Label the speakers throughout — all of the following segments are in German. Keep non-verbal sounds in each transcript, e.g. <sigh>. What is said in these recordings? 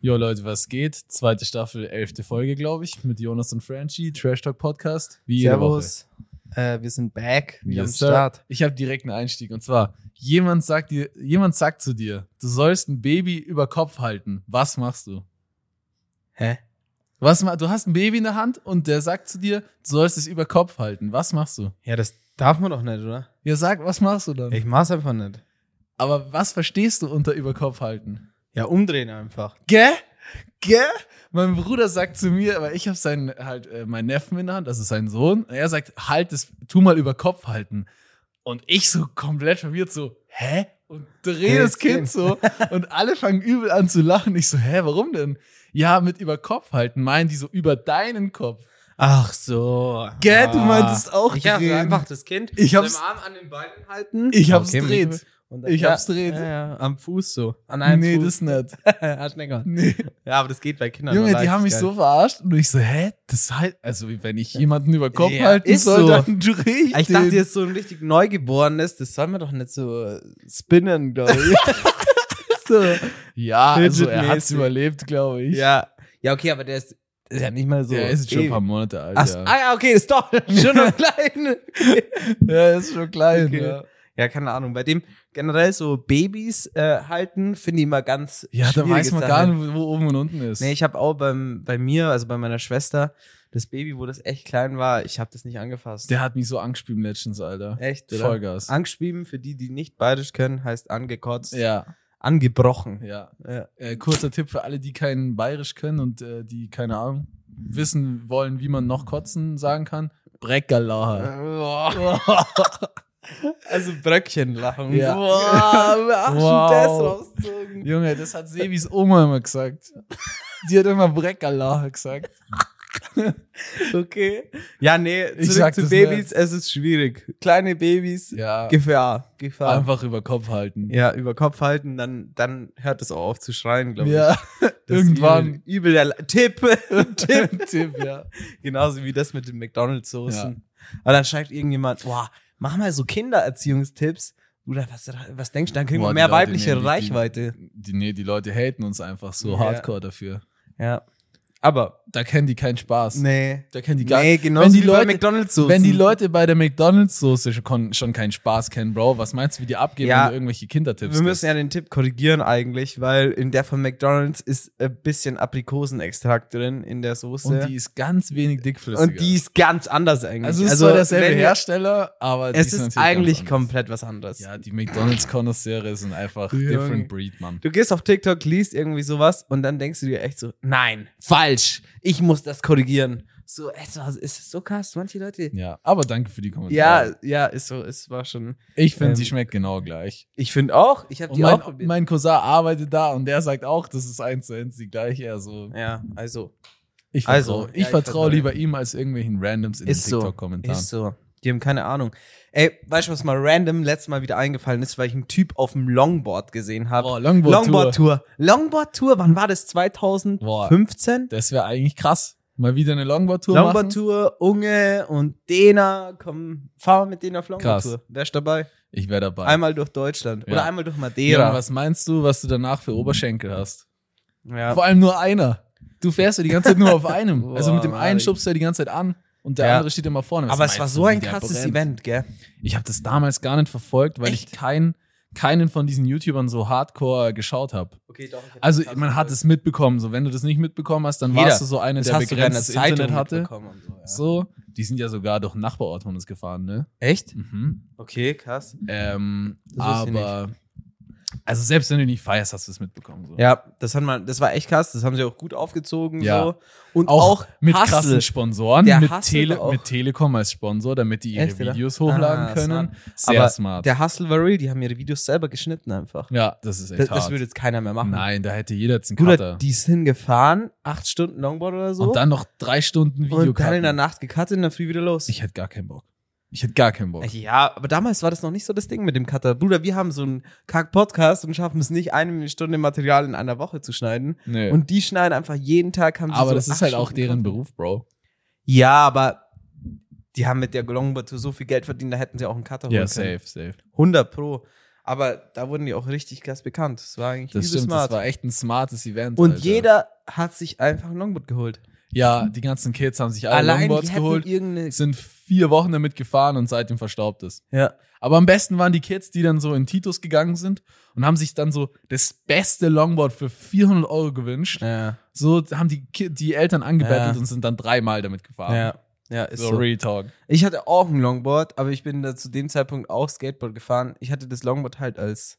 Speaker 1: Jo Leute, was geht? Zweite Staffel, elfte Folge, glaube ich, mit Jonas und Franchi, Trash Talk Podcast. Wie jede Woche.
Speaker 2: Servus. Äh, wir sind back, wieder
Speaker 1: Yes,
Speaker 2: am
Speaker 1: sir.
Speaker 2: Start.
Speaker 1: Ich habe direkt einen Einstieg und zwar, jemand sagt dir, jemand sagt zu dir, du sollst ein Baby über Kopf halten. Was machst du?
Speaker 2: Hä?
Speaker 1: Was ma du hast ein Baby in der Hand und der sagt zu dir, du sollst es über Kopf halten. Was machst du?
Speaker 2: Ja, das darf man doch nicht, oder?
Speaker 1: Ja, sag, was machst du dann?
Speaker 2: Ich mach's einfach nicht.
Speaker 1: Aber was verstehst du unter über Kopf halten?
Speaker 2: Ja, umdrehen einfach.
Speaker 1: Gell? Gell? Mein Bruder sagt zu mir, weil ich habe seinen halt äh, meinen Neffen in der Hand, also seinen Sohn. Und er sagt, halt es, tu mal über Kopf halten. Und ich so komplett verwirrt so, hä? Und drehe
Speaker 2: Hä,
Speaker 1: das
Speaker 2: das
Speaker 1: Kind
Speaker 2: Kind. <laughs>
Speaker 1: so und alle fangen übel an zu lachen. Ich so, hä, warum denn? Ja, mit über Kopf halten meinen die so über deinen Kopf.
Speaker 2: Ach so. Ah.
Speaker 1: Gell, du meintest auch
Speaker 2: Ich habe
Speaker 1: drehen.
Speaker 2: einfach das Kind
Speaker 1: Ich hab's-
Speaker 2: mit dem Arm an den Beinen halten.
Speaker 1: Ich hab's
Speaker 2: Okay,
Speaker 1: dreht.
Speaker 2: mit- und
Speaker 1: Ich
Speaker 2: ja,
Speaker 1: hab's dreht.
Speaker 2: Ja, ja, am Fuß so. An einem
Speaker 1: Nee,
Speaker 2: Fuß. <laughs>
Speaker 1: das nicht.
Speaker 2: Hast nicht gehabt. <laughs>
Speaker 1: Nee.
Speaker 2: Ja, aber das geht bei Kindern.
Speaker 1: Junge,
Speaker 2: nur
Speaker 1: die
Speaker 2: leicht,
Speaker 1: haben mich
Speaker 2: geil.
Speaker 1: so verarscht und ich so, hä, das halt, also wenn ich jemanden über Kopf
Speaker 2: Ja,
Speaker 1: halten
Speaker 2: ist
Speaker 1: soll,
Speaker 2: so.
Speaker 1: dann dreh ich
Speaker 2: Ich
Speaker 1: den.
Speaker 2: dachte, jetzt so ein richtig Neugeborenes, das soll man doch nicht so äh, spinnen, glaube
Speaker 1: <laughs>
Speaker 2: ich. so.
Speaker 1: Ja, also er hat's
Speaker 2: Fidget-mäßig.
Speaker 1: überlebt, glaube ich.
Speaker 2: Ja. Ja, okay, aber der ist, der ist ja nicht mal so.
Speaker 1: Der ist schon ein
Speaker 2: ewig.
Speaker 1: paar Monate alt.
Speaker 2: Ach, so,
Speaker 1: ja.
Speaker 2: Ah ja, okay, ist <laughs> doch schon noch klein. Okay.
Speaker 1: Er ist schon klein.
Speaker 2: Okay.
Speaker 1: Ja,
Speaker 2: Ja, keine Ahnung. Bei dem generell so Babys äh, halten, finde ich immer ganz.
Speaker 1: ja da
Speaker 2: schwierige
Speaker 1: weiß man
Speaker 2: Sache.
Speaker 1: gar nicht, wo oben und unten ist.
Speaker 2: Nee, ich habe auch beim, bei mir, also bei meiner Schwester, das Baby, wo das echt klein war, ich habe das nicht angefasst.
Speaker 1: der hat mich so angespielt letztens, Alter.
Speaker 2: echt, oder?
Speaker 1: Vollgas.
Speaker 2: Angeschrieben, für die, die nicht bayerisch können, heißt angekotzt,
Speaker 1: ja,
Speaker 2: angebrochen.
Speaker 1: ja.
Speaker 2: Ja.
Speaker 1: Äh, kurzer Tipp für alle, die kein Bayerisch können und äh, die, keine Ahnung, wissen wollen, wie man noch kotzen sagen kann. Breckerlacher.
Speaker 2: Also Bröckchen lachen.
Speaker 1: Ja.
Speaker 2: Boah, wir haben
Speaker 1: Wow.
Speaker 2: schon das rausgezogen.
Speaker 1: Junge, das hat Sebis Oma immer gesagt. Die hat immer Breckerlacher gesagt.
Speaker 2: Okay. Ja, nee,
Speaker 1: Ich
Speaker 2: zurück
Speaker 1: sag
Speaker 2: zu
Speaker 1: das
Speaker 2: Babys, es ist schwierig. Kleine Babys,
Speaker 1: Ja.
Speaker 2: Gefahr, Gefahr.
Speaker 1: Einfach über Kopf halten.
Speaker 2: Ja, über Kopf halten, dann, dann hört es auch auf zu schreien, glaube ich.
Speaker 1: Ja,
Speaker 2: Das ist
Speaker 1: irgendwann.
Speaker 2: Übel, übel der Le- Tipp,
Speaker 1: <laughs>
Speaker 2: Tipp.
Speaker 1: Tipp,
Speaker 2: <laughs>
Speaker 1: ja.
Speaker 2: Genauso wie das mit den McDonalds-Soßen. Aber dann schreibt irgendjemand, boah, mach mal so Kindererziehungstipps. Oder was, was denkst du, dann kriegen
Speaker 1: Boah,
Speaker 2: wir
Speaker 1: die
Speaker 2: mehr
Speaker 1: Leute
Speaker 2: weibliche
Speaker 1: nehmen die-
Speaker 2: Reichweite.
Speaker 1: Die, nee, die Leute haten uns einfach so
Speaker 2: Ja.
Speaker 1: hardcore dafür.
Speaker 2: Ja. Aber,
Speaker 1: Da kennen die keinen Spaß.
Speaker 2: nee.
Speaker 1: Da kennen die gar
Speaker 2: Nee, genauso
Speaker 1: Wenn die
Speaker 2: wie bei
Speaker 1: Leute-
Speaker 2: McDonalds-Soßen.
Speaker 1: Wenn die Leute bei der McDonalds-Soße schon, schon keinen Spaß kennen, Bro, was meinst du, wie die abgeben,
Speaker 2: Ja.
Speaker 1: wenn du irgendwelche Kindertipps
Speaker 2: Wir müssen ja den Tipp korrigieren eigentlich, weil in der von McDonalds ist ein bisschen Aprikosenextrakt drin in der
Speaker 1: gibst?
Speaker 2: Soße.
Speaker 1: Und die ist ganz wenig dickflüssiger.
Speaker 2: Und die ist ganz anders eigentlich.
Speaker 1: also es ist zwar derselbe
Speaker 2: wenn wir-
Speaker 1: Hersteller, aber die
Speaker 2: Es
Speaker 1: natürlich
Speaker 2: ist
Speaker 1: ganz
Speaker 2: eigentlich
Speaker 1: anders.
Speaker 2: komplett was anderes.
Speaker 1: Ja, die McDonalds-Konnoisseure sind einfach
Speaker 2: Junge.
Speaker 1: different breed, Mann.
Speaker 2: Du gehst auf TikTok, liest irgendwie sowas und dann denkst du dir echt so, nein, falsch, ich muss das korrigieren. So, es war- es ist so krass, manche Leute.
Speaker 1: Ja, aber danke für die Kommentare.
Speaker 2: Ja, ja, ist so, es war schon.
Speaker 1: ich finde, die
Speaker 2: ähm,
Speaker 1: schmeckt genau gleich.
Speaker 2: Ich finde auch, ich habe
Speaker 1: Und
Speaker 2: die
Speaker 1: mein,
Speaker 2: auch probiert.
Speaker 1: mein Cousin arbeitet da und der sagt auch, das ist eins zu eins die gleiche. Also
Speaker 2: ja, also,
Speaker 1: ich vertraue
Speaker 2: Also, ja,
Speaker 1: ich
Speaker 2: ich
Speaker 1: vertrau
Speaker 2: vertrau
Speaker 1: lieber ihm als irgendwelchen Randoms in den
Speaker 2: Ist so.
Speaker 1: TikTok-Kommentaren.
Speaker 2: Ist so. Die haben keine Ahnung. Ey, weißt du, was mal random letztes Mal wieder eingefallen ist, weil ich einen Typ auf dem Longboard gesehen habe.
Speaker 1: Boah, Oh, Longboard-Tour.
Speaker 2: Longboard-Tour. Longboard-Tour, wann war das? 2015?
Speaker 1: Das wäre eigentlich krass. Mal wieder eine Longboard-Tour machen.
Speaker 2: Longboard-Tour, Unge und Dena, komm, fahren wir mit denen auf Longboard-Tour.
Speaker 1: Krass.
Speaker 2: Wärst dabei?
Speaker 1: Ich wäre dabei.
Speaker 2: Einmal durch Deutschland
Speaker 1: Ja.
Speaker 2: oder einmal durch Madeira.
Speaker 1: ja, was meinst du, was du danach für Oberschenkel hast?
Speaker 2: Ja.
Speaker 1: Vor allem nur einer. Du fährst ja die ganze Zeit
Speaker 2: <laughs>
Speaker 1: nur auf einem. also mit dem
Speaker 2: Boah,
Speaker 1: einen
Speaker 2: Alter.
Speaker 1: schubst du ja die ganze Zeit an und der
Speaker 2: Ja.
Speaker 1: andere steht immer vorne. Was
Speaker 2: Aber es war
Speaker 1: meinst
Speaker 2: so
Speaker 1: du,
Speaker 2: ein
Speaker 1: wie der
Speaker 2: krasses
Speaker 1: brennt?
Speaker 2: Event, gell?
Speaker 1: Ich habe das damals gar nicht verfolgt, weil ich
Speaker 2: Echt?
Speaker 1: keinen, keinen von diesen YouTubern so hardcore geschaut habe.
Speaker 2: Okay, doch. Ich
Speaker 1: Also man hat es mitbekommen. So, wenn du das nicht mitbekommen hast, dann
Speaker 2: Jeder.
Speaker 1: warst du so einer,
Speaker 2: das
Speaker 1: der
Speaker 2: hast du in der
Speaker 1: begrenztes
Speaker 2: Zeitung
Speaker 1: Internet hatte.
Speaker 2: mitbekommen und So,
Speaker 1: So,
Speaker 2: ja.
Speaker 1: die sind ja sogar durch den Nachbarort von uns gefahren, ne?
Speaker 2: Echt?
Speaker 1: Mhm.
Speaker 2: Okay, krass.
Speaker 1: Ähm,
Speaker 2: Das wusste ich
Speaker 1: aber also selbst wenn du nicht feierst, hast du es mitbekommen. So.
Speaker 2: Ja, das hat man, das war echt krass. Das haben sie auch gut aufgezogen.
Speaker 1: Ja.
Speaker 2: So. Und
Speaker 1: Auch,
Speaker 2: auch,
Speaker 1: mit
Speaker 2: Hustle.
Speaker 1: krassen Sponsoren,
Speaker 2: Der
Speaker 1: mit,
Speaker 2: Hustle
Speaker 1: Tele
Speaker 2: auch.
Speaker 1: mit Telekom als Sponsor, damit die ihre
Speaker 2: Echt, oder?
Speaker 1: Videos hochladen
Speaker 2: Ah,
Speaker 1: können. Sehr
Speaker 2: Aber
Speaker 1: smart.
Speaker 2: Der Hustle war real, die haben ihre Videos selber geschnitten einfach.
Speaker 1: ja, das ist echt
Speaker 2: Das, das
Speaker 1: hart.
Speaker 2: würde jetzt keiner mehr machen.
Speaker 1: Nein, da hätte jeder jetzt einen
Speaker 2: Bruder,
Speaker 1: Cutter.
Speaker 2: die sind gefahren, acht Stunden Longboard oder so.
Speaker 1: Und dann noch drei Stunden
Speaker 2: und dann in
Speaker 1: Video.
Speaker 2: der Nacht gecuttet und dann früh wieder los.
Speaker 1: Ich hätte gar keinen Bock. Ich hätte gar keinen Bock.
Speaker 2: ja, aber damals war das noch nicht so das Ding mit dem Cutter. Bruder, wir haben so einen Kack-Podcast und schaffen es nicht, eine Stunde Material in einer Woche zu schneiden.
Speaker 1: Nö.
Speaker 2: Und die schneiden einfach jeden Tag. Haben sie
Speaker 1: aber
Speaker 2: so
Speaker 1: das
Speaker 2: acht
Speaker 1: ist halt auch
Speaker 2: Stunden
Speaker 1: deren Beruf,
Speaker 2: Content.
Speaker 1: Bro.
Speaker 2: Ja, aber die haben mit der Longboard Tour so viel Geld verdient, da hätten sie auch einen Cutter
Speaker 1: Ja,
Speaker 2: holen können.
Speaker 1: safe, safe.
Speaker 2: 100 pro. Aber da wurden die auch richtig krass bekannt. Das war eigentlich
Speaker 1: Das
Speaker 2: übel
Speaker 1: stimmt,
Speaker 2: smart.
Speaker 1: das war echt ein smartes Event.
Speaker 2: und
Speaker 1: Alter.
Speaker 2: jeder hat sich einfach ein Longboard geholt.
Speaker 1: Ja, die ganzen Kids haben sich alle
Speaker 2: Allein die
Speaker 1: Äh, Longboards
Speaker 2: hätten
Speaker 1: geholt,
Speaker 2: irgendeine.
Speaker 1: sind vier Wochen damit gefahren und seitdem verstaubt es.
Speaker 2: Ja.
Speaker 1: Aber am besten waren die Kids, die dann so in Titus gegangen sind und haben sich dann so das beste Longboard für 400 Euro gewünscht.
Speaker 2: Ja.
Speaker 1: So haben die, Ki- die Eltern angebettelt
Speaker 2: Ja.
Speaker 1: und sind dann dreimal damit gefahren.
Speaker 2: Ja. Ja, ist
Speaker 1: So,
Speaker 2: so.
Speaker 1: Real Talk.
Speaker 2: Ich hatte auch ein Longboard, aber ich bin da zu dem Zeitpunkt auch Skateboard gefahren. Ich hatte das Longboard halt als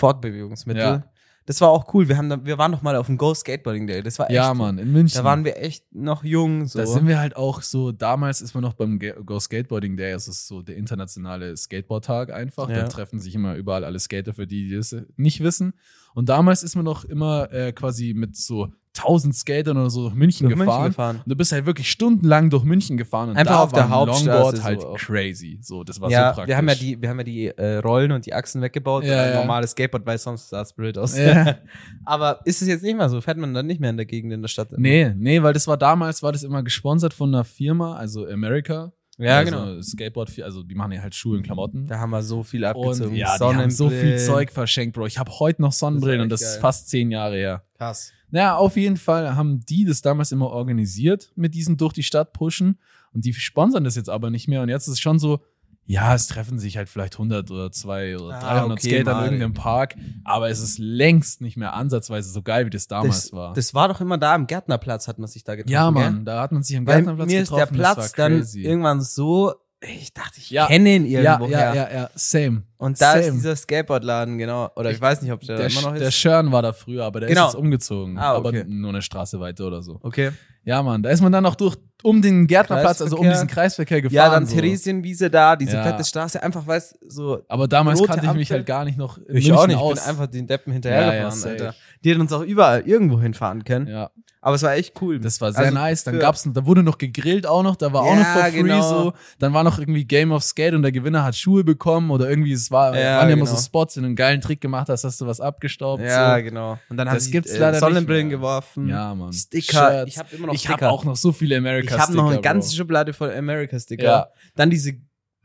Speaker 2: Fortbewegungsmittel.
Speaker 1: Ja.
Speaker 2: Das war auch cool. Wir, haben da, wir waren noch mal auf dem Go Skateboarding Day. Das war echt.
Speaker 1: Ja, Mann, in München.
Speaker 2: Da waren wir echt noch jung. So.
Speaker 1: Da sind wir halt auch so, damals ist man noch beim Ge- Go Skateboarding Day, das ist so der internationale Skateboard-Tag einfach. Da
Speaker 2: Ja.
Speaker 1: treffen sich immer überall alle Skater, für die, die es nicht wissen. Und damals ist man noch immer äh, quasi mit so 1000 Skatern oder so durch München
Speaker 2: Durch München
Speaker 1: gefahren.
Speaker 2: gefahren.
Speaker 1: Und du bist halt wirklich stundenlang durch München gefahren und
Speaker 2: Einfach
Speaker 1: da
Speaker 2: auf der
Speaker 1: war ein
Speaker 2: Hauptstraße
Speaker 1: Longboard
Speaker 2: so
Speaker 1: halt
Speaker 2: auch.
Speaker 1: crazy. So, das war
Speaker 2: Ja,
Speaker 1: so praktisch.
Speaker 2: wir haben ja die, wir haben ja die äh, Rollen und die Achsen weggebaut
Speaker 1: Ja,
Speaker 2: und ein
Speaker 1: ja.
Speaker 2: normales Skateboard, weil sonst sah es blöd aus.
Speaker 1: Ja.
Speaker 2: <laughs> Aber ist es jetzt nicht mehr so? Fährt man dann nicht mehr in der Gegend in der Stadt?
Speaker 1: Nee, nee, weil das war damals, war das immer gesponsert von einer Firma, also America.
Speaker 2: Ja,
Speaker 1: also
Speaker 2: genau.
Speaker 1: Skateboard, also die machen ja halt Schuhe und Klamotten.
Speaker 2: Da haben wir so viel abgezogen.
Speaker 1: Und ja, die haben so viel Zeug verschenkt, Bro. Ich habe heute noch Sonnenbrillen und
Speaker 2: Das
Speaker 1: das
Speaker 2: ist echt
Speaker 1: ist
Speaker 2: geil.
Speaker 1: fast zehn Jahre her.
Speaker 2: Krass.
Speaker 1: Naja, auf jeden Fall haben die das damals immer organisiert mit diesen durch die Stadt pushen und die sponsern das jetzt aber nicht mehr und jetzt ist es schon so, ja, es treffen sich halt vielleicht 100 oder 200 oder
Speaker 2: Ah,
Speaker 1: 300
Speaker 2: okay,
Speaker 1: Skater in
Speaker 2: mal.
Speaker 1: irgendeinem Park, aber es ist längst nicht mehr ansatzweise so geil, wie das damals
Speaker 2: Das
Speaker 1: war.
Speaker 2: war. das war doch immer da am Gärtnerplatz, hat man sich da getroffen.
Speaker 1: ja,
Speaker 2: Gell?
Speaker 1: Mann, da hat man sich am
Speaker 2: Weil
Speaker 1: Gärtnerplatz
Speaker 2: mir ist
Speaker 1: getroffen,
Speaker 2: der Platz
Speaker 1: das war
Speaker 2: dann
Speaker 1: crazy.
Speaker 2: irgendwann so, ich dachte, ich
Speaker 1: Ja.
Speaker 2: kenne ihn
Speaker 1: ja,
Speaker 2: irgendwo
Speaker 1: ja,
Speaker 2: her.
Speaker 1: ja, ja, same.
Speaker 2: Und da ist
Speaker 1: Same.
Speaker 2: dieser Skateboardladen, genau. Oder ich, weiß nicht, ob der,
Speaker 1: Der,
Speaker 2: immer noch
Speaker 1: Sch-
Speaker 2: ist.
Speaker 1: der Schörn war da früher, aber der
Speaker 2: Genau.
Speaker 1: ist jetzt umgezogen.
Speaker 2: Ah,
Speaker 1: Aber
Speaker 2: okay.
Speaker 1: nur eine Straße weiter oder so.
Speaker 2: okay.
Speaker 1: Ja, Mann, da ist man dann auch durch, um den Gärtnerplatz, also um
Speaker 2: Kreisverkehr.
Speaker 1: diesen Kreisverkehr gefahren.
Speaker 2: Ja, dann
Speaker 1: so.
Speaker 2: Theresienwiese da, diese
Speaker 1: Ja.
Speaker 2: fette Straße, einfach, weißt so.
Speaker 1: Aber damals
Speaker 2: Rote
Speaker 1: kannte ich mich
Speaker 2: Ampel.
Speaker 1: halt gar nicht noch in
Speaker 2: Ich
Speaker 1: München
Speaker 2: auch nicht,
Speaker 1: aus.
Speaker 2: ich bin einfach den
Speaker 1: Ja,
Speaker 2: Deppen
Speaker 1: ja,
Speaker 2: hinterhergefahren,
Speaker 1: safe.
Speaker 2: Alter. Die hätten uns auch überall irgendwo hinfahren können.
Speaker 1: ja,
Speaker 2: Aber es war echt cool.
Speaker 1: das war sehr
Speaker 2: Also
Speaker 1: nice. Dann
Speaker 2: für-
Speaker 1: gab's, da wurde noch gegrillt auch noch, da war auch
Speaker 2: Ja,
Speaker 1: noch for free
Speaker 2: genau.
Speaker 1: so. Dann war noch irgendwie Game of Skate und der Gewinner hat Schuhe bekommen oder irgendwie, es war,
Speaker 2: Ja,
Speaker 1: waren ja immer
Speaker 2: genau.
Speaker 1: so Spots, wenn du einen geilen Trick gemacht hast, hast du was abgestaubt.
Speaker 2: Ja,
Speaker 1: so.
Speaker 2: genau. Und dann
Speaker 1: Das
Speaker 2: haben sie
Speaker 1: gibt's leider nicht
Speaker 2: Sonnenbrillen
Speaker 1: mehr.
Speaker 2: geworfen.
Speaker 1: ja Mann.
Speaker 2: Sticker.
Speaker 1: Shirts.
Speaker 2: Ich habe immer noch
Speaker 1: Ich hab
Speaker 2: Sticker.
Speaker 1: auch noch so viele america
Speaker 2: ich habe noch eine
Speaker 1: Sticker,
Speaker 2: ganze
Speaker 1: Bro.
Speaker 2: Schublade voll America-Sticker.
Speaker 1: Ja.
Speaker 2: Dann diese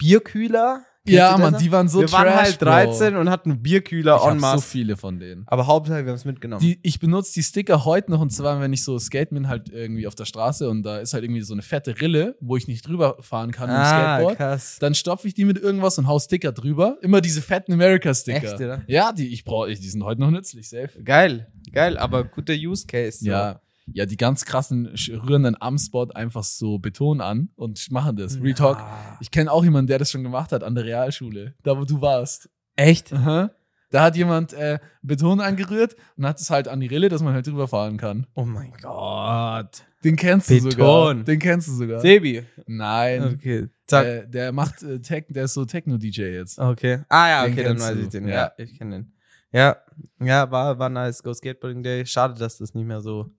Speaker 2: Bierkühler. Kennst
Speaker 1: Ja,
Speaker 2: du das
Speaker 1: Mann,
Speaker 2: noch?
Speaker 1: die waren so
Speaker 2: Wir waren
Speaker 1: trash,
Speaker 2: halt 13 und hatten Bierkühler
Speaker 1: Bro. Ich
Speaker 2: en
Speaker 1: hab so
Speaker 2: masse.
Speaker 1: viele von denen.
Speaker 2: Aber Hauptsache, wir haben es mitgenommen.
Speaker 1: Die, ich benutze die Sticker heute noch und zwar, wenn ich so skate bin, halt irgendwie auf der Straße und da ist halt irgendwie so eine fette Rille, wo ich nicht drüber fahren kann mit dem Skateboard.
Speaker 2: Ah, krass.
Speaker 1: Dann stopfe ich die mit irgendwas und hau Sticker drüber. Immer diese fetten America-Sticker.
Speaker 2: Echt, oder?
Speaker 1: Ja, die ich brauche, die sind heute noch nützlich, safe.
Speaker 2: Geil, geil, aber guter Use Case. so.
Speaker 1: Ja. Ja, die ganz krassen sch- rühren dann am Spot einfach so Beton an und machen das. Retalk.
Speaker 2: Ah.
Speaker 1: Ich kenne auch jemanden, der das schon gemacht hat an der Realschule, da wo du warst.
Speaker 2: Echt?
Speaker 1: Aha. Da hat jemand äh, Beton angerührt und hat es halt an die Rille, dass man halt drüber fahren kann.
Speaker 2: Oh mein Gott.
Speaker 1: Den kennst du
Speaker 2: Beton.
Speaker 1: sogar. Den kennst du sogar.
Speaker 2: Sebi.
Speaker 1: Nein.
Speaker 2: Okay. Zack.
Speaker 1: Äh, der macht äh, Tech, der ist so Techno-DJ jetzt.
Speaker 2: Okay. Ah ja,
Speaker 1: Den
Speaker 2: okay, dann
Speaker 1: kennst
Speaker 2: weiß
Speaker 1: du.
Speaker 2: ich den.
Speaker 1: Ja.
Speaker 2: Ja, ich kenne den. Ja, ja, war, war nice. Go Skateboarding Day. Schade, dass das nicht mehr so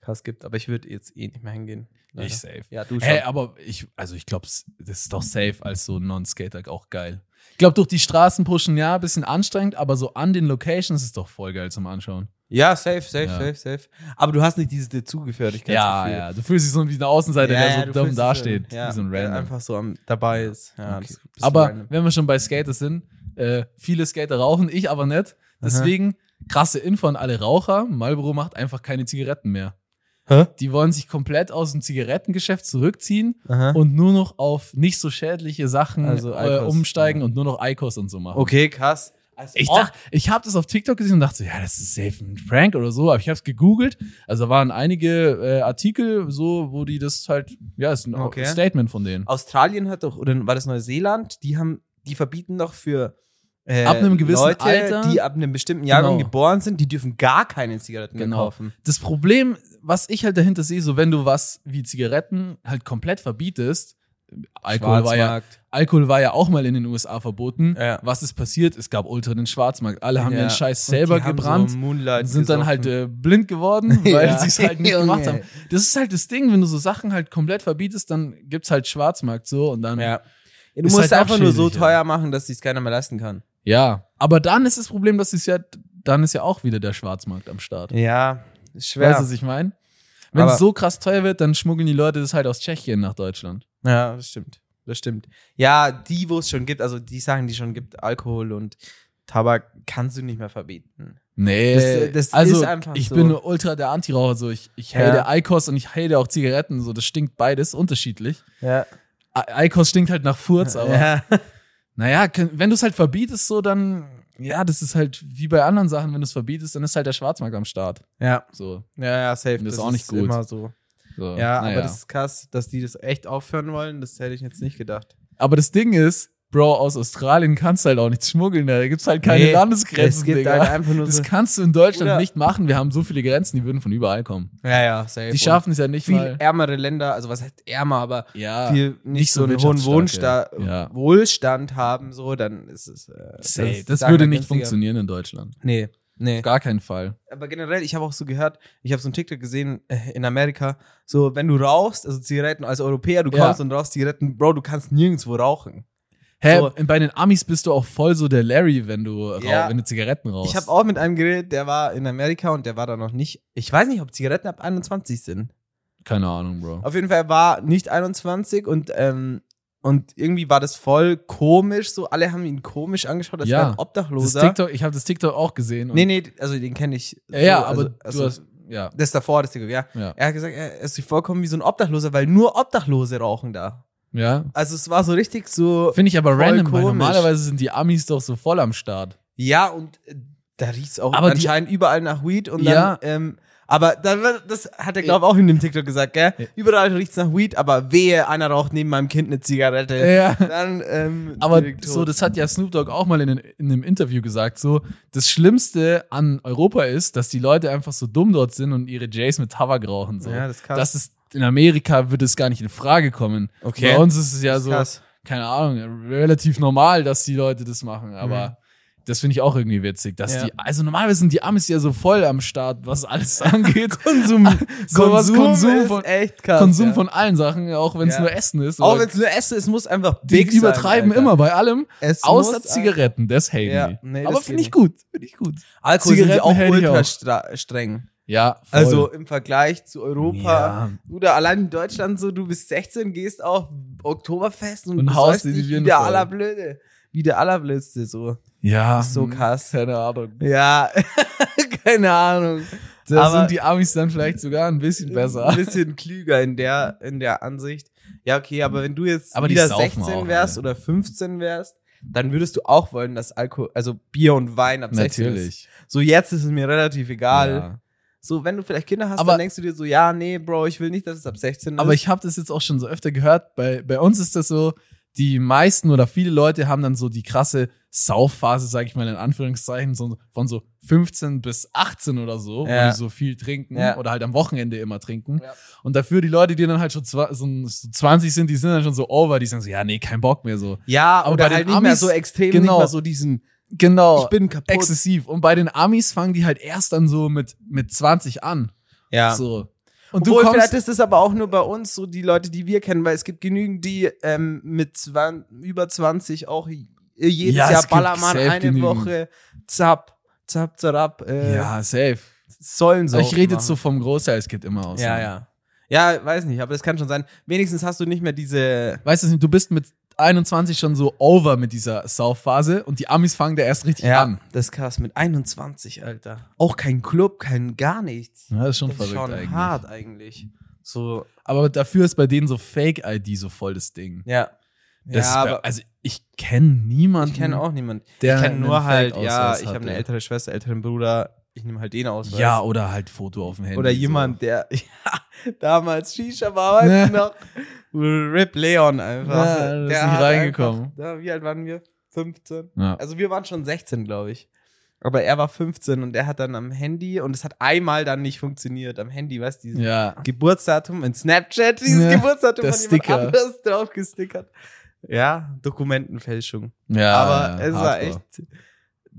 Speaker 2: krass gibt, aber ich würde jetzt eh nicht mehr hingehen. leider.
Speaker 1: Ich safe.
Speaker 2: Ja, du schon.
Speaker 1: Hey, aber ich, also ich glaube, das ist doch safe als so Non-Skater auch geil. Ich glaube, durch die Straßen pushen, ja, bisschen anstrengend, aber so an den Locations ist doch voll geil zum Anschauen.
Speaker 2: ja, safe, safe,
Speaker 1: Ja.
Speaker 2: safe, safe. Aber du hast nicht dieses Dazugehörigkeitsgefühl.
Speaker 1: Ja, ja. Du fühlst dich so wie eine Außenseiter, der so
Speaker 2: du
Speaker 1: dumm
Speaker 2: fühlst dich
Speaker 1: dasteht.
Speaker 2: Ja,
Speaker 1: wie so ein
Speaker 2: der
Speaker 1: Random.
Speaker 2: einfach so am, dabei ist. Ja,
Speaker 1: Okay.
Speaker 2: das bist du
Speaker 1: Aber
Speaker 2: random.
Speaker 1: wenn wir schon bei Skater sind, äh, viele Skater rauchen, ich aber nicht. Deswegen krasse Info an alle Raucher: Marlboro macht einfach keine Zigaretten mehr.
Speaker 2: Hä?
Speaker 1: Die wollen sich komplett aus dem Zigarettengeschäft zurückziehen
Speaker 2: Aha.
Speaker 1: und nur noch auf nicht so schädliche Sachen
Speaker 2: Also
Speaker 1: äh,
Speaker 2: Eikos,
Speaker 1: umsteigen
Speaker 2: ja.
Speaker 1: und nur noch Eikos und so machen.
Speaker 2: Okay, krass. Also
Speaker 1: Ich,
Speaker 2: auch-
Speaker 1: dachte, ich habe das auf TikTok gesehen und dachte, so, ja, das ist safe ein Prank oder so, aber ich habe es gegoogelt. Also da waren einige äh, Artikel, so, wo die das halt, ja, ist ein
Speaker 2: Okay.
Speaker 1: Statement von denen.
Speaker 2: Australien hat doch, oder war das Neuseeland? Die haben, die verbieten doch für äh,
Speaker 1: Ab einem gewissen
Speaker 2: Leute,
Speaker 1: Alter.
Speaker 2: die ab einem bestimmten Jahrgang
Speaker 1: Genau.
Speaker 2: geboren sind, die dürfen gar keine Zigaretten mehr
Speaker 1: Genau.
Speaker 2: kaufen.
Speaker 1: das Problem, was ich halt dahinter sehe, so wenn du was wie Zigaretten halt komplett verbietest, Alkohol war, ja,
Speaker 2: Schwarzmarkt.
Speaker 1: Alkohol war ja auch mal in den USA verboten.
Speaker 2: Ja.
Speaker 1: Was ist passiert? Es gab ultra den Schwarzmarkt. Alle haben
Speaker 2: Ja.
Speaker 1: den Scheiß
Speaker 2: Und die
Speaker 1: selber
Speaker 2: haben
Speaker 1: gebrannt.
Speaker 2: So Moonlight
Speaker 1: sind dann
Speaker 2: gesoffen.
Speaker 1: halt äh, blind geworden, weil
Speaker 2: <laughs> Ja.
Speaker 1: sie es halt nicht gemacht haben.
Speaker 2: Junge.
Speaker 1: Das ist halt das Ding, wenn du so Sachen halt komplett verbietest, dann gibt's halt Schwarzmarkt so und dann.
Speaker 2: <laughs> Ja. Du
Speaker 1: Ist
Speaker 2: musst
Speaker 1: halt auch
Speaker 2: einfach nur so
Speaker 1: schädlich, ja.
Speaker 2: teuer machen, dass sich keiner mehr leisten kann.
Speaker 1: ja. Aber dann ist das Problem, dass es ja, dann ist ja auch wieder der Schwarzmarkt am Start.
Speaker 2: Ja, ist schwer.
Speaker 1: Weißt du, was ich meine? Wenn
Speaker 2: Aber-
Speaker 1: es so krass teuer wird, dann schmuggeln die Leute das halt aus Tschechien nach Deutschland.
Speaker 2: Ja, das stimmt. Das stimmt. Ja, die, wo es schon gibt, also die Sachen, die schon gibt, Alkohol und Tabak kannst du nicht mehr verbieten.
Speaker 1: Nee,
Speaker 2: Das- das
Speaker 1: also
Speaker 2: ist einfach
Speaker 1: ich
Speaker 2: so.
Speaker 1: bin nur ultra der Antiraucher. So. Ich, ich
Speaker 2: Ja.
Speaker 1: hate Eikos und ich hate auch Zigaretten. So. Das stinkt beides unterschiedlich.
Speaker 2: Ja.
Speaker 1: E- Eikos stinkt halt nach Furz, aber
Speaker 2: ja.
Speaker 1: naja, kön- wenn du es halt verbietest, so dann, ja, das ist halt wie bei anderen Sachen, wenn du es verbietest, dann ist halt der Schwarzmarkt am Start.
Speaker 2: <laughs> ja,
Speaker 1: So,
Speaker 2: ja, ja, safe.
Speaker 1: Das ist auch nicht gut.
Speaker 2: Immer so.
Speaker 1: so naja.
Speaker 2: Ja, aber das ist krass, dass die das echt aufhören wollen. Das hätte ich jetzt nicht gedacht.
Speaker 1: aber das Ding ist, Bro, aus Australien kannst du halt auch nichts schmuggeln. Da gibt's halt keine
Speaker 2: Nee,
Speaker 1: Landesgrenzen, Digga.
Speaker 2: halt einfach nur
Speaker 1: das kannst du in Deutschland
Speaker 2: Oder-
Speaker 1: nicht machen. Wir haben so viele Grenzen, die würden von überall kommen.
Speaker 2: Ja, ja, safe.
Speaker 1: Die schaffen es ja
Speaker 2: Und
Speaker 1: nicht
Speaker 2: viel
Speaker 1: mal.
Speaker 2: ärmere Länder, also was heißt ärmer, aber
Speaker 1: Ja,
Speaker 2: viel nicht,
Speaker 1: nicht
Speaker 2: so
Speaker 1: so
Speaker 2: einen hohen
Speaker 1: wirtschaftsstark,
Speaker 2: Wohnsta-
Speaker 1: ja.
Speaker 2: Wohlstand haben, so, dann ist es. Äh,
Speaker 1: safe.
Speaker 2: ist
Speaker 1: Das
Speaker 2: dann
Speaker 1: würde nicht
Speaker 2: günstiger.
Speaker 1: funktionieren in Deutschland.
Speaker 2: Nee, nee.
Speaker 1: Auf gar keinen Fall.
Speaker 2: aber generell, ich habe auch so gehört, ich habe so einen TikTok gesehen äh, in Amerika, so wenn du rauchst, also Zigaretten als Europäer, du
Speaker 1: Ja.
Speaker 2: kommst und rauchst Zigaretten, Bro, du kannst nirgendwo rauchen.
Speaker 1: Hä,
Speaker 2: So.
Speaker 1: bei den Amis bist du auch voll so der Larry, wenn du, rauch-
Speaker 2: Ja.
Speaker 1: wenn du Zigaretten rauchst.
Speaker 2: Ich habe auch mit einem geredet, der war in Amerika und der war da noch nicht. Ich weiß nicht, ob Zigaretten ab 21 sind.
Speaker 1: Keine Ahnung, Bro.
Speaker 2: Auf jeden Fall er war nicht 21 und ähm, und irgendwie war das voll komisch, so alle haben ihn komisch angeschaut, als
Speaker 1: Ja.
Speaker 2: wäre ein
Speaker 1: Das
Speaker 2: Obdachloser.
Speaker 1: TikTok, ich habe das TikTok auch gesehen. und-
Speaker 2: Nee, nee, also den kenne ich.
Speaker 1: Ja, ja,
Speaker 2: So, also-
Speaker 1: aber
Speaker 2: also,
Speaker 1: du hast, ja,
Speaker 2: das davor, das TikTok, ja.
Speaker 1: ja,
Speaker 2: Er hat gesagt, er ist sich vollkommen wie so ein Obdachloser, weil nur Obdachlose rauchen da.
Speaker 1: ja.
Speaker 2: Also es war so richtig so,
Speaker 1: Finde ich aber
Speaker 2: Voll
Speaker 1: random, weil
Speaker 2: komisch.
Speaker 1: normalerweise sind die Amis doch so voll am Start.
Speaker 2: ja und äh, da riecht es auch
Speaker 1: Aber die-
Speaker 2: anscheinend überall nach Weed und
Speaker 1: Ja.
Speaker 2: dann, ähm, aber dann, wird- das hat er glaube ich auch in dem TikTok gesagt, gell?
Speaker 1: Ja.
Speaker 2: Überall riecht es nach Weed, aber wehe, einer raucht neben meinem Kind eine Zigarette.
Speaker 1: Ja.
Speaker 2: Dann, ähm,
Speaker 1: Aber
Speaker 2: direkt
Speaker 1: so,
Speaker 2: tot.
Speaker 1: das hat ja Snoop Dogg auch mal in, in einem Interview gesagt, so, das Schlimmste an Europa ist, dass die Leute einfach so dumm dort sind und ihre Jays mit Tabak rauchen. So.
Speaker 2: Ja, das ist krass.
Speaker 1: das ist, in Amerika würde es gar nicht in Frage kommen.
Speaker 2: Okay.
Speaker 1: Bei uns also ist es ja so,
Speaker 2: krass.
Speaker 1: keine Ahnung, relativ normal, dass die Leute das machen, aber das finde ich auch irgendwie witzig, dass
Speaker 2: Mhm. Ja.
Speaker 1: die, also normalerweise sind die Amis ja so voll am Start, was
Speaker 2: <laughs>
Speaker 1: alles angeht.
Speaker 2: Konsum,
Speaker 1: <laughs> So was Konsum
Speaker 2: ist
Speaker 1: von-
Speaker 2: echt krass.
Speaker 1: Konsum
Speaker 2: ja.
Speaker 1: von allen Sachen, auch wenn es
Speaker 2: Ja.
Speaker 1: nur Essen ist.
Speaker 2: Auch
Speaker 1: aber
Speaker 2: wenn es nur Essen ist, muss einfach
Speaker 1: die
Speaker 2: big
Speaker 1: übertreiben
Speaker 2: sein, Alter.
Speaker 1: immer bei allem,
Speaker 2: Es
Speaker 1: außer
Speaker 2: muss
Speaker 1: Zigaretten, das haten
Speaker 2: Ja,
Speaker 1: die.
Speaker 2: nee, das
Speaker 1: aber
Speaker 2: geht
Speaker 1: finde ich
Speaker 2: nicht.
Speaker 1: gut, finde ich gut.
Speaker 2: Ein, Alkohol sind die
Speaker 1: Zigaretten
Speaker 2: auch
Speaker 1: hätte ich
Speaker 2: ultra
Speaker 1: auch.
Speaker 2: stra- streng.
Speaker 1: Ja, voll.
Speaker 2: Also im Vergleich zu Europa.
Speaker 1: Ja.
Speaker 2: Oder allein in Deutschland so, du bist 16, gehst auf Oktoberfest und,
Speaker 1: Und haust
Speaker 2: haust
Speaker 1: dir die
Speaker 2: dich
Speaker 1: Birne
Speaker 2: wieder
Speaker 1: voll.
Speaker 2: aller Blöde. Wieder aller Blödste, so.
Speaker 1: ja.
Speaker 2: So krass.
Speaker 1: Mhm. Keine Ahnung.
Speaker 2: Ja, <laughs> keine Ahnung.
Speaker 1: Da
Speaker 2: Aber-
Speaker 1: sind die Amis dann vielleicht sogar ein bisschen besser.
Speaker 2: <laughs> Ein bisschen klüger in der, in der Ansicht. Ja, okay, aber wenn du jetzt
Speaker 1: Aber die
Speaker 2: wieder
Speaker 1: saufen
Speaker 2: 16
Speaker 1: auch,
Speaker 2: wärst
Speaker 1: Alter.
Speaker 2: oder 15 wärst, dann würdest du auch wollen, dass Alkohol, also Bier und Wein ab 16 ist.
Speaker 1: Natürlich.
Speaker 2: So jetzt ist es mir relativ egal.
Speaker 1: Ja.
Speaker 2: So, wenn du vielleicht Kinder hast,
Speaker 1: Aber-
Speaker 2: dann denkst du dir so, ja, nee, Bro, ich will nicht, dass es ab 16
Speaker 1: Aber
Speaker 2: ist.
Speaker 1: ich habe das jetzt auch schon so öfter gehört. Bei, bei uns ist das so, die meisten oder viele Leute haben dann so die krasse Saufphase, sage ich mal in Anführungszeichen, so, von so 15 bis 18 oder so,
Speaker 2: Ja.
Speaker 1: wo die so viel trinken
Speaker 2: Ja.
Speaker 1: oder halt am Wochenende immer trinken.
Speaker 2: Ja.
Speaker 1: Und dafür die Leute, die dann halt schon zwa- so so 20 sind, die sind dann schon so over, die sagen so, ja, nee, kein Bock mehr so.
Speaker 2: ja,
Speaker 1: aber
Speaker 2: oder
Speaker 1: bei den
Speaker 2: halt nicht mehr
Speaker 1: Amis-
Speaker 2: so extrem,
Speaker 1: genau.
Speaker 2: nicht mehr so diesen,
Speaker 1: Genau.
Speaker 2: ich bin kaputt.
Speaker 1: exzessiv. Und bei den Amis fangen die halt erst dann so mit, mit 20 an.
Speaker 2: ja.
Speaker 1: So.
Speaker 2: Und
Speaker 1: Und
Speaker 2: Obwohl,
Speaker 1: du kommst,
Speaker 2: vielleicht ist es aber auch nur bei uns so die Leute, die wir kennen, weil es gibt genügend, die ähm, mit zwan- über 20 auch j- jedes
Speaker 1: Ja, es
Speaker 2: Jahr
Speaker 1: gibt
Speaker 2: Ballermann
Speaker 1: safe
Speaker 2: eine
Speaker 1: genügend.
Speaker 2: Woche zap, zap, zap, äh,
Speaker 1: ja, safe.
Speaker 2: sollen so.
Speaker 1: ich rede jetzt so vom Großteil, es gibt immer aus.
Speaker 2: Ja, ja. Ja, weiß nicht, aber das kann schon sein. Wenigstens hast du nicht mehr diese.
Speaker 1: Weißt du, du bist mit 21 schon so over mit dieser Saufphase und die Amis fangen da erst richtig an.
Speaker 2: das ist krass mit 21, Alter. Auch kein Club, kein gar nichts.
Speaker 1: Ja, das ist schon
Speaker 2: das ist
Speaker 1: verrückt
Speaker 2: schon
Speaker 1: eigentlich.
Speaker 2: hart eigentlich. So,
Speaker 1: Aber dafür ist bei denen so Fake-ID so voll das Ding.
Speaker 2: ja.
Speaker 1: Das
Speaker 2: ja,
Speaker 1: ist bei,
Speaker 2: aber
Speaker 1: also ich kenne niemanden.
Speaker 2: ich kenne auch niemanden.
Speaker 1: der
Speaker 2: ich kenne nur
Speaker 1: einen
Speaker 2: halt, ja,
Speaker 1: Fake-Ausweis
Speaker 2: ich habe eine
Speaker 1: hatte.
Speaker 2: ältere Schwester, älteren Bruder, ich nehme halt den aus.
Speaker 1: Ja, oder halt Foto auf dem Handy.
Speaker 2: Oder
Speaker 1: so.
Speaker 2: jemand, der <laughs> ja, damals Shisha war, weißt du noch? Rip Leon einfach.
Speaker 1: Ja, der ist nicht
Speaker 2: hat
Speaker 1: reingekommen.
Speaker 2: Einfach, da, wie alt waren wir? 15?
Speaker 1: Ja.
Speaker 2: Also wir waren schon 16, glaube ich. Aber er war 15 und er hat dann am Handy und es hat einmal dann nicht funktioniert am Handy, weißt du, dieses
Speaker 1: ja.
Speaker 2: Geburtsdatum in Snapchat, dieses
Speaker 1: Ja,
Speaker 2: Geburtsdatum
Speaker 1: der
Speaker 2: von jemand
Speaker 1: Sticker.
Speaker 2: anders drauf gestickert. Ja, Dokumentenfälschung.
Speaker 1: Ja, ja,
Speaker 2: aber es war
Speaker 1: hardcore.
Speaker 2: echt.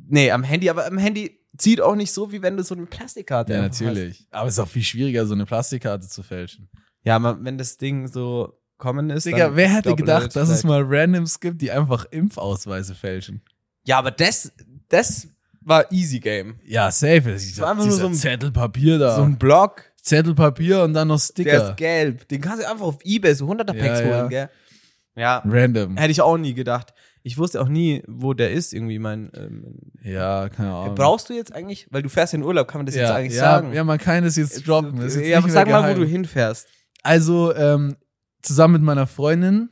Speaker 2: Nee, am Handy, aber am Handy zieht auch nicht so, wie wenn du so eine Plastikkarte
Speaker 1: Ja,
Speaker 2: einfach hast.
Speaker 1: natürlich. Aber es ist auch viel schwieriger, so eine Plastikkarte zu fälschen.
Speaker 2: Ja, aber wenn das Ding so kommen ist.
Speaker 1: Digga,
Speaker 2: dann
Speaker 1: wer hätte
Speaker 2: doppelt
Speaker 1: gedacht, dass es
Speaker 2: vielleicht.
Speaker 1: mal Randoms gibt, die einfach Impfausweise fälschen?
Speaker 2: Ja, aber das, das war easy game.
Speaker 1: Ja, safe. Das ist
Speaker 2: war einfach nur so ein-
Speaker 1: Zettel Papier da.
Speaker 2: So ein Block,
Speaker 1: Zettel Papier und dann noch
Speaker 2: der
Speaker 1: Sticker.
Speaker 2: ist gelb. Den kannst du einfach auf Ebay so 100er Packs
Speaker 1: Ja, ja.
Speaker 2: holen, gell? Ja,
Speaker 1: Random.
Speaker 2: hätte ich auch nie gedacht. Ich wusste auch nie, wo der ist, irgendwie mein. Ähm,
Speaker 1: Ja, keine Ahnung.
Speaker 2: Brauchst du jetzt eigentlich, weil du fährst in Urlaub, kann man das
Speaker 1: ja,
Speaker 2: jetzt eigentlich
Speaker 1: ja,
Speaker 2: sagen?
Speaker 1: Ja, man kann das jetzt droppen. Das ist jetzt nicht
Speaker 2: ja, aber
Speaker 1: mehr
Speaker 2: sag mal,
Speaker 1: geheim.
Speaker 2: wo du hinfährst.
Speaker 1: Also, ähm, zusammen mit meiner Freundin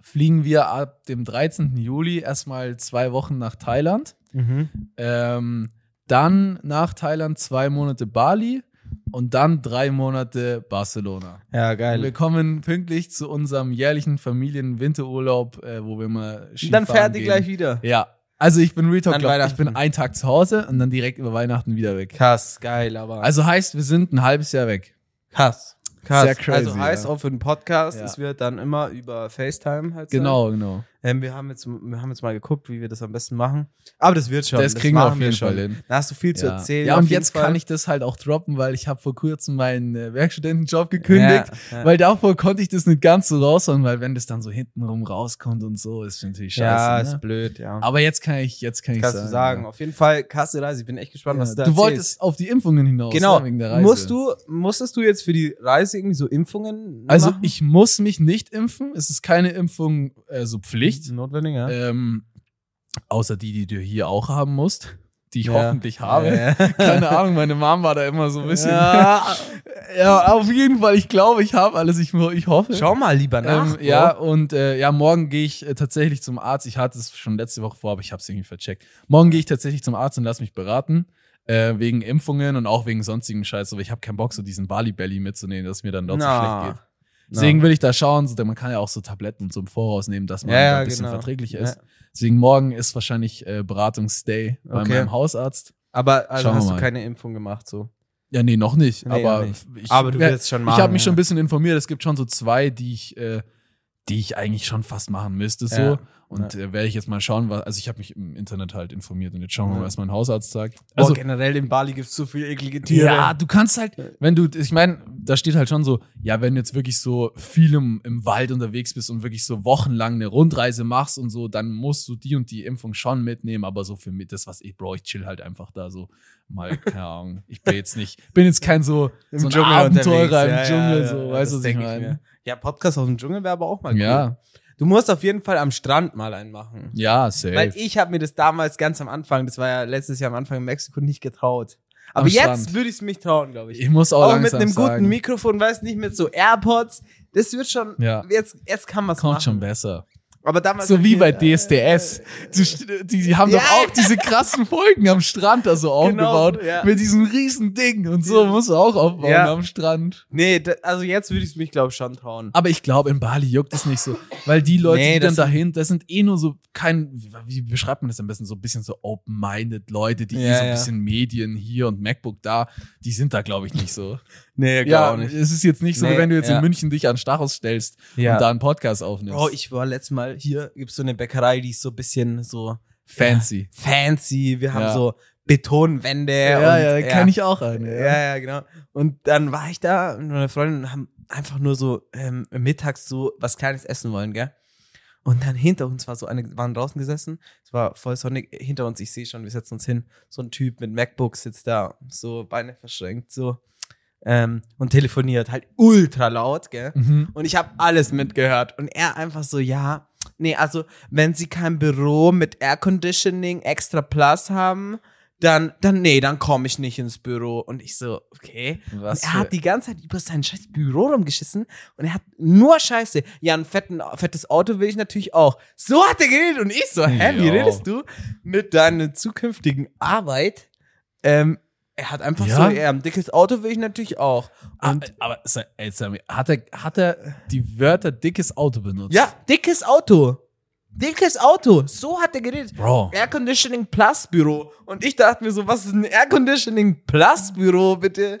Speaker 1: fliegen wir ab dem 13. Juli erstmal zwei Wochen nach Thailand.
Speaker 2: Mhm.
Speaker 1: Ähm, dann nach Thailand zwei Monate Bali und dann drei Monate Barcelona.
Speaker 2: Ja,
Speaker 1: Wir
Speaker 2: geil.
Speaker 1: kommen pünktlich zu unserem jährlichen Familien-Winterurlaub, äh, wo wir mal Skifahren
Speaker 2: Dann fährt ihr
Speaker 1: gehen.
Speaker 2: gleich wieder.
Speaker 1: Ja. Also ich bin Real Talk,
Speaker 2: An
Speaker 1: glaub, ich
Speaker 2: Weihnachten.
Speaker 1: bin einen Tag zu Hause und dann direkt über Weihnachten wieder weg.
Speaker 2: Krass, geil, aber.
Speaker 1: Also heißt, wir sind ein halbes Jahr weg.
Speaker 2: krass. Krass.
Speaker 1: Sehr crazy,
Speaker 2: also heißt
Speaker 1: ja.
Speaker 2: auch für den Podcast,
Speaker 1: Ja.
Speaker 2: es wird dann immer über FaceTime halt sein.
Speaker 1: Genau, genau.
Speaker 2: Ähm, wir, haben jetzt, wir haben jetzt mal geguckt, wie wir das am besten machen. Aber das wird schon.
Speaker 1: Das kriegen wir auf
Speaker 2: machen
Speaker 1: jeden
Speaker 2: schon.
Speaker 1: Fall hin.
Speaker 2: Da hast du viel zu
Speaker 1: Ja.
Speaker 2: erzählen.
Speaker 1: ja,
Speaker 2: auf
Speaker 1: und
Speaker 2: jeden
Speaker 1: jetzt
Speaker 2: Fall.
Speaker 1: kann ich das halt auch droppen, weil ich habe vor kurzem meinen äh, Werkstudentenjob gekündigt.
Speaker 2: Ja, ja.
Speaker 1: Weil davor konnte ich das nicht ganz so raushauen, weil wenn das dann so hintenrum rauskommt und so, ist natürlich
Speaker 2: ja,
Speaker 1: scheiße.
Speaker 2: ist
Speaker 1: ne?
Speaker 2: blöd, ja.
Speaker 1: Aber jetzt kann ich, jetzt kann ich
Speaker 2: Kannst
Speaker 1: sagen.
Speaker 2: du sagen. Auf jeden Fall, krasse Reise. Ich bin echt
Speaker 1: Ja.
Speaker 2: gespannt, was du
Speaker 1: du
Speaker 2: da erzählst.
Speaker 1: wolltest auf die Impfungen hinaus,
Speaker 2: Genau.
Speaker 1: ne, wegen der Reise.
Speaker 2: Musst du, musstest du jetzt für die Reise irgendwie so Impfungen
Speaker 1: Also
Speaker 2: machen?
Speaker 1: ich muss mich nicht impfen. Es ist keine Impfung äh, so Pflicht.
Speaker 2: Notwendig, Mhm, ja.
Speaker 1: Ähm, außer die, die du hier auch haben musst, die ich
Speaker 2: Ja.
Speaker 1: hoffentlich habe. <laughs>
Speaker 2: Ja.
Speaker 1: Keine Ahnung, meine Mom war da immer so ein bisschen. <laughs> Ja,
Speaker 2: Ja,
Speaker 1: auf jeden Fall. Ich glaube, ich habe alles. Ich, ich hoffe.
Speaker 2: schau mal lieber nach.
Speaker 1: Ähm,
Speaker 2: Bro.
Speaker 1: ja, und äh, ja, morgen gehe ich äh, tatsächlich zum Arzt. Ich hatte es schon letzte Woche vor, aber ich habe es irgendwie vercheckt. Morgen gehe ich tatsächlich zum Arzt und lass mich beraten. Äh, wegen Impfungen und auch wegen sonstigem Scheiß. Aber ich habe keinen Bock, so diesen Bali-Belly mitzunehmen, dass es mir dann dort so
Speaker 2: Na.
Speaker 1: schlecht geht.
Speaker 2: Na.
Speaker 1: Deswegen will ich da schauen. So, denn man kann ja auch so Tabletten und so im Voraus nehmen, dass man
Speaker 2: Ja,
Speaker 1: da
Speaker 2: ja,
Speaker 1: ein bisschen
Speaker 2: genau.
Speaker 1: verträglicher
Speaker 2: Ja.
Speaker 1: ist. Deswegen morgen ist wahrscheinlich äh, Beratungsday bei
Speaker 2: Okay.
Speaker 1: meinem Hausarzt.
Speaker 2: Aber also
Speaker 1: Schauen wir
Speaker 2: hast du
Speaker 1: mal.
Speaker 2: keine Impfung gemacht so.
Speaker 1: Ja, nee, noch nicht.
Speaker 2: Nee,
Speaker 1: aber,
Speaker 2: noch nicht.
Speaker 1: Ich,
Speaker 2: Aber du
Speaker 1: ja,
Speaker 2: wirst schon
Speaker 1: Ich
Speaker 2: machen.
Speaker 1: habe mich schon ein
Speaker 2: ja.
Speaker 1: bisschen informiert. Es gibt schon so zwei, die ich, äh, die ich eigentlich schon fast machen müsste.
Speaker 2: Ja,
Speaker 1: So. Und äh, werde ich jetzt mal schauen, was. Also, ich habe mich im Internet halt informiert und jetzt schauen wir
Speaker 2: Ja.
Speaker 1: mal, was mein Hausarzt sagt.
Speaker 2: Boah,
Speaker 1: Also,
Speaker 2: generell in Bali gibt es so viele eklige Tiere.
Speaker 1: ja, du kannst halt, wenn du, ich meine, da steht halt schon so, ja, wenn du jetzt wirklich so viel im, im Wald unterwegs bist und wirklich so wochenlang eine Rundreise machst und so, dann musst du die und die Impfung schon mitnehmen, aber so für mich, das, was ich brauche, ich chill halt einfach da so mal, keine Ahnung, ich bin jetzt nicht, bin jetzt kein so,
Speaker 2: Im
Speaker 1: so ein
Speaker 2: Dschungel
Speaker 1: Abenteurer im
Speaker 2: unterwegs. Ja,
Speaker 1: Dschungel,
Speaker 2: ja,
Speaker 1: so, weißt
Speaker 2: ja,
Speaker 1: du,
Speaker 2: das
Speaker 1: was ich
Speaker 2: denk ich
Speaker 1: meine?
Speaker 2: mir. Ja, Podcast aus dem Dschungel wäre aber auch mal cool.
Speaker 1: Ja,
Speaker 2: Du musst auf jeden Fall am Strand mal einen machen.
Speaker 1: ja, safe.
Speaker 2: Weil ich habe mir das damals ganz am Anfang, das war ja letztes Jahr am Anfang in Mexiko, nicht getraut. Aber
Speaker 1: Am Strand.
Speaker 2: jetzt würde ich es mich trauen, glaube ich.
Speaker 1: ich muss auch,
Speaker 2: Auch mit
Speaker 1: langsam
Speaker 2: einem
Speaker 1: sagen,
Speaker 2: guten Mikrofon, weiß nicht, mit so AirPods. Das wird schon,
Speaker 1: Ja.
Speaker 2: jetzt, jetzt kann man es
Speaker 1: kommt
Speaker 2: machen.
Speaker 1: schon besser.
Speaker 2: Aber damals
Speaker 1: So wie bei
Speaker 2: dir.
Speaker 1: DSDS. Du st- Die, die haben
Speaker 2: äh, Ja. Genau,
Speaker 1: doch auch diese krassen Folgen am Strand da so aufgebaut.
Speaker 2: ja.
Speaker 1: Mit diesem riesen Ding. Und so musst du auch aufbauen
Speaker 2: Ja.
Speaker 1: am Strand.
Speaker 2: Nee, da, also jetzt würde ich es mich, glaube ich, schon trauen.
Speaker 1: Aber ich glaube, in Bali juckt es nicht so. Weil die Leute,
Speaker 2: Nee,
Speaker 1: die dann
Speaker 2: das sind-
Speaker 1: dahin, das sind eh nur so kein, wie beschreibt man das am besten, so ein bisschen so open-minded Leute, die eh
Speaker 2: Ja,
Speaker 1: so ein
Speaker 2: ja.
Speaker 1: bisschen Medien hier und MacBook da, die sind da, glaube ich, nicht so.
Speaker 2: Nee,
Speaker 1: Ja, es ist jetzt nicht so, wie
Speaker 2: Nee,
Speaker 1: wenn du jetzt
Speaker 2: ja.
Speaker 1: in München dich an Stachus stellst und da einen Podcast aufnimmst.
Speaker 2: Bro, oh, ich war letztes Mal hier, gibt so eine Bäckerei, die ist so ein bisschen so
Speaker 1: Fancy.
Speaker 2: fancy. Wir haben
Speaker 1: Ja.
Speaker 2: so Betonwände. und,
Speaker 1: kenn ich auch eine.
Speaker 2: Ja, ja, genau. Und dann war ich da und meine Freundin haben einfach nur so ähm, mittags so was Kleines essen wollen, gell? Und dann hinter uns war so eine, waren draußen gesessen, es war voll sonnig, hinter uns, ich sehe schon, wir setzen uns hin, so ein Typ mit MacBook sitzt da, so Beine verschränkt, so, ähm, und telefoniert, halt ultra laut, gell?
Speaker 1: Mhm.
Speaker 2: Und ich habe alles mitgehört. Und er einfach so, ja, nee, also wenn sie kein Büro mit Air Conditioning extra Plus haben, dann, dann, nee, dann komme ich nicht ins Büro. Und ich so, okay.
Speaker 1: Was
Speaker 2: und er
Speaker 1: für-
Speaker 2: hat die ganze Zeit über sein scheiß Büro rumgeschissen und er hat nur Scheiße. Ja, ein fetten, fettes Auto will ich natürlich auch. So hat er geredet und ich so, hä, wie
Speaker 1: Ja.
Speaker 2: redest du mit deiner zukünftigen Arbeit? Ähm, er hat einfach
Speaker 1: Ja.
Speaker 2: so, ja, ein dickes Auto will ich natürlich auch. Und
Speaker 1: Ah, aber sei- ey, sag mir, hat er, hat er die Wörter dickes Auto benutzt?
Speaker 2: Ja, dickes Auto. Dickes Auto. So hat er geredet.
Speaker 1: Bro.
Speaker 2: Air Conditioning Plus Büro. Und ich dachte mir so, was ist ein Air Conditioning Plus Büro, bitte?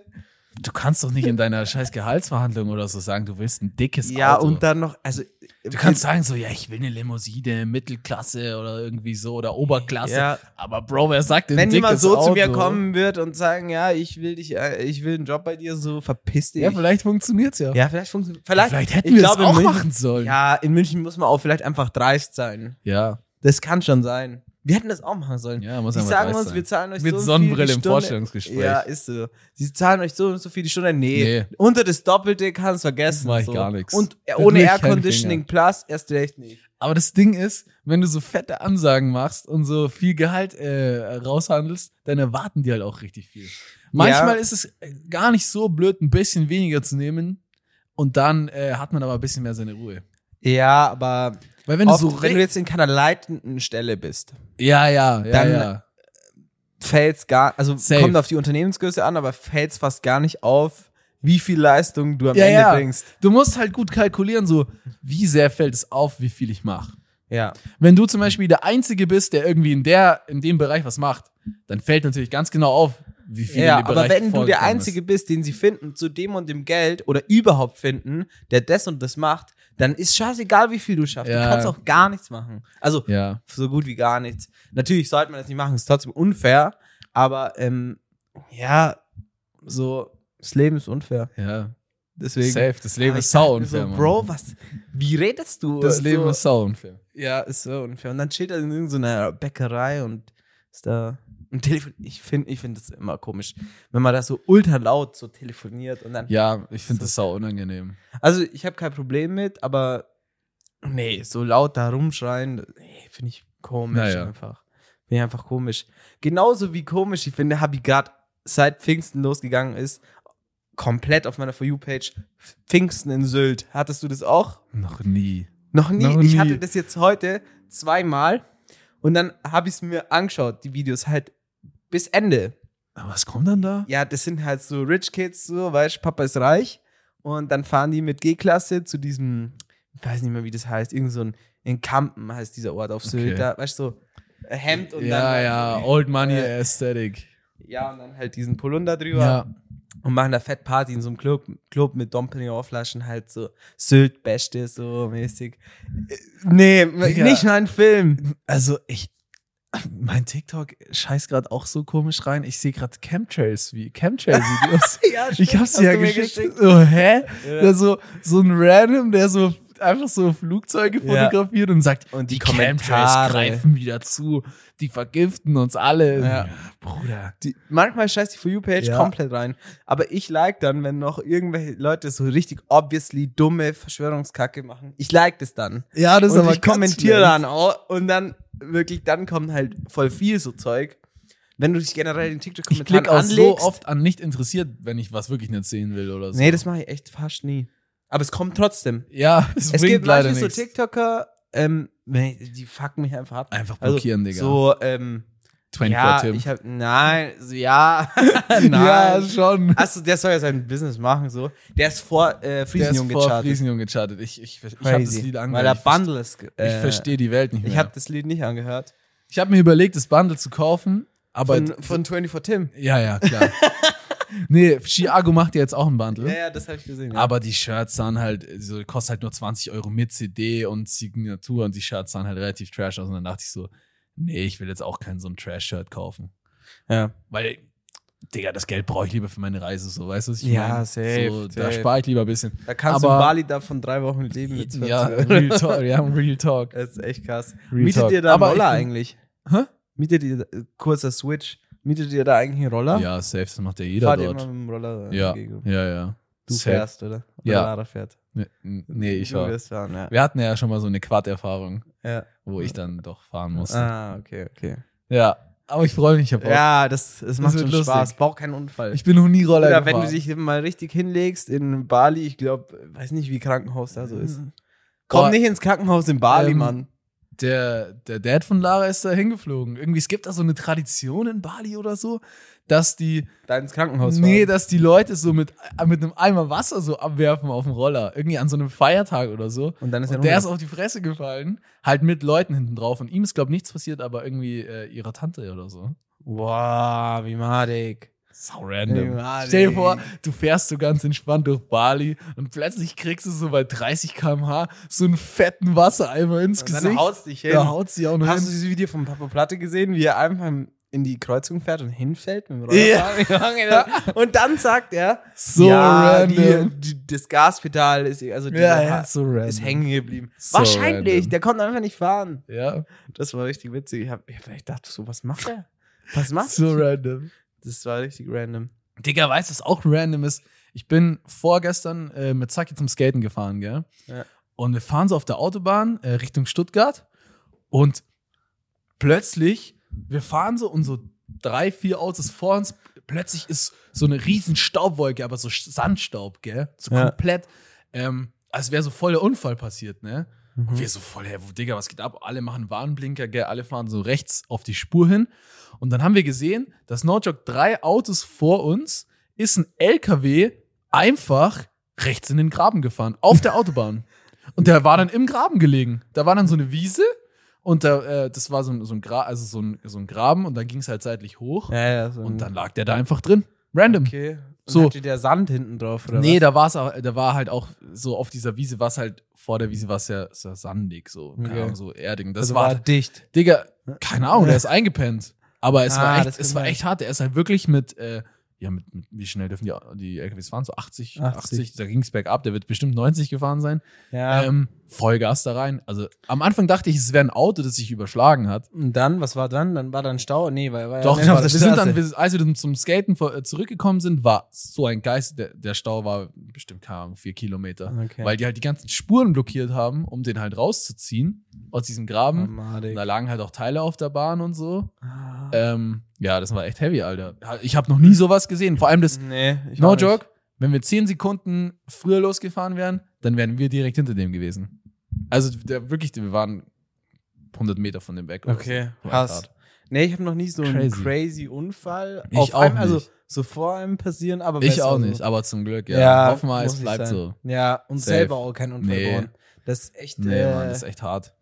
Speaker 1: Du kannst doch nicht in deiner scheiß Gehaltsverhandlung oder so sagen, du willst ein dickes
Speaker 2: ja,
Speaker 1: Auto.
Speaker 2: und dann noch, also.
Speaker 1: du kannst sagen so, ja, ich will eine Limousine, Mittelklasse oder irgendwie so oder Oberklasse.
Speaker 2: Ja.
Speaker 1: Aber Bro, wer sagt denn
Speaker 2: Wenn
Speaker 1: dickes
Speaker 2: jemand so
Speaker 1: Auto?
Speaker 2: zu mir kommen wird und sagen, ja, ich will dich, äh, ich will einen Job bei dir, so verpiss dich.
Speaker 1: Ja, vielleicht funktioniert's ja.
Speaker 2: ja, vielleicht funktioniert.
Speaker 1: Vielleicht, hätten wir das
Speaker 2: glaube, in
Speaker 1: auch
Speaker 2: München-
Speaker 1: machen sollen.
Speaker 2: Ja, in München muss man auch vielleicht einfach dreist sein.
Speaker 1: ja.
Speaker 2: Das kann schon sein. Wir hätten das auch machen sollen.
Speaker 1: Ja, muss
Speaker 2: Die
Speaker 1: einfach
Speaker 2: sagen
Speaker 1: dreist
Speaker 2: uns,
Speaker 1: sein.
Speaker 2: wir zahlen euch
Speaker 1: Mit
Speaker 2: so und so
Speaker 1: Sonnenbrille
Speaker 2: viel
Speaker 1: im
Speaker 2: die Stunde.
Speaker 1: Vorstellungsgespräch.
Speaker 2: Ja, ist so. Sie zahlen euch so und so viel die Stunde. Nee.
Speaker 1: Nee.
Speaker 2: Unter das Doppelte kannst du vergessen.
Speaker 1: Mach ich
Speaker 2: so.
Speaker 1: gar nix.
Speaker 2: Und
Speaker 1: Mit
Speaker 2: ohne
Speaker 1: Milch
Speaker 2: Air
Speaker 1: kein
Speaker 2: Conditioning Plus erst recht nicht.
Speaker 1: Aber das Ding ist, wenn du so fette Ansagen machst und so viel Gehalt äh, raushandelst, dann erwarten die halt auch richtig viel. Manchmal ist es äh, gar nicht so blöd, ein bisschen weniger zu nehmen und dann äh, hat man aber ein bisschen mehr seine Ruhe.
Speaker 2: Ja, aber
Speaker 1: Weil
Speaker 2: wenn
Speaker 1: wenn
Speaker 2: du, oft,
Speaker 1: du so
Speaker 2: wenn du
Speaker 1: re-
Speaker 2: jetzt in keiner leitenden Stelle bist,
Speaker 1: ja, ja, ja,
Speaker 2: Dann-
Speaker 1: ja.
Speaker 2: fällt's gar, also
Speaker 1: Safe.
Speaker 2: kommt auf die Unternehmensgröße an, aber fällt's fast gar nicht auf, wie viel Leistung du am
Speaker 1: Ja,
Speaker 2: Ende
Speaker 1: ja.
Speaker 2: bringst.
Speaker 1: Du musst halt gut kalkulieren, so wie sehr fällt es auf, wie viel ich mache.
Speaker 2: Ja.
Speaker 1: Wenn du zum Beispiel der Einzige bist, der irgendwie in der, in dem Bereich was macht, dann fällt natürlich ganz genau auf, wie viel
Speaker 2: Ja,
Speaker 1: in dem
Speaker 2: aber
Speaker 1: Bereich
Speaker 2: wenn du der
Speaker 1: vorgekommen
Speaker 2: Einzige bist, den sie finden, zu dem und dem Geld oder überhaupt finden, der das und das macht, dann ist scheißegal, wie viel du schaffst.
Speaker 1: Ja.
Speaker 2: Du kannst auch gar nichts machen. Also
Speaker 1: ist. Ja.
Speaker 2: so gut wie gar nichts. Natürlich sollte man das nicht machen, ist trotzdem unfair, aber ähm, ja, so, das Leben ist unfair.
Speaker 1: Ja.
Speaker 2: Deswegen.
Speaker 1: Safe, das
Speaker 2: Aber
Speaker 1: Leben
Speaker 2: ich
Speaker 1: ist sau
Speaker 2: dachte mir
Speaker 1: unfair.
Speaker 2: So,
Speaker 1: Mann.
Speaker 2: Bro, was? Wie redest du?
Speaker 1: das
Speaker 2: So,
Speaker 1: Leben ist sau unfair.
Speaker 2: Ja, ist so unfair. Und dann steht er in irgendeiner Bäckerei und ist da ein Telefon. Ich finde ich find das immer komisch, wenn man da so ultra laut so telefoniert und dann.
Speaker 1: Ja, ich finde
Speaker 2: So.
Speaker 1: das sau unangenehm.
Speaker 2: Also, ich habe kein Problem mit, aber nee, so laut da rumschreien, nee, finde ich komisch
Speaker 1: Naja.
Speaker 2: einfach. Finde ich einfach komisch. Genauso wie komisch, ich finde, habe ich gerade seit Pfingsten losgegangen ist, komplett auf meiner For You-Page, Pfingsten in Sylt. Hattest du das auch?
Speaker 1: Noch nie.
Speaker 2: Noch nie.
Speaker 1: Noch
Speaker 2: Ich
Speaker 1: nie.
Speaker 2: hatte das jetzt heute zweimal und dann habe ich es mir angeschaut, die Videos halt bis Ende.
Speaker 1: Aber was kommt dann da?
Speaker 2: Ja, das sind halt so Rich Kids, so, weißt du, Papa ist reich. Und dann fahren die mit G-Klasse zu diesem, ich weiß nicht mehr, wie das heißt, irgend so ein, in Kampen heißt dieser Ort auf Sylt,
Speaker 1: Okay.
Speaker 2: da, weißt du, so äh, Hemd und
Speaker 1: ja,
Speaker 2: dann.
Speaker 1: ja, Old Money
Speaker 2: Äh,
Speaker 1: Aesthetic.
Speaker 2: <laughs> ja, und dann halt diesen Polunder drüber
Speaker 1: Ja.
Speaker 2: und machen da Fett Party in so einem Club, Club mit Dompignon-Flaschen, halt so Sylt-Beste, so mäßig. Äh, Nee,
Speaker 1: Digga.
Speaker 2: nicht mal ein Film.
Speaker 1: Also ich, mein TikTok scheißt gerade auch so komisch rein. Ich sehe gerade Chemtrails, wie <laughs> Chemtrail-Videos.
Speaker 2: <laughs> Ja, stimmt.
Speaker 1: ich hab's
Speaker 2: Hast
Speaker 1: dir ja
Speaker 2: du mir
Speaker 1: geschickt.
Speaker 2: geschickt.
Speaker 1: So, hä?
Speaker 2: Ja.
Speaker 1: Da so, so ein Random, der so einfach so Flugzeuge
Speaker 2: Ja.
Speaker 1: fotografiert und sagt,
Speaker 2: Und die Kommentare.
Speaker 1: Chemtrails greifen wieder zu. Die vergiften uns alle.
Speaker 2: Ja.
Speaker 1: Bruder.
Speaker 2: Die, manchmal scheißt die For You-Page
Speaker 1: Ja.
Speaker 2: komplett rein. Aber ich like dann, wenn noch irgendwelche Leute so richtig obviously dumme Verschwörungskacke machen. Ich like das dann.
Speaker 1: Ja, das
Speaker 2: und
Speaker 1: ne?
Speaker 2: ich kommentiere dann auch. Und dann wirklich, dann kommt halt voll viel so Zeug. Wenn du dich generell den
Speaker 1: Ich
Speaker 2: TikTok-Kommentaren
Speaker 1: klicke auch so
Speaker 2: anlegst.
Speaker 1: oft an nicht interessiert, wenn ich was wirklich nicht sehen will oder so.
Speaker 2: Nee, das mache ich echt fast nie. Aber es kommt trotzdem.
Speaker 1: ja, <laughs> es,
Speaker 2: Es
Speaker 1: bringt
Speaker 2: gibt
Speaker 1: leider
Speaker 2: manche so
Speaker 1: nichts.
Speaker 2: TikToker, ähm, nee, die fucken mich einfach ab.
Speaker 1: Einfach
Speaker 2: Also,
Speaker 1: blockieren, Digga.
Speaker 2: So, ähm,
Speaker 1: 24
Speaker 2: ja,
Speaker 1: Tim. <laughs>
Speaker 2: ich hab, nein, so, ja, <laughs> nein.
Speaker 1: Ja, <laughs> schon.
Speaker 2: Achso, der soll ja sein Business machen, so. Der ist vor äh, Friesenjung
Speaker 1: vor
Speaker 2: gechartet.
Speaker 1: Friesenjung gechartet. Ich, ich, ich habe das Lied angehört.
Speaker 2: Weil er
Speaker 1: Ich verste-
Speaker 2: Bundle ist. ge-
Speaker 1: Ich
Speaker 2: äh,
Speaker 1: verstehe die Welt nicht mehr.
Speaker 2: Ich habe das Lied nicht angehört.
Speaker 1: Ich habe mir überlegt, das Bundle zu kaufen, aber.
Speaker 2: Von, von 24 Tim.
Speaker 1: ja, ja,
Speaker 2: <laughs>
Speaker 1: klar. nee, Chiago macht ja jetzt auch ein Bundle.
Speaker 2: Ja, ja, das habe ich gesehen. Ja.
Speaker 1: Aber die Shirts sahen halt, so, kostet halt nur 20 Euro mit CD und Signatur und die Shirts sahen halt relativ trash aus. Und dann dachte ich so, nee, ich will jetzt auch kein so ein Trash-Shirt kaufen.
Speaker 2: ja.
Speaker 1: Weil, Digga, das Geld brauche ich lieber für meine Reise, so, weißt du, was ich
Speaker 2: Ja,
Speaker 1: meine?
Speaker 2: safe,
Speaker 1: So, Da
Speaker 2: safe.
Speaker 1: spare ich lieber ein bisschen.
Speaker 2: Da kannst du
Speaker 1: aber-
Speaker 2: in Bali da von drei Wochen leben. Mit 40
Speaker 1: Ja,
Speaker 2: Euro.
Speaker 1: real talk. Ja, real talk.
Speaker 2: <laughs> Das ist echt krass.
Speaker 1: Real
Speaker 2: Mietet
Speaker 1: talk.
Speaker 2: ihr da einen
Speaker 1: Aber ich
Speaker 2: Roller
Speaker 1: find-
Speaker 2: eigentlich?
Speaker 1: Hä?
Speaker 2: Mietet ihr, da- äh, kurzer Switch, mietet ihr da eigentlich einen Roller?
Speaker 1: Ja, safe, das macht ja jeder
Speaker 2: Fahrt ihr
Speaker 1: dort.
Speaker 2: immer mit dem Roller? äh,
Speaker 1: Ja,
Speaker 2: gegen-
Speaker 1: ja, ja.
Speaker 2: Du
Speaker 1: Safe.
Speaker 2: fährst, oder? Oder
Speaker 1: Ja.
Speaker 2: Lara fährt.
Speaker 1: Nee, Nee, ich
Speaker 2: du
Speaker 1: war.
Speaker 2: wirst fahren, ja.
Speaker 1: Wir hatten ja schon mal so eine Quad-Erfahrung,
Speaker 2: ja.
Speaker 1: wo ich dann doch fahren musste.
Speaker 2: Ah, okay, okay.
Speaker 1: Ja, aber ich freue mich. Ich, hab auch-
Speaker 2: Ja, das, das macht
Speaker 1: wird
Speaker 2: schon
Speaker 1: lustig.
Speaker 2: Spaß. Braucht keinen Unfall.
Speaker 1: ich bin noch nie Roller
Speaker 2: Oder wenn
Speaker 1: gefahren.
Speaker 2: du dich mal richtig hinlegst in Bali, ich glaube, weiß nicht, wie Krankenhaus da so ist. Komm
Speaker 1: Mhm. Boah.
Speaker 2: nicht ins Krankenhaus in Bali,
Speaker 1: Ähm,
Speaker 2: Mann.
Speaker 1: der, der Dad von Lara ist da hingeflogen. Irgendwie, es gibt da so eine Tradition in Bali oder so, dass die,
Speaker 2: Da ins Krankenhaus
Speaker 1: nee,
Speaker 2: fahren.
Speaker 1: dass die Leute so mit, mit einem Eimer Wasser so abwerfen auf dem Roller. Irgendwie an so einem Feiertag oder so.
Speaker 2: Und dann ist er
Speaker 1: Und der ist
Speaker 2: runter.
Speaker 1: auf die Fresse gefallen, halt mit Leuten hinten drauf. Und ihm ist, glaube ich, nichts passiert, aber irgendwie äh, ihrer Tante oder so.
Speaker 2: Wow, wie madig.
Speaker 1: Sau random.
Speaker 2: Ey,
Speaker 1: Stell dir
Speaker 2: Mann,
Speaker 1: vor,
Speaker 2: ey.
Speaker 1: du fährst so ganz entspannt durch Bali und plötzlich kriegst du so bei 30 km/h so einen fetten Wassereimer ins
Speaker 2: Und
Speaker 1: Gesicht.
Speaker 2: dann haust dich hin.
Speaker 1: da haut sie auch noch
Speaker 2: Hast
Speaker 1: hin.
Speaker 2: du dieses Video von Papa Platte gesehen, wie er einfach in die Kreuzung fährt und hinfällt mit dem
Speaker 1: Ja.
Speaker 2: Rollerfahren? <laughs> Und dann sagt er,
Speaker 1: So
Speaker 2: ja,
Speaker 1: random.
Speaker 2: Die, die, das Gaspedal ist, also
Speaker 1: ja,
Speaker 2: dieser
Speaker 1: ja, so random.
Speaker 2: ist hängen geblieben.
Speaker 1: So
Speaker 2: Wahrscheinlich,
Speaker 1: random.
Speaker 2: der konnte einfach nicht fahren.
Speaker 1: Ja,
Speaker 2: Das war richtig witzig. Ich, hab, ich hab- ich dachte so, was macht er?
Speaker 1: <laughs>
Speaker 2: Was macht
Speaker 1: so
Speaker 2: er?
Speaker 1: random.
Speaker 2: Das war richtig random.
Speaker 1: Digga, weißt du, was auch random ist? Ich bin vorgestern äh, mit Saki zum Skaten gefahren, gell?
Speaker 2: Ja.
Speaker 1: Und wir fahren so auf der Autobahn äh, Richtung Stuttgart und plötzlich, wir fahren so und so drei, vier Autos vor uns, plötzlich ist so eine riesen Staubwolke, aber so Sandstaub, gell? So
Speaker 2: Ja.
Speaker 1: komplett, ähm, als wäre so voll der Unfall passiert, ne? Und
Speaker 2: Mhm.
Speaker 1: wir so voll, hey, wo, Digga, was geht ab? Alle machen Warnblinker, gell? Alle fahren so rechts auf die Spur hin. Und dann haben wir gesehen, dass Nordjog drei Autos vor uns ist ein LKW einfach rechts in den Graben gefahren, auf der
Speaker 2: <laughs>
Speaker 1: Autobahn. Und der war dann im Graben gelegen. Da war dann so eine Wiese und da, äh, das war so ein, so, ein Gra also so, ein, so ein Graben und da ging es halt seitlich hoch.
Speaker 2: Ja, ja, so
Speaker 1: Und dann lag der da einfach drin. Random.
Speaker 2: Okay. Und
Speaker 1: So.
Speaker 2: so. Hatte der Sand hinten drauf, oder
Speaker 1: Nee, da war's auch, da war halt auch so auf dieser Wiese, war es halt vor der Wiese war es ja, so sandig, so, keine
Speaker 2: Okay.
Speaker 1: Ahnung, so erdig. Das
Speaker 2: was? Also
Speaker 1: war, halt,
Speaker 2: dicht.
Speaker 1: Digga, keine Ahnung, der ist eingepennt. Aber es
Speaker 2: Ah,
Speaker 1: war
Speaker 2: das
Speaker 1: echt,
Speaker 2: kann
Speaker 1: es war
Speaker 2: sein.
Speaker 1: echt hart. Der ist halt wirklich mit, äh, ja, mit, mit, wie schnell dürfen die, die LKWs fahren? So 80, 80.
Speaker 2: 80.
Speaker 1: da ging es bergab, der wird bestimmt 90 gefahren sein.
Speaker 2: Ja.
Speaker 1: Ähm, Vollgas da rein. Also am Anfang dachte ich, es wäre ein Auto, das sich überschlagen hat.
Speaker 2: und dann, was war dann? Dann war dann Stau? Äh, Nee, weil war ja
Speaker 1: Doch,
Speaker 2: nicht
Speaker 1: wir sind dann, wir, als wir dann zum Skaten vor, äh, zurückgekommen sind, war so ein Geist, der, der Stau war bestimmt, keine Ahnung, vier Kilometer.
Speaker 2: Okay.
Speaker 1: Weil die halt die ganzen Spuren blockiert haben, um den halt rauszuziehen aus diesem Graben.
Speaker 2: Madig.
Speaker 1: Und da lagen halt auch Teile auf der Bahn und so.
Speaker 2: Ah.
Speaker 1: Ähm, ja, das war echt heavy, Alter. Ich habe noch nie sowas gesehen. Vor allem das,
Speaker 2: nee, Mhm. ich
Speaker 1: no
Speaker 2: auch nicht.
Speaker 1: joke, wenn wir 10 Sekunden früher losgefahren wären, dann wären wir direkt hinter dem gewesen. Also der, wirklich, wir waren 100 Meter von dem weg. oder
Speaker 2: Okay,
Speaker 1: so. War echt
Speaker 2: krass.
Speaker 1: hart.
Speaker 2: Nee, ich habe noch nie so einen
Speaker 1: Oh, Crazy.
Speaker 2: crazy Unfall.
Speaker 1: Ich auch
Speaker 2: einem, Also
Speaker 1: nicht.
Speaker 2: so vor einem passieren, aber
Speaker 1: Ich
Speaker 2: besser
Speaker 1: auch
Speaker 2: so.
Speaker 1: nicht, aber zum Glück, ja. Hoffen wir,
Speaker 2: muss
Speaker 1: es
Speaker 2: nicht
Speaker 1: bleibt
Speaker 2: sein.
Speaker 1: so.
Speaker 2: Ja, und
Speaker 1: Safe.
Speaker 2: selber auch kein Unfall
Speaker 1: Nee.
Speaker 2: bauen. Das ist echt.
Speaker 1: Nee,
Speaker 2: äh,
Speaker 1: Mann, das ist echt hart.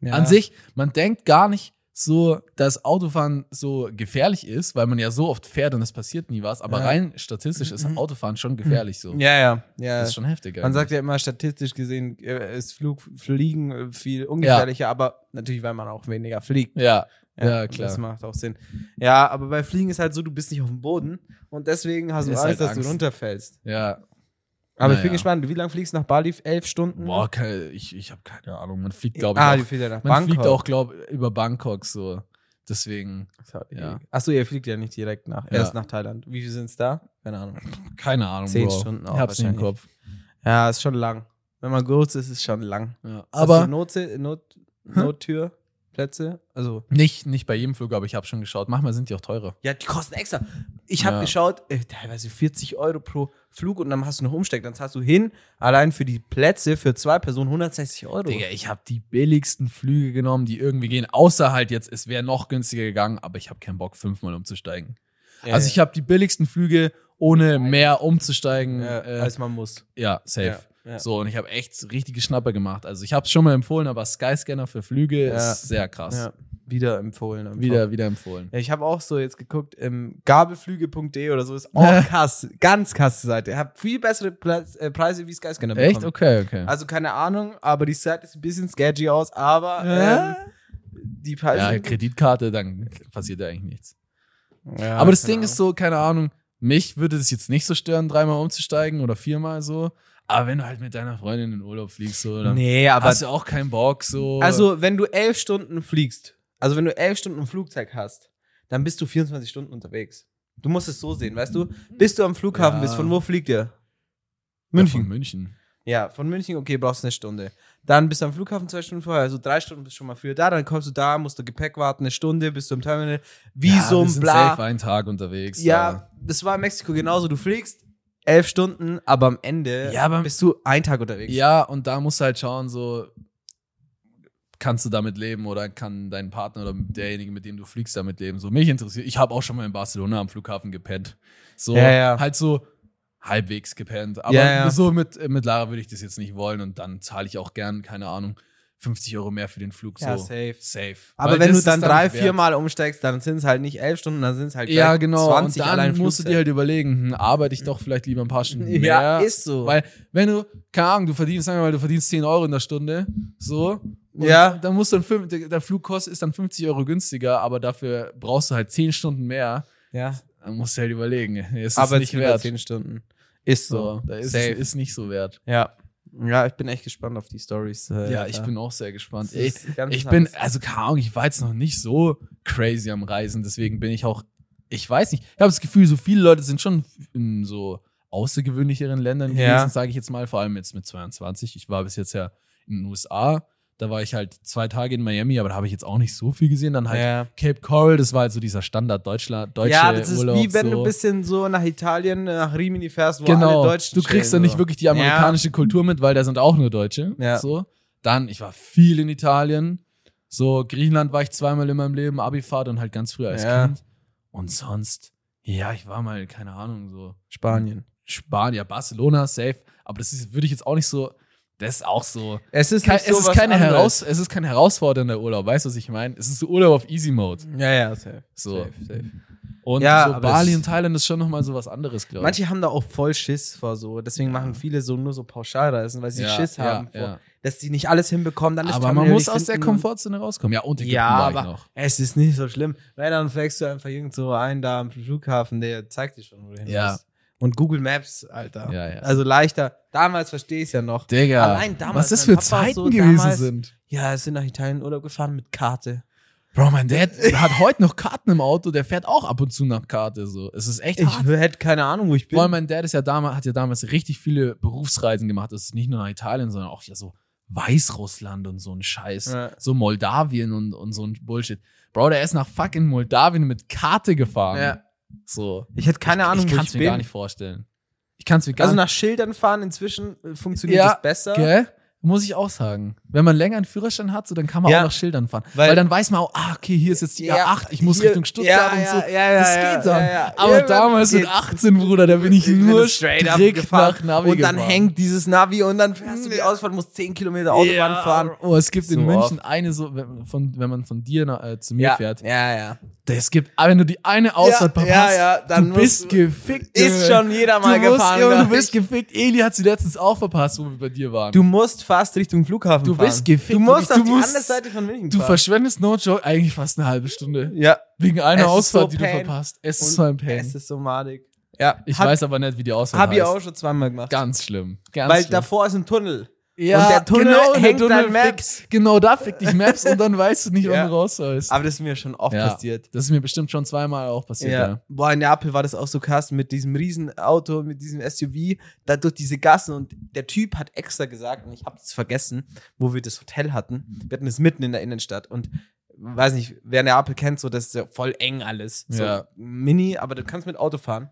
Speaker 2: ja.
Speaker 1: An sich, man denkt gar nicht so, dass Autofahren so gefährlich ist, weil man ja so oft fährt und es passiert nie was. Aber
Speaker 2: Ja. Mhm.
Speaker 1: rein statistisch ist Autofahren schon gefährlich so.
Speaker 2: Ja, ja, ja.
Speaker 1: Das ist schon ne? heftig.
Speaker 2: Man
Speaker 1: eigentlich.
Speaker 2: sagt ja immer, statistisch gesehen äh, ist Flug, Fliegen äh, viel ungefährlicher, aber natürlich, weil man auch weniger fliegt.
Speaker 1: ja, Ja, klar.
Speaker 2: Das macht auch Sinn. Ja, aber bei Fliegen ist halt so, du bist nicht auf dem Boden und deswegen hast du
Speaker 1: Ist
Speaker 2: Angst,
Speaker 1: halt
Speaker 2: dass
Speaker 1: Angst.
Speaker 2: du runterfällst.
Speaker 1: ja.
Speaker 2: Aber ich
Speaker 1: Naja.
Speaker 2: bin gespannt, wie lange fliegst du nach Bali? Elf Stunden?
Speaker 1: Boah, keine, ich, ich habe keine Ahnung. Man fliegt, glaube ich,
Speaker 2: Mhm. ah, du
Speaker 1: auch,
Speaker 2: fliegst ja nach
Speaker 1: man
Speaker 2: Bangkok.
Speaker 1: fliegt auch, glaube über Bangkok so. Deswegen, Ja.
Speaker 2: Ja. Achso, ihr fliegt ja nicht direkt nach,
Speaker 1: Ja.
Speaker 2: erst nach Thailand. Wie viel sind es da? Keine Ahnung.
Speaker 1: keine Ahnung,
Speaker 2: Zehn
Speaker 1: Bro.
Speaker 2: Stunden
Speaker 1: Ich
Speaker 2: auch
Speaker 1: hab's nicht im Kopf.
Speaker 2: Ja, ist schon lang. Wenn man groß ist, ist schon lang.
Speaker 1: Ja.
Speaker 2: Hast
Speaker 1: Aber
Speaker 2: du Not, Not, Nottürplätze? Also.
Speaker 1: nicht, nicht bei jedem Flug, aber ich habe schon geschaut. Manchmal sind die auch teurer.
Speaker 2: Ja, die kosten extra. Ich habe
Speaker 1: Ja.
Speaker 2: geschaut, äh, teilweise 40 Euro pro Flug und dann hast du noch Umsteck. Dann zahlst du hin, allein für die Plätze für zwei Personen 160 Euro.
Speaker 1: Digga, ich habe die billigsten Flüge genommen, die irgendwie gehen. Außer halt jetzt, es wäre noch günstiger gegangen, aber ich habe keinen Bock, fünfmal umzusteigen.
Speaker 2: Ja,
Speaker 1: Also ich habe die billigsten Flüge, ohne mehr umzusteigen.
Speaker 2: ja,
Speaker 1: äh,
Speaker 2: als man muss.
Speaker 1: ja safe.
Speaker 2: Ja, ja.
Speaker 1: So, und ich habe echt richtige Schnapper gemacht. Also ich habe es schon mal empfohlen, aber Skyscanner für Flüge
Speaker 2: Ja.
Speaker 1: ist sehr krass.
Speaker 2: Ja, wieder empfohlen. einfach.
Speaker 1: Wieder, wieder empfohlen.
Speaker 2: Ja, ich habe auch so jetzt geguckt, ähm, gabelflüge.de oder so ist
Speaker 1: <laughs>
Speaker 2: auch krass, ganz krasse Seite. Hab viel bessere Platz, äh, Preise wie Skyscanner
Speaker 1: Echt?
Speaker 2: bekommen.
Speaker 1: Okay, okay.
Speaker 2: Also keine Ahnung, aber die Seite ist ein bisschen sketchy aus, aber
Speaker 1: Ja.
Speaker 2: ähm, die also, Preise.
Speaker 1: ja, Kreditkarte, dann passiert ja eigentlich nichts.
Speaker 2: Ja,
Speaker 1: aber das
Speaker 2: keine
Speaker 1: Ding ist so, keine Ahnung, mich würde es jetzt nicht so stören, dreimal umzusteigen oder viermal so. Aber wenn du halt mit deiner Freundin in den Urlaub fliegst, so, Also-
Speaker 2: Ahnung.
Speaker 1: dann
Speaker 2: Nee, aber
Speaker 1: hast du auch keinen Bock, so.
Speaker 2: Also, wenn du elf Stunden fliegst, also wenn du elf Stunden Flugzeug hast, dann bist du 24 Stunden unterwegs. Du musst es so sehen, weißt du? Bis du am Flughafen
Speaker 1: Ja.
Speaker 2: bist, von wo fliegt ihr?
Speaker 1: München.
Speaker 2: München.
Speaker 1: Ja, von München.
Speaker 2: Ja, von München, okay, brauchst eine Stunde. Dann bist du am Flughafen zwei Stunden vorher, also drei Stunden bist du schon mal früher da, dann kommst du da, musst du Gepäck warten, eine Stunde, bist du im Terminal,
Speaker 1: ja,
Speaker 2: Visum,
Speaker 1: wir sind
Speaker 2: bla.
Speaker 1: safe einen Tag unterwegs. da.
Speaker 2: Ja, das war in Mexiko genauso. Du fliegst elf Stunden, aber am Ende
Speaker 1: Ja, aber-
Speaker 2: bist du einen Tag unterwegs.
Speaker 1: Ja, und da musst du halt schauen, so kannst du damit leben oder kann dein Partner oder derjenige, mit dem du fliegst, damit leben. So, mich interessiert, ich habe auch schon mal in Barcelona am Flughafen gepennt. So,
Speaker 2: Ja, ja.
Speaker 1: halt so halbwegs gepennt. Aber
Speaker 2: Ja, ja.
Speaker 1: so mit, mit Lara würde ich das jetzt nicht wollen und dann zahle ich auch gern, keine Ahnung, 50 Euro mehr für den Flug.
Speaker 2: Ja,
Speaker 1: so.
Speaker 2: safe.
Speaker 1: Safe.
Speaker 2: Aber
Speaker 1: Weil
Speaker 2: wenn
Speaker 1: das
Speaker 2: du dann
Speaker 1: ist
Speaker 2: drei,
Speaker 1: nicht wert.
Speaker 2: vier Mal umsteigst, dann sind es halt nicht elf Stunden, dann sind es halt
Speaker 1: Ja,
Speaker 2: gleich
Speaker 1: genau.
Speaker 2: 20
Speaker 1: und
Speaker 2: allein
Speaker 1: dann musst du dir
Speaker 2: Flugzeit.
Speaker 1: halt überlegen, hm, arbeite ich doch vielleicht lieber ein paar Stunden mehr.
Speaker 2: <laughs> Ja, ist so.
Speaker 1: Weil, wenn du, keine Ahnung, du verdienst, sagen wir mal, du verdienst 10 Euro in der Stunde, so. und
Speaker 2: Ja.
Speaker 1: Dann musst du dann, fünf- der der Flug kostet, ist dann 50 Euro günstiger, aber dafür brauchst du halt 10 Stunden mehr.
Speaker 2: ja,
Speaker 1: Dann musst du halt überlegen. Es ist
Speaker 2: aber
Speaker 1: nicht
Speaker 2: nicht mehr
Speaker 1: wert.
Speaker 2: 10 Stunden. Ist so.
Speaker 1: So, da ist,
Speaker 2: Safe.
Speaker 1: ist nicht so wert.
Speaker 2: Ja. Ja, ich bin echt gespannt auf die Stories. äh,
Speaker 1: Ja, ich bin auch sehr gespannt.
Speaker 2: Das
Speaker 1: Ich,
Speaker 2: ist ganz
Speaker 1: ich bin,
Speaker 2: anders.
Speaker 1: also keine Ahnung, ich war jetzt noch nicht so crazy am Reisen, deswegen bin ich auch, ich weiß nicht, ich habe das Gefühl, so viele Leute sind schon in so außergewöhnlicheren Ländern
Speaker 2: Ja.
Speaker 1: gewesen, sage ich jetzt mal, vor allem jetzt mit 22. Ich war bis jetzt ja in den USA, da war ich halt zwei Tage in Miami, aber da habe ich jetzt auch nicht so viel gesehen. Dann halt
Speaker 2: ja.
Speaker 1: Cape Coral, das war halt so dieser Standard Deutschland, deutsche
Speaker 2: ja, das ist
Speaker 1: Urlaub,
Speaker 2: wie wenn
Speaker 1: so.
Speaker 2: du ein bisschen so nach Italien, äh, nach Rimini fährst, wo
Speaker 1: genau,
Speaker 2: alle Deutschen
Speaker 1: du kriegst
Speaker 2: chillen,
Speaker 1: dann nicht
Speaker 2: so.
Speaker 1: wirklich die amerikanische Kultur mit, weil da sind auch nur Deutsche.
Speaker 2: Ja.
Speaker 1: So. Dann, ich war viel in Italien. So, Griechenland war ich zweimal in meinem Leben, Abifahrt und halt ganz früh als
Speaker 2: Ja.
Speaker 1: Kind. Und sonst, ja, ich war mal, keine Ahnung, so
Speaker 2: Spanien.
Speaker 1: Spanien, Barcelona, safe. Aber das ist, würde ich jetzt auch nicht so, das ist auch so.
Speaker 2: Es ist,
Speaker 1: Kein,
Speaker 2: nicht
Speaker 1: es, ist
Speaker 2: sowas
Speaker 1: keine
Speaker 2: anderes.
Speaker 1: heraus, es ist kein herausfordernder Urlaub, weißt du, was ich meine? Es ist so Urlaub auf Easy Mode.
Speaker 2: Ja, ja, safe.
Speaker 1: So.
Speaker 2: safe, safe.
Speaker 1: Und
Speaker 2: Ja,
Speaker 1: so
Speaker 2: aber
Speaker 1: Bali
Speaker 2: es-
Speaker 1: und Thailand ist schon nochmal so was anderes, glaube ich.
Speaker 2: Manche haben da auch voll Schiss vor so. Deswegen machen viele so nur so Pauschalreisen, weil sie
Speaker 1: ja,
Speaker 2: Schiss
Speaker 1: ja,
Speaker 2: haben, vor,
Speaker 1: Ja.
Speaker 2: dass sie nicht alles hinbekommen. Dann ist
Speaker 1: Aber man
Speaker 2: Familie
Speaker 1: muss
Speaker 2: nicht
Speaker 1: aus der
Speaker 2: finden.
Speaker 1: Komfortzone rauskommen. Ja, und Ägypten
Speaker 2: Ja,
Speaker 1: war ich
Speaker 2: aber
Speaker 1: noch.
Speaker 2: es ist nicht so schlimm. Weil dann fängst du einfach irgend so einen da am Flughafen, der zeigt dir schon, wo du hin
Speaker 1: Ja.
Speaker 2: bist. Und Google Maps, Alter.
Speaker 1: Ja, ja.
Speaker 2: Also leichter. Damals verstehe ich es ja noch.
Speaker 1: Digga,
Speaker 2: Allein damals,
Speaker 1: was das für
Speaker 2: mein Papa
Speaker 1: Zeiten
Speaker 2: so
Speaker 1: gewesen
Speaker 2: damals-
Speaker 1: sind.
Speaker 2: Ja, es sind nach Italien in Urlaub gefahren mit Karte.
Speaker 1: Bro, mein
Speaker 2: <laughs>
Speaker 1: Dad hat heute noch Karten im Auto, der fährt auch ab und zu nach Karte. So. Es ist echt
Speaker 2: Ich
Speaker 1: hart.
Speaker 2: hätte keine Ahnung, wo ich bin.
Speaker 1: Vor allem mein Dad ist ja damals, hat ja damals richtig viele Berufsreisen gemacht. Das ist nicht nur nach Italien, sondern auch ja so Weißrussland und so ein Scheiß.
Speaker 2: Ja.
Speaker 1: So Moldawien und, und so ein Bullshit. Bro, der ist nach fucking Moldawien mit Karte gefahren.
Speaker 2: Ja.
Speaker 1: So.
Speaker 2: Ich hätte keine Ahnung,
Speaker 1: ich
Speaker 2: wo
Speaker 1: kann
Speaker 2: ich
Speaker 1: es mir
Speaker 2: bin.
Speaker 1: gar nicht vorstellen. Ich kann es mir gar
Speaker 2: also
Speaker 1: nicht
Speaker 2: nach Schildern fahren inzwischen äh, funktioniert
Speaker 1: Ja,
Speaker 2: das besser.
Speaker 1: Gell? Muss ich auch sagen. Wenn man länger einen Führerschein hat, so, dann kann man
Speaker 2: Ja.
Speaker 1: auch nach Schildern fahren. Weil,
Speaker 2: Weil-
Speaker 1: dann weiß man auch, ah, okay, hier ist jetzt die
Speaker 2: Ja,
Speaker 1: A8, ich muss
Speaker 2: hier-
Speaker 1: Richtung Stuttgart
Speaker 2: ja,
Speaker 1: und so.
Speaker 2: ja, ja, ja,
Speaker 1: das
Speaker 2: ja,
Speaker 1: geht dann.
Speaker 2: ja, ja.
Speaker 1: Aber
Speaker 2: Irgendwann
Speaker 1: damals mit
Speaker 2: geht's.
Speaker 1: 18, Bruder, da bin ich
Speaker 2: Ich bin
Speaker 1: nur
Speaker 2: straight up
Speaker 1: direkt
Speaker 2: gefahren.
Speaker 1: nach Navi
Speaker 2: Und dann
Speaker 1: gefahren.
Speaker 2: hängt dieses Navi und dann fährst du die
Speaker 1: Ja.
Speaker 2: Ausfahrt, musst 10 Kilometer Autobahn
Speaker 1: Ja,
Speaker 2: fahren.
Speaker 1: Oh, es gibt in
Speaker 2: So
Speaker 1: München eine so, wenn, von, wenn man von dir nach, äh, zu mir
Speaker 2: ja,
Speaker 1: fährt.
Speaker 2: ja, ja.
Speaker 1: Es gibt, aber wenn du die eine Ausfahrt
Speaker 2: Ja,
Speaker 1: verpasst,
Speaker 2: ja, ja, dann
Speaker 1: du
Speaker 2: musst
Speaker 1: bist
Speaker 2: du-
Speaker 1: gefickt.
Speaker 2: Ist
Speaker 1: Junge.
Speaker 2: schon jeder
Speaker 1: du
Speaker 2: mal
Speaker 1: musst,
Speaker 2: gefahren.
Speaker 1: Junge, du
Speaker 2: glaub ich.
Speaker 1: bist gefickt. Eli hat sie letztens auch verpasst, wo wir bei dir waren.
Speaker 2: du musst fast Richtung Flughafen
Speaker 1: Du
Speaker 2: fahren.
Speaker 1: bist gefickt,
Speaker 2: Du musst
Speaker 1: du
Speaker 2: auf die
Speaker 1: musst-
Speaker 2: andere Seite von München
Speaker 1: Du
Speaker 2: fahren.
Speaker 1: verschwendest, no joke, eigentlich fast eine halbe Stunde.
Speaker 2: Ja.
Speaker 1: Wegen
Speaker 2: Es
Speaker 1: einer
Speaker 2: ist
Speaker 1: Ausfahrt, die
Speaker 2: so
Speaker 1: du
Speaker 2: pain.
Speaker 1: verpasst. Es ist
Speaker 2: Und
Speaker 1: so ein Pain.
Speaker 2: Es ist so madig. Ja.
Speaker 1: ich
Speaker 2: hab,
Speaker 1: weiß aber nicht, wie die Ausfahrt
Speaker 2: Hab ich
Speaker 1: heißt.
Speaker 2: auch schon zweimal gemacht.
Speaker 1: Ganz schlimm. Ganz
Speaker 2: Weil
Speaker 1: schlimm.
Speaker 2: davor ist ein Tunnel.
Speaker 1: ja,
Speaker 2: und der Tunnel
Speaker 1: genau, der
Speaker 2: hängt
Speaker 1: Tunnel
Speaker 2: dann Maps.
Speaker 1: fickt- Genau da fickt dich Maps und dann weißt du nicht,
Speaker 2: Ja.
Speaker 1: wann du raus sollst.
Speaker 2: Aber das ist mir schon oft
Speaker 1: Ja.
Speaker 2: passiert.
Speaker 1: Das ist mir bestimmt schon zweimal auch passiert. Ja.
Speaker 2: Ja. Boah, in Neapel war das auch so krass mit diesem riesen Auto, mit diesem SUV, da durch diese Gassen und der Typ hat extra gesagt, und ich habe es vergessen, wo wir das Hotel hatten. Wir hatten es mitten in der Innenstadt und weiß nicht, wer Neapel kennt, so das ist ja voll eng alles. So
Speaker 1: Ja.
Speaker 2: mini, aber du kannst mit Auto fahren.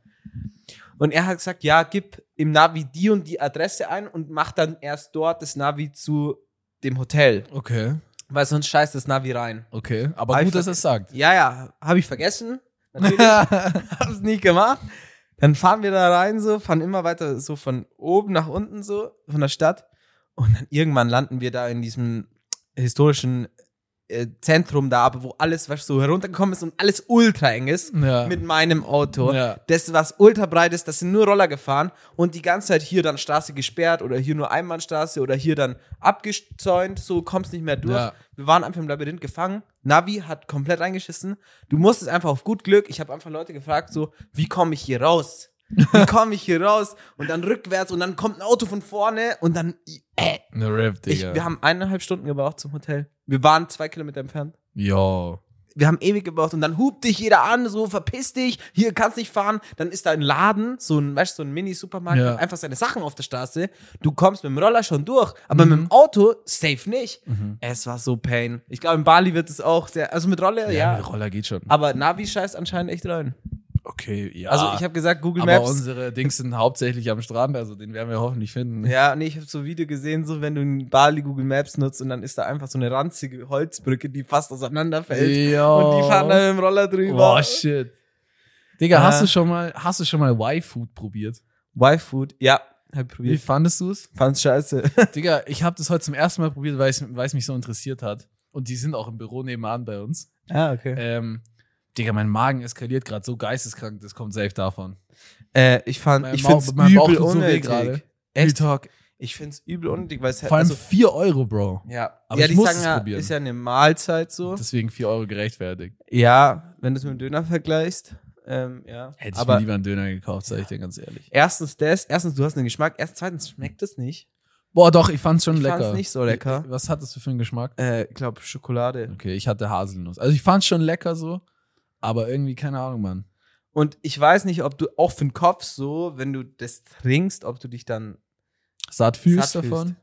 Speaker 2: Und er hat gesagt, ja, gib im Navi die und die Adresse ein und mach dann erst dort das Navi zu dem Hotel,
Speaker 1: Okay,
Speaker 2: weil sonst scheißt das Navi rein.
Speaker 1: okay. Aber
Speaker 2: Aber
Speaker 1: gut,
Speaker 2: ich
Speaker 1: dass er es sagt.
Speaker 2: Ja, ja, habe ich vergessen. <laughs>
Speaker 1: <laughs>
Speaker 2: Natürlich <laughs> hab's nicht gemacht. Dann fahren wir da rein so, fahren immer weiter so von oben nach unten so, von der Stadt. Und dann irgendwann landen wir da in diesem historischen äh, Zentrum da, aber wo alles was so heruntergekommen ist und alles ultra eng ist.
Speaker 1: ja.
Speaker 2: Mit meinem Auto.
Speaker 1: Ja.
Speaker 2: Das, was ultra breit ist, das sind nur Roller gefahren und die ganze Zeit hier dann Straße gesperrt oder hier nur Einbahnstraße oder hier dann abgezäunt, so kommst nicht mehr durch.
Speaker 1: Ja.
Speaker 2: Wir waren einfach im Labyrinth gefangen. Navi hat komplett reingeschissen. Du musstest einfach auf gut Glück. Ich habe einfach Leute gefragt, so, wie komme ich hier raus? Wie komme ich hier raus? Und dann rückwärts und dann kommt ein Auto von vorne und dann. Äh,
Speaker 1: Eine Rap,
Speaker 2: ich,
Speaker 1: Digga.
Speaker 2: wir haben eineinhalb Stunden gebraucht zum Hotel. Wir waren zwei Kilometer entfernt
Speaker 1: Jo.
Speaker 2: wir haben ewig gebraucht und dann hupt dich jeder an, so verpiss dich, hier kannst nicht fahren. Dann ist da ein Laden, so ein, weißt du, so ein Mini-Supermarkt,
Speaker 1: Ja.
Speaker 2: hat einfach seine Sachen auf der Straße. Du kommst mit dem Roller schon durch, aber
Speaker 1: Mhm.
Speaker 2: mit dem Auto safe nicht.
Speaker 1: Mhm.
Speaker 2: Es war so pain. Ich glaube, in Bali wird es auch sehr, also mit Roller, ja.
Speaker 1: mit Roller geht schon.
Speaker 2: Aber Navi scheißt anscheinend echt rein.
Speaker 1: Okay, ja.
Speaker 2: Also ich habe gesagt, Google
Speaker 1: Ah, aber
Speaker 2: Maps.
Speaker 1: unsere Dings sind hauptsächlich am Strand, also den werden wir hoffentlich finden.
Speaker 2: Ja, nee, ich habe so ein Video gesehen, so wenn du in Bali Google Maps nutzt und dann ist da einfach so eine ranzige Holzbrücke, die fast auseinanderfällt.
Speaker 1: Jo.
Speaker 2: Und die fahren dann mit dem Roller drüber.
Speaker 1: Oh shit. Digga,
Speaker 2: Ja.
Speaker 1: hast du schon mal, hast du schon mal Y-Food probiert?
Speaker 2: Y-Food, ja, hab ich
Speaker 1: Wie
Speaker 2: probiert.
Speaker 1: fandest du
Speaker 2: <laughs>
Speaker 1: es?
Speaker 2: Fand's scheiße.
Speaker 1: Digga, ich habe das heute zum ersten Mal probiert, weil es weil es mich so interessiert hat. Und die sind auch im Büro nebenan bei uns.
Speaker 2: Ah, okay.
Speaker 1: Ähm, Digga, mein Magen eskaliert gerade so geisteskrank, das kommt safe davon.
Speaker 2: Äh, ich fand,
Speaker 1: Mein
Speaker 2: ich
Speaker 1: Bauch-
Speaker 2: find's
Speaker 1: mein Bauch
Speaker 2: übel
Speaker 1: tut so weh
Speaker 2: unnötig.
Speaker 1: gerade. Real
Speaker 2: Echt?
Speaker 1: Talk.
Speaker 2: Ich find's übel unnötig, weil es halt,
Speaker 1: Vor allem
Speaker 2: also,
Speaker 1: 4 Euro, Bro.
Speaker 2: ja.
Speaker 1: aber
Speaker 2: ja,
Speaker 1: ich
Speaker 2: die
Speaker 1: muss
Speaker 2: sagen
Speaker 1: es
Speaker 2: ja,
Speaker 1: probieren.
Speaker 2: ist ja eine Mahlzeit so.
Speaker 1: Deswegen 4 Euro gerechtfertigt.
Speaker 2: ja, wenn du es mit dem Döner vergleichst, ähm, ja.
Speaker 1: Hätte ich mir
Speaker 2: Aber
Speaker 1: lieber einen Döner gekauft, sag ich dir ganz ehrlich.
Speaker 2: erstens das, erstens du hast einen Geschmack, erst zweitens schmeckt es nicht.
Speaker 1: Boah, doch, ich fand's schon
Speaker 2: Ich
Speaker 1: lecker.
Speaker 2: fand's nicht so lecker.
Speaker 1: Was hattest du für einen Geschmack?
Speaker 2: Äh, ich glaube Schokolade.
Speaker 1: Okay, ich hatte Haselnuss. Also ich fand's schon lecker so, aber irgendwie keine Ahnung, Mann.
Speaker 2: Und ich weiß nicht, ob du auch für den Kopf so, wenn du das trinkst, ob du dich dann
Speaker 1: Satt fühlst
Speaker 2: satt
Speaker 1: davon?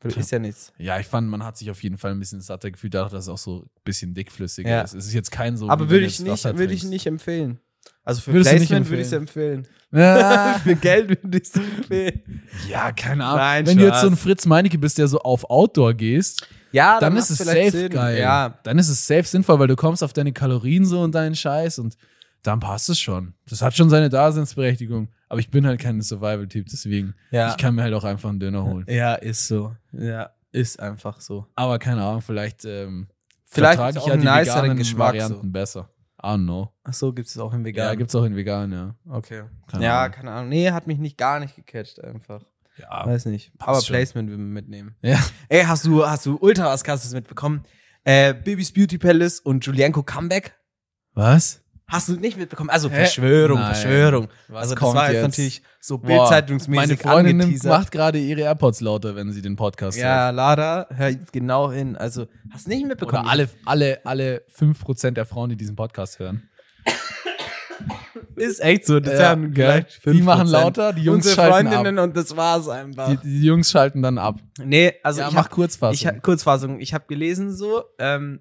Speaker 2: fühlst. Ist ja nichts.
Speaker 1: Ja, ich fand, man hat sich auf jeden Fall ein bisschen satter gefühlt, dadurch, dass es auch so ein bisschen dickflüssiger
Speaker 2: Ja.
Speaker 1: ist. Es ist jetzt kein so. wie
Speaker 2: Aber
Speaker 1: wenn
Speaker 2: würde
Speaker 1: du
Speaker 2: ich
Speaker 1: jetzt
Speaker 2: nicht,
Speaker 1: Wasser
Speaker 2: würde ich
Speaker 1: trinkst.
Speaker 2: nicht empfehlen. Also für
Speaker 1: Würdest du nicht
Speaker 2: Placement würde ich es empfehlen.
Speaker 1: <laughs> Ah,
Speaker 2: <laughs> für Geld würde ich es empfehlen.
Speaker 1: ja, keine Ahnung.
Speaker 2: Nein,
Speaker 1: wenn du jetzt
Speaker 2: Spaß.
Speaker 1: so ein Fritz Meinecke bist, der so auf Outdoor gehst,
Speaker 2: Ja,
Speaker 1: dann
Speaker 2: macht's
Speaker 1: ist es safe
Speaker 2: vielleicht Sinn.
Speaker 1: geil.
Speaker 2: Ja,
Speaker 1: Dann ist es safe sinnvoll, weil du kommst auf deine Kalorien so und deinen Scheiß und dann passt es schon. Das hat schon seine Daseinsberechtigung. Aber ich bin halt kein Survival-Typ, deswegen.
Speaker 2: ja.
Speaker 1: Ich kann mir halt auch einfach einen Döner holen.
Speaker 2: ja, ist so. Ja, ist einfach so.
Speaker 1: Aber keine Ahnung, vielleicht, ähm,
Speaker 2: Vielleicht
Speaker 1: vertrage
Speaker 2: ist
Speaker 1: ich
Speaker 2: auch
Speaker 1: ja
Speaker 2: ein
Speaker 1: die
Speaker 2: nicerer
Speaker 1: veganen
Speaker 2: Geschmack
Speaker 1: Varianten besser. I don't know.
Speaker 2: Ach so, gibt es auch im
Speaker 1: Ja,
Speaker 2: Vegan.
Speaker 1: gibt's auch in vegan, ja.
Speaker 2: okay.
Speaker 1: Keine
Speaker 2: ja,
Speaker 1: Ahnung.
Speaker 2: keine Ahnung. Nee, hat mich nicht gar nicht gecatcht einfach.
Speaker 1: Ja,
Speaker 2: Weiß nicht. Aber
Speaker 1: schon.
Speaker 2: Placement will man mitnehmen.
Speaker 1: ja.
Speaker 2: Ey, hast du, hast du ultra was krasses mitbekommen? Äh, Baby's Beauty Palace und Julienko Comeback?
Speaker 1: Was?
Speaker 2: Hast du nicht mitbekommen? Also
Speaker 1: Hä?
Speaker 2: Verschwörung,
Speaker 1: Nein.
Speaker 2: Verschwörung.
Speaker 1: Was
Speaker 2: also das
Speaker 1: kommt
Speaker 2: war jetzt
Speaker 1: jetzt?
Speaker 2: natürlich so
Speaker 1: Boah,
Speaker 2: bildzeitungsmäßig
Speaker 1: Meine Freundin nimmt,
Speaker 2: angeteasert.
Speaker 1: macht gerade ihre AirPods lauter, wenn sie den Podcast
Speaker 2: ja, Lara, hör genau hin. Also, hast du nicht
Speaker 1: hört.
Speaker 2: mitbekommen?
Speaker 1: Oder alle, alle, alle 5% der Frauen, die diesen Podcast hören.
Speaker 2: Ist echt so. Das
Speaker 1: Ja,
Speaker 2: haben
Speaker 1: gell?
Speaker 2: vielleicht
Speaker 1: Die machen
Speaker 2: 5%.
Speaker 1: lauter, die Jungs
Speaker 2: Unsere
Speaker 1: schalten
Speaker 2: Freundinnen und das war's einfach.
Speaker 1: Die, die Jungs schalten dann ab.
Speaker 2: nee, also
Speaker 1: ja,
Speaker 2: ich
Speaker 1: mach
Speaker 2: hab, ich
Speaker 1: Kurzfassung.
Speaker 2: hab, Kurzfassung. Ich habe gelesen so, ähm,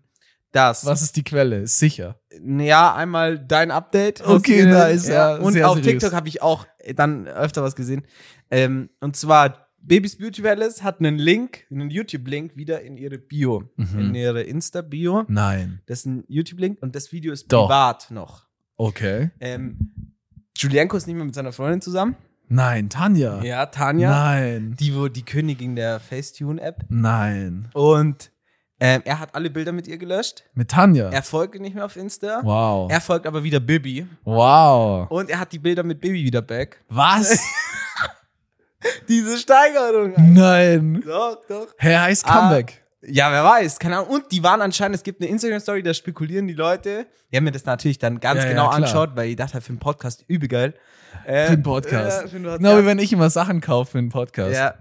Speaker 2: dass
Speaker 1: Was ist die Quelle? Ist sicher.
Speaker 2: ja, einmal dein Update. hast
Speaker 1: Okay,
Speaker 2: du-
Speaker 1: nice, ja,
Speaker 2: Und
Speaker 1: sehr
Speaker 2: auf
Speaker 1: seriös.
Speaker 2: TikTok habe ich auch äh, dann öfter was gesehen. Ähm, und zwar, Babys Beauty Palace hat einen Link, einen YouTube-Link wieder in ihre Bio,
Speaker 1: Mhm.
Speaker 2: in ihre Insta-Bio.
Speaker 1: Nein.
Speaker 2: Das ist ein YouTube-Link und das Video ist
Speaker 1: Doch.
Speaker 2: privat noch.
Speaker 1: Okay.
Speaker 2: Ähm, Julienko ist nicht mehr mit seiner Freundin zusammen.
Speaker 1: Nein, Tanja.
Speaker 2: Ja, Tanja.
Speaker 1: Nein.
Speaker 2: Die, wo- die Königin der Facetune-App.
Speaker 1: Nein.
Speaker 2: Und ähm, er hat alle Bilder mit ihr gelöscht.
Speaker 1: Mit Tanja.
Speaker 2: Er folgt ihr nicht mehr auf Insta.
Speaker 1: Wow.
Speaker 2: Er folgt aber wieder Bibi.
Speaker 1: Wow.
Speaker 2: Und er hat die Bilder mit Bibi wieder back.
Speaker 1: Was?
Speaker 2: Diese Steigerung.
Speaker 1: <laughs>
Speaker 2: Alter.
Speaker 1: Nein.
Speaker 2: Doch, doch.
Speaker 1: Herr heißt
Speaker 2: Ah.
Speaker 1: Comeback.
Speaker 2: Ja, wer weiß, keine Ahnung. Und die waren anscheinend, es gibt eine Instagram-Story, da spekulieren die Leute. Die haben mir das natürlich dann ganz
Speaker 1: Ja, ja,
Speaker 2: genau
Speaker 1: klar.
Speaker 2: angeschaut, weil ich dachte, halt, für einen Podcast übel geil. Äh,
Speaker 1: Für den Podcast.
Speaker 2: Ja, für den
Speaker 1: Genau wie
Speaker 2: Podcast.
Speaker 1: wenn ich immer Sachen kaufe für einen Podcast.
Speaker 2: ja.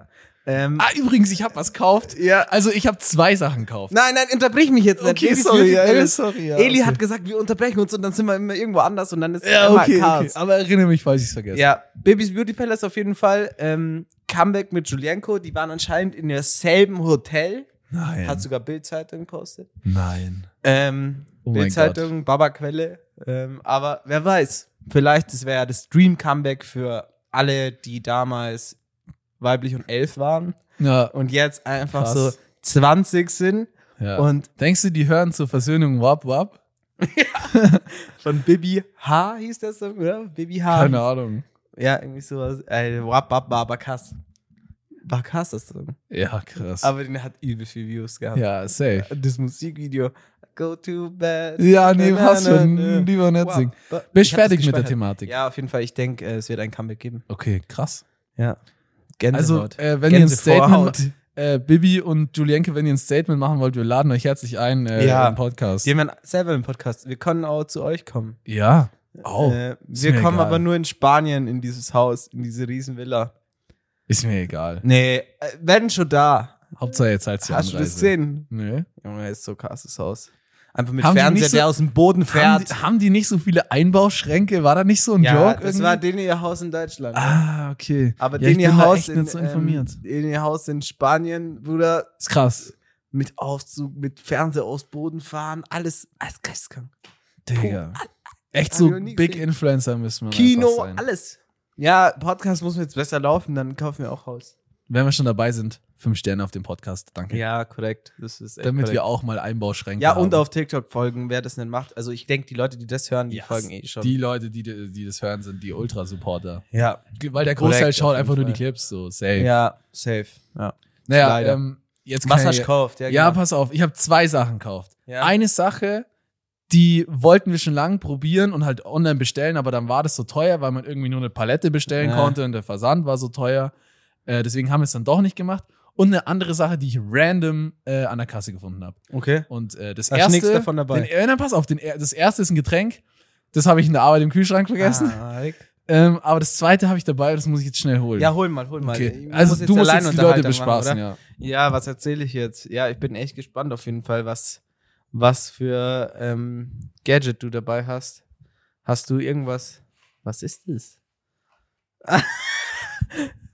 Speaker 2: Ähm,
Speaker 1: Ah, übrigens, ich habe was gekauft.
Speaker 2: Ja.
Speaker 1: Also, ich habe zwei Sachen gekauft.
Speaker 2: Nein, nein, unterbrich mich jetzt nicht.
Speaker 1: Okay,
Speaker 2: Babys
Speaker 1: sorry,
Speaker 2: Beauty
Speaker 1: ja,
Speaker 2: Palace.
Speaker 1: sorry, ja,
Speaker 2: Eli
Speaker 1: okay.
Speaker 2: hat gesagt, wir unterbrechen uns und dann sind wir immer irgendwo anders und dann ist
Speaker 1: ja,
Speaker 2: immer
Speaker 1: okay, okay. Ah,
Speaker 2: Chaos.
Speaker 1: Aber erinnere mich, falls ich es vergesse.
Speaker 2: Ja, Babys Beauty Palace auf jeden Fall. Ähm, Comeback mit Julienko, die waren anscheinend in derselben Hotel.
Speaker 1: Nein.
Speaker 2: Hat sogar Bildzeitung gepostet.
Speaker 1: Nein.
Speaker 2: Ähm,
Speaker 1: Oh mein
Speaker 2: Bildzeitung, Baba-Quelle. Ähm, aber wer weiß, vielleicht das wäre ja das Dream-Comeback für alle, die damals weiblich und elf waren
Speaker 1: Ja,
Speaker 2: und jetzt einfach
Speaker 1: Krass.
Speaker 2: so 20 sind
Speaker 1: ja.
Speaker 2: und
Speaker 1: Denkst du, die hören zur Versöhnung Wap Wap?
Speaker 2: von Bibi H. hieß das so, oder? Bibi H.
Speaker 1: Keine Ahnung.
Speaker 2: Ja, irgendwie sowas. Äh, wap, wap, wap, Bakas. Bakas ist drin.
Speaker 1: Ja, krass.
Speaker 2: Aber den hat übel viel Views gehabt.
Speaker 1: ja, safe.
Speaker 2: Das Musikvideo. Go to bed.
Speaker 1: Ja, nee,
Speaker 2: Na, na,
Speaker 1: passt
Speaker 2: na,
Speaker 1: schon.
Speaker 2: na.
Speaker 1: Lieber nicht
Speaker 2: Wow.
Speaker 1: singen.
Speaker 2: Ba-
Speaker 1: Bist
Speaker 2: Ich hab das
Speaker 1: fertig mit der
Speaker 2: gespeichert.
Speaker 1: Thematik?
Speaker 2: Ja, auf jeden Fall. Ich denke, es wird ein Comeback geben.
Speaker 1: Okay, krass.
Speaker 2: Ja.
Speaker 1: Also,
Speaker 2: Gänsehaut.
Speaker 1: äh, wenn ihr ein
Speaker 2: Gänsevorhaut.
Speaker 1: Statement, äh, Bibi und Julienke, wenn ihr ein Statement machen wollt, wir laden euch herzlich ein äh,
Speaker 2: Ja.
Speaker 1: im Podcast.
Speaker 2: Die haben ja selber einen Podcast. Wir können auch zu euch kommen.
Speaker 1: Ja. Oh,
Speaker 2: äh,
Speaker 1: ist
Speaker 2: wir
Speaker 1: mir
Speaker 2: kommen
Speaker 1: egal.
Speaker 2: aber nur in Spanien in dieses Haus, in diese Riesenvilla.
Speaker 1: ist mir egal.
Speaker 2: Nee, äh, wenn schon da.
Speaker 1: Hauptsache jetzt halt die
Speaker 2: Hast du
Speaker 1: Anreise.
Speaker 2: das gesehen?
Speaker 1: Nö.
Speaker 2: Junge, ist so krasses Haus. Einfach mit
Speaker 1: Haben die
Speaker 2: Fernseher,
Speaker 1: nicht so-
Speaker 2: der aus dem Boden
Speaker 1: Haben
Speaker 2: fährt.
Speaker 1: die, haben die nicht so viele Einbauschränke? War da nicht so ein
Speaker 2: ja,
Speaker 1: Joke?
Speaker 2: das
Speaker 1: irgendwie?
Speaker 2: war denen ihr Haus in Deutschland.
Speaker 1: ah, okay.
Speaker 2: Aber
Speaker 1: ja,
Speaker 2: den
Speaker 1: ich
Speaker 2: ihr
Speaker 1: bin da
Speaker 2: Haus
Speaker 1: echt
Speaker 2: in,
Speaker 1: nicht so informiert.
Speaker 2: Ähm, den ihr Haus in Spanien, Bruder,
Speaker 1: ist krass.
Speaker 2: mit Aufzug, mit Fernseher aus Boden fahren, alles, alles geisteskrank.
Speaker 1: Digga. Echt
Speaker 2: Hab
Speaker 1: so
Speaker 2: ich noch nie
Speaker 1: Big
Speaker 2: gesehen.
Speaker 1: Influencer müssen wir
Speaker 2: Kino,
Speaker 1: einfach sein.
Speaker 2: alles. Ja, Podcast muss jetzt besser laufen, dann kaufen wir auch Haus.
Speaker 1: Wenn wir schon dabei sind, fünf Sterne auf dem Podcast. Danke.
Speaker 2: Ja, korrekt. Das ist echt
Speaker 1: Damit
Speaker 2: korrekt.
Speaker 1: wir auch mal Einbauschränke
Speaker 2: Ja,
Speaker 1: haben.
Speaker 2: und auf TikTok folgen, wer das denn macht. Also ich denke, die Leute, die das hören, die
Speaker 1: Yes.
Speaker 2: folgen eh schon.
Speaker 1: Die Leute, die, die das hören, sind die Ultra-Supporter.
Speaker 2: ja.
Speaker 1: Weil der Großteil
Speaker 2: Korrekt, auf
Speaker 1: schaut
Speaker 2: jeden
Speaker 1: einfach nur
Speaker 2: Fall.
Speaker 1: die Clips, so safe.
Speaker 2: Ja, safe. Ja.
Speaker 1: naja,
Speaker 2: leider.
Speaker 1: ähm, jetzt kann
Speaker 2: Was hast du
Speaker 1: ich,
Speaker 2: gekauft?
Speaker 1: Ja,
Speaker 2: genau.
Speaker 1: pass auf, ich habe zwei Sachen gekauft.
Speaker 2: Ja.
Speaker 1: Eine Sache, die wollten wir schon lange probieren und halt online bestellen, aber dann war das so teuer, weil man irgendwie nur eine Palette bestellen
Speaker 2: Ja.
Speaker 1: konnte und der Versand war so teuer. Äh, deswegen haben wir es dann doch nicht gemacht. Und eine andere Sache, die ich random äh, an der Kasse gefunden habe.
Speaker 2: Okay.
Speaker 1: Und äh, das
Speaker 2: Da ist
Speaker 1: erste,
Speaker 2: nichts davon dabei.
Speaker 1: Den, äh, na, pass auf, den, er- das erste ist ein Getränk. Das habe ich in der Arbeit im Kühlschrank vergessen.
Speaker 2: Ah, Rick.
Speaker 1: Ähm, aber das zweite habe ich dabei, das muss ich jetzt schnell holen.
Speaker 2: ja, hol mal, hol mal.
Speaker 1: okay.
Speaker 2: Ich
Speaker 1: Also
Speaker 2: muss
Speaker 1: du musst
Speaker 2: alleine
Speaker 1: jetzt die Leute
Speaker 2: Unterhaltung
Speaker 1: bespaßen,
Speaker 2: machen, oder?
Speaker 1: ja.
Speaker 2: Ja, was erzähle ich jetzt? Ja, ich bin echt gespannt auf jeden Fall, was, was für ähm, Gadget du dabei hast. Hast du irgendwas? Was ist das? <laughs>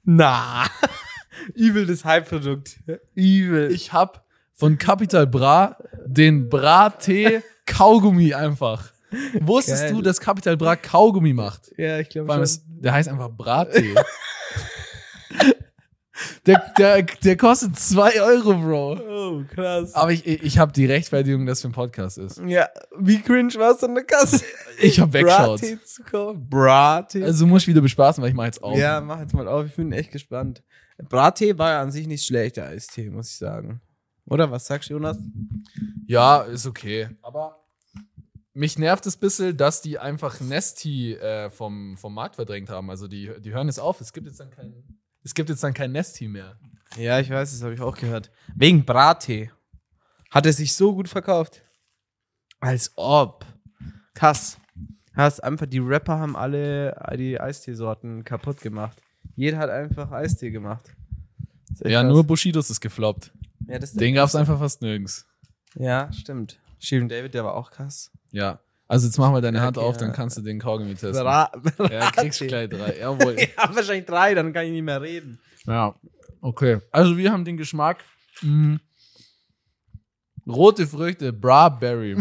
Speaker 2: Na, <laughs> evil das Halbprodukt. Evil.
Speaker 1: Ich hab von Capital Bra den Bra-Tee Kaugummi einfach. Wusstest
Speaker 2: Geil.
Speaker 1: du, dass Capital Bra Kaugummi macht?
Speaker 2: ja, ich
Speaker 1: Vor allem,
Speaker 2: glaube
Speaker 1: es, der heißt einfach Bra-Tee. der, der, der kostet 2 Euro, Bro.
Speaker 2: Oh, krass.
Speaker 1: Aber ich, ich habe die Rechtfertigung, dass es für ein Podcast ist.
Speaker 2: Ja, wie cringe war es an der Kasse?
Speaker 1: Ich habe weggeschaut.
Speaker 2: Bra-Tee zu kaufen. Bra-Tee.
Speaker 1: Also du musst wieder bespaßen, weil ich mache jetzt auf.
Speaker 2: Ja, mach jetzt mal auf. Ich bin echt gespannt. Brattee war ja an sich nicht schlechter als Tee, muss ich sagen. Oder was sagst du, Jonas?
Speaker 1: Ja, ist okay. Aber mich nervt es ein bisschen, dass die einfach Nesti äh, vom, vom Markt verdrängt haben. Also die, die hören jetzt auf. Es gibt jetzt dann kein, es gibt jetzt dann kein Nesti mehr.
Speaker 2: Ja, ich weiß, das habe ich auch gehört. Wegen Brattee. Hat er sich so gut verkauft. Als ob. Krass. Hast einfach, die Rapper haben alle die Eisteesorten kaputt gemacht. Jeder hat einfach Eistee gemacht. Das ist echt
Speaker 1: Ja,
Speaker 2: krass.
Speaker 1: nur Bushidos ist gefloppt.
Speaker 2: Ja, das
Speaker 1: Den gab es einfach fast nirgends.
Speaker 2: ja, stimmt. Steven David, der war auch krass.
Speaker 1: Ja. Also jetzt mach mal deine
Speaker 2: Ja,
Speaker 1: Hand
Speaker 2: okay,
Speaker 1: auf, dann
Speaker 2: ja.
Speaker 1: kannst du den Kaugummi testen.
Speaker 2: Bra
Speaker 1: <laughs> Ja, kriegst
Speaker 2: <laughs> Brattee.
Speaker 1: gleich drei. Jawohl.
Speaker 2: <laughs> Ja, wahrscheinlich drei, dann kann ich nicht mehr reden.
Speaker 1: Ja, okay. Also wir haben den Geschmack mm, rote Früchte, Braberry.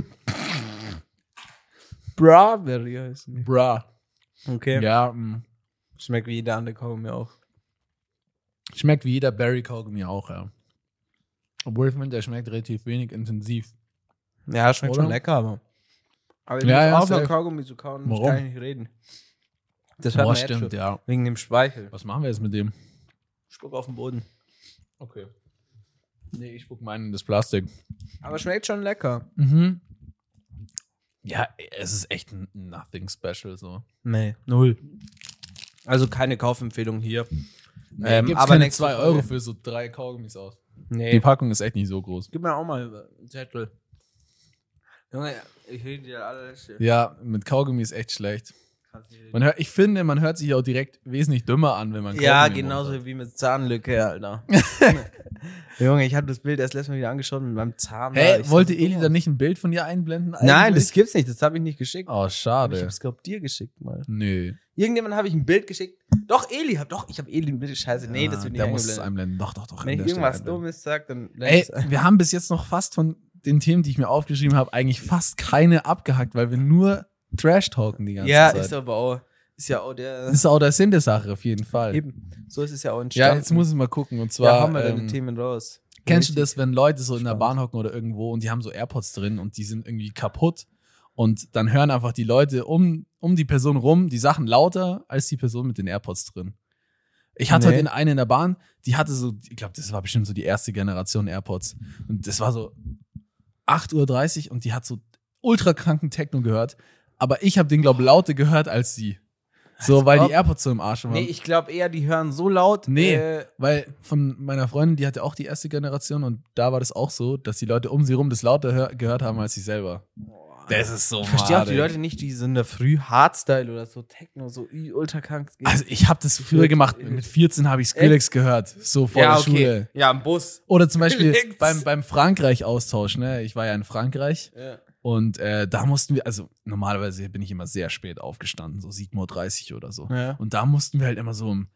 Speaker 2: Brawberry heißen die.
Speaker 1: Bra.
Speaker 2: Okay.
Speaker 1: Ja, mm.
Speaker 2: Schmeckt wie jeder andere Kaugummi auch.
Speaker 1: schmeckt wie jeder Berry Kaugummi auch, ja. Obwohl ich finde, der schmeckt relativ wenig intensiv.
Speaker 2: Ja, schmeckt
Speaker 1: Oder?
Speaker 2: schon lecker, aber. Aber ich
Speaker 1: Ja,
Speaker 2: muss
Speaker 1: ja,
Speaker 2: aufhören,
Speaker 1: safe.
Speaker 2: Kaugummi zu kauen.
Speaker 1: Warum?
Speaker 2: Ich kann nicht reden. Das
Speaker 1: Boah,
Speaker 2: man jetzt
Speaker 1: stimmt,
Speaker 2: schon.
Speaker 1: ja.
Speaker 2: Wegen dem Speichel.
Speaker 1: Was machen wir jetzt mit dem?
Speaker 2: Spuck auf den Boden.
Speaker 1: Okay. Nee, ich spuck meinen in das Plastik.
Speaker 2: Aber schmeckt schon lecker.
Speaker 1: Mhm. Ja, es ist echt ein nothing special so. Ähm,
Speaker 2: Nee, null. Also keine Kaufempfehlung hier.
Speaker 1: Nee,
Speaker 2: Ähm,
Speaker 1: gibt's
Speaker 2: aber
Speaker 1: keine
Speaker 2: nächste
Speaker 1: 2
Speaker 2: Folge.
Speaker 1: Euro für so drei Kaugummis aus. Die
Speaker 2: Nee.
Speaker 1: Packung ist echt nicht so groß.
Speaker 2: Gib mir auch mal einen Zettel. Junge, ich rede dir allerletzte.
Speaker 1: Ja, mit Kaugummi ist echt schlecht.
Speaker 2: Kannst nicht reden.
Speaker 1: Man hört, ich finde, man hört sich auch direkt wesentlich dümmer an, wenn man
Speaker 2: Ja,
Speaker 1: Kaugummi im Mund hat.
Speaker 2: genauso wie mit Zahnlücke, <laughs> Alter. Junge, ich habe das Bild erst letztes Mal wieder angeschaut mit meinem Zahn.
Speaker 1: Hä,
Speaker 2: Ich
Speaker 1: wollte
Speaker 2: seh
Speaker 1: Eli
Speaker 2: dumm
Speaker 1: dann
Speaker 2: aus.
Speaker 1: nicht ein Bild von dir einblenden?
Speaker 2: Nein, das
Speaker 1: eigentlich?
Speaker 2: gibt's nicht. Das habe ich nicht geschickt.
Speaker 1: Oh,
Speaker 2: Aber ich
Speaker 1: schade.
Speaker 2: hab's, glaub dir geschickt mal.
Speaker 1: Nö.
Speaker 2: Irgendjemand habe ich ein Bild geschickt. Doch, Eli, hab, doch, ich habe Eli ein Bild. Scheiße, nee,
Speaker 1: Ah,
Speaker 2: das wird nicht
Speaker 1: der muss es
Speaker 2: eingeblendet.
Speaker 1: einblenden. Doch, doch, doch.
Speaker 2: Wenn
Speaker 1: an der
Speaker 2: ich
Speaker 1: Stelle
Speaker 2: irgendwas äh.
Speaker 1: einblenden.
Speaker 2: Dummes sag, dann blende
Speaker 1: Ey,
Speaker 2: ich's ein.
Speaker 1: wir haben bis jetzt noch fast von den Themen, die ich mir aufgeschrieben habe, eigentlich fast keine abgehackt, weil wir nur Trash talken die ganze
Speaker 2: Ja,
Speaker 1: Zeit.
Speaker 2: ist aber auch. Ist ja auch der.
Speaker 1: das ist auch der Sinn der Sache auf jeden Fall.
Speaker 2: Eben. So ist es ja auch entstanden.
Speaker 1: Ja, jetzt muss ich mal gucken. Und zwar,
Speaker 2: Ja, haben wir deine
Speaker 1: ähm,
Speaker 2: Themen raus.
Speaker 1: Kennst du
Speaker 2: Richtig.
Speaker 1: das, wenn Leute so in der
Speaker 2: Spannend.
Speaker 1: Bahn hocken oder irgendwo und die haben so AirPods drin und die sind irgendwie kaputt und dann hören einfach die Leute um, um die Person rum die Sachen lauter als die Person mit den AirPods drin. Ich hatte
Speaker 2: Nee.
Speaker 1: heute in eine in der Bahn, die hatte so, ich glaube, das war bestimmt so die erste Generation AirPods und das war so 8.30 Uhr und die hat so ultra kranken Techno gehört, aber ich habe den, glaube lauter gehört als sie. So, weil
Speaker 2: ob.
Speaker 1: die AirPods so im Arsch waren.
Speaker 2: Nee, ich glaube eher, die hören so laut.
Speaker 1: Nee.
Speaker 2: Äh,
Speaker 1: Weil von meiner Freundin, die hatte auch die erste Generation und da war das auch so, dass die Leute um sie rum das lauter hör gehört haben als sie selber. Das ist so
Speaker 2: Ich verstehe auch die Leute nicht, die so in der Früh Hardstyle oder so Techno, so ü- ultra krank gehen.
Speaker 1: Also ich habe das früher gemacht, mit 14 habe ich Skrillex gehört, so vor der Schule.
Speaker 2: Ja, am Bus.
Speaker 1: Oder zum Beispiel
Speaker 2: Skrillex.
Speaker 1: beim, beim Frankreich-Austausch, ne? Ich war ja in Frankreich
Speaker 2: Ja.
Speaker 1: und äh, da mussten wir, also normalerweise bin ich immer sehr spät aufgestanden, so 7.30 Uhr oder so. Und da mussten wir halt immer so um,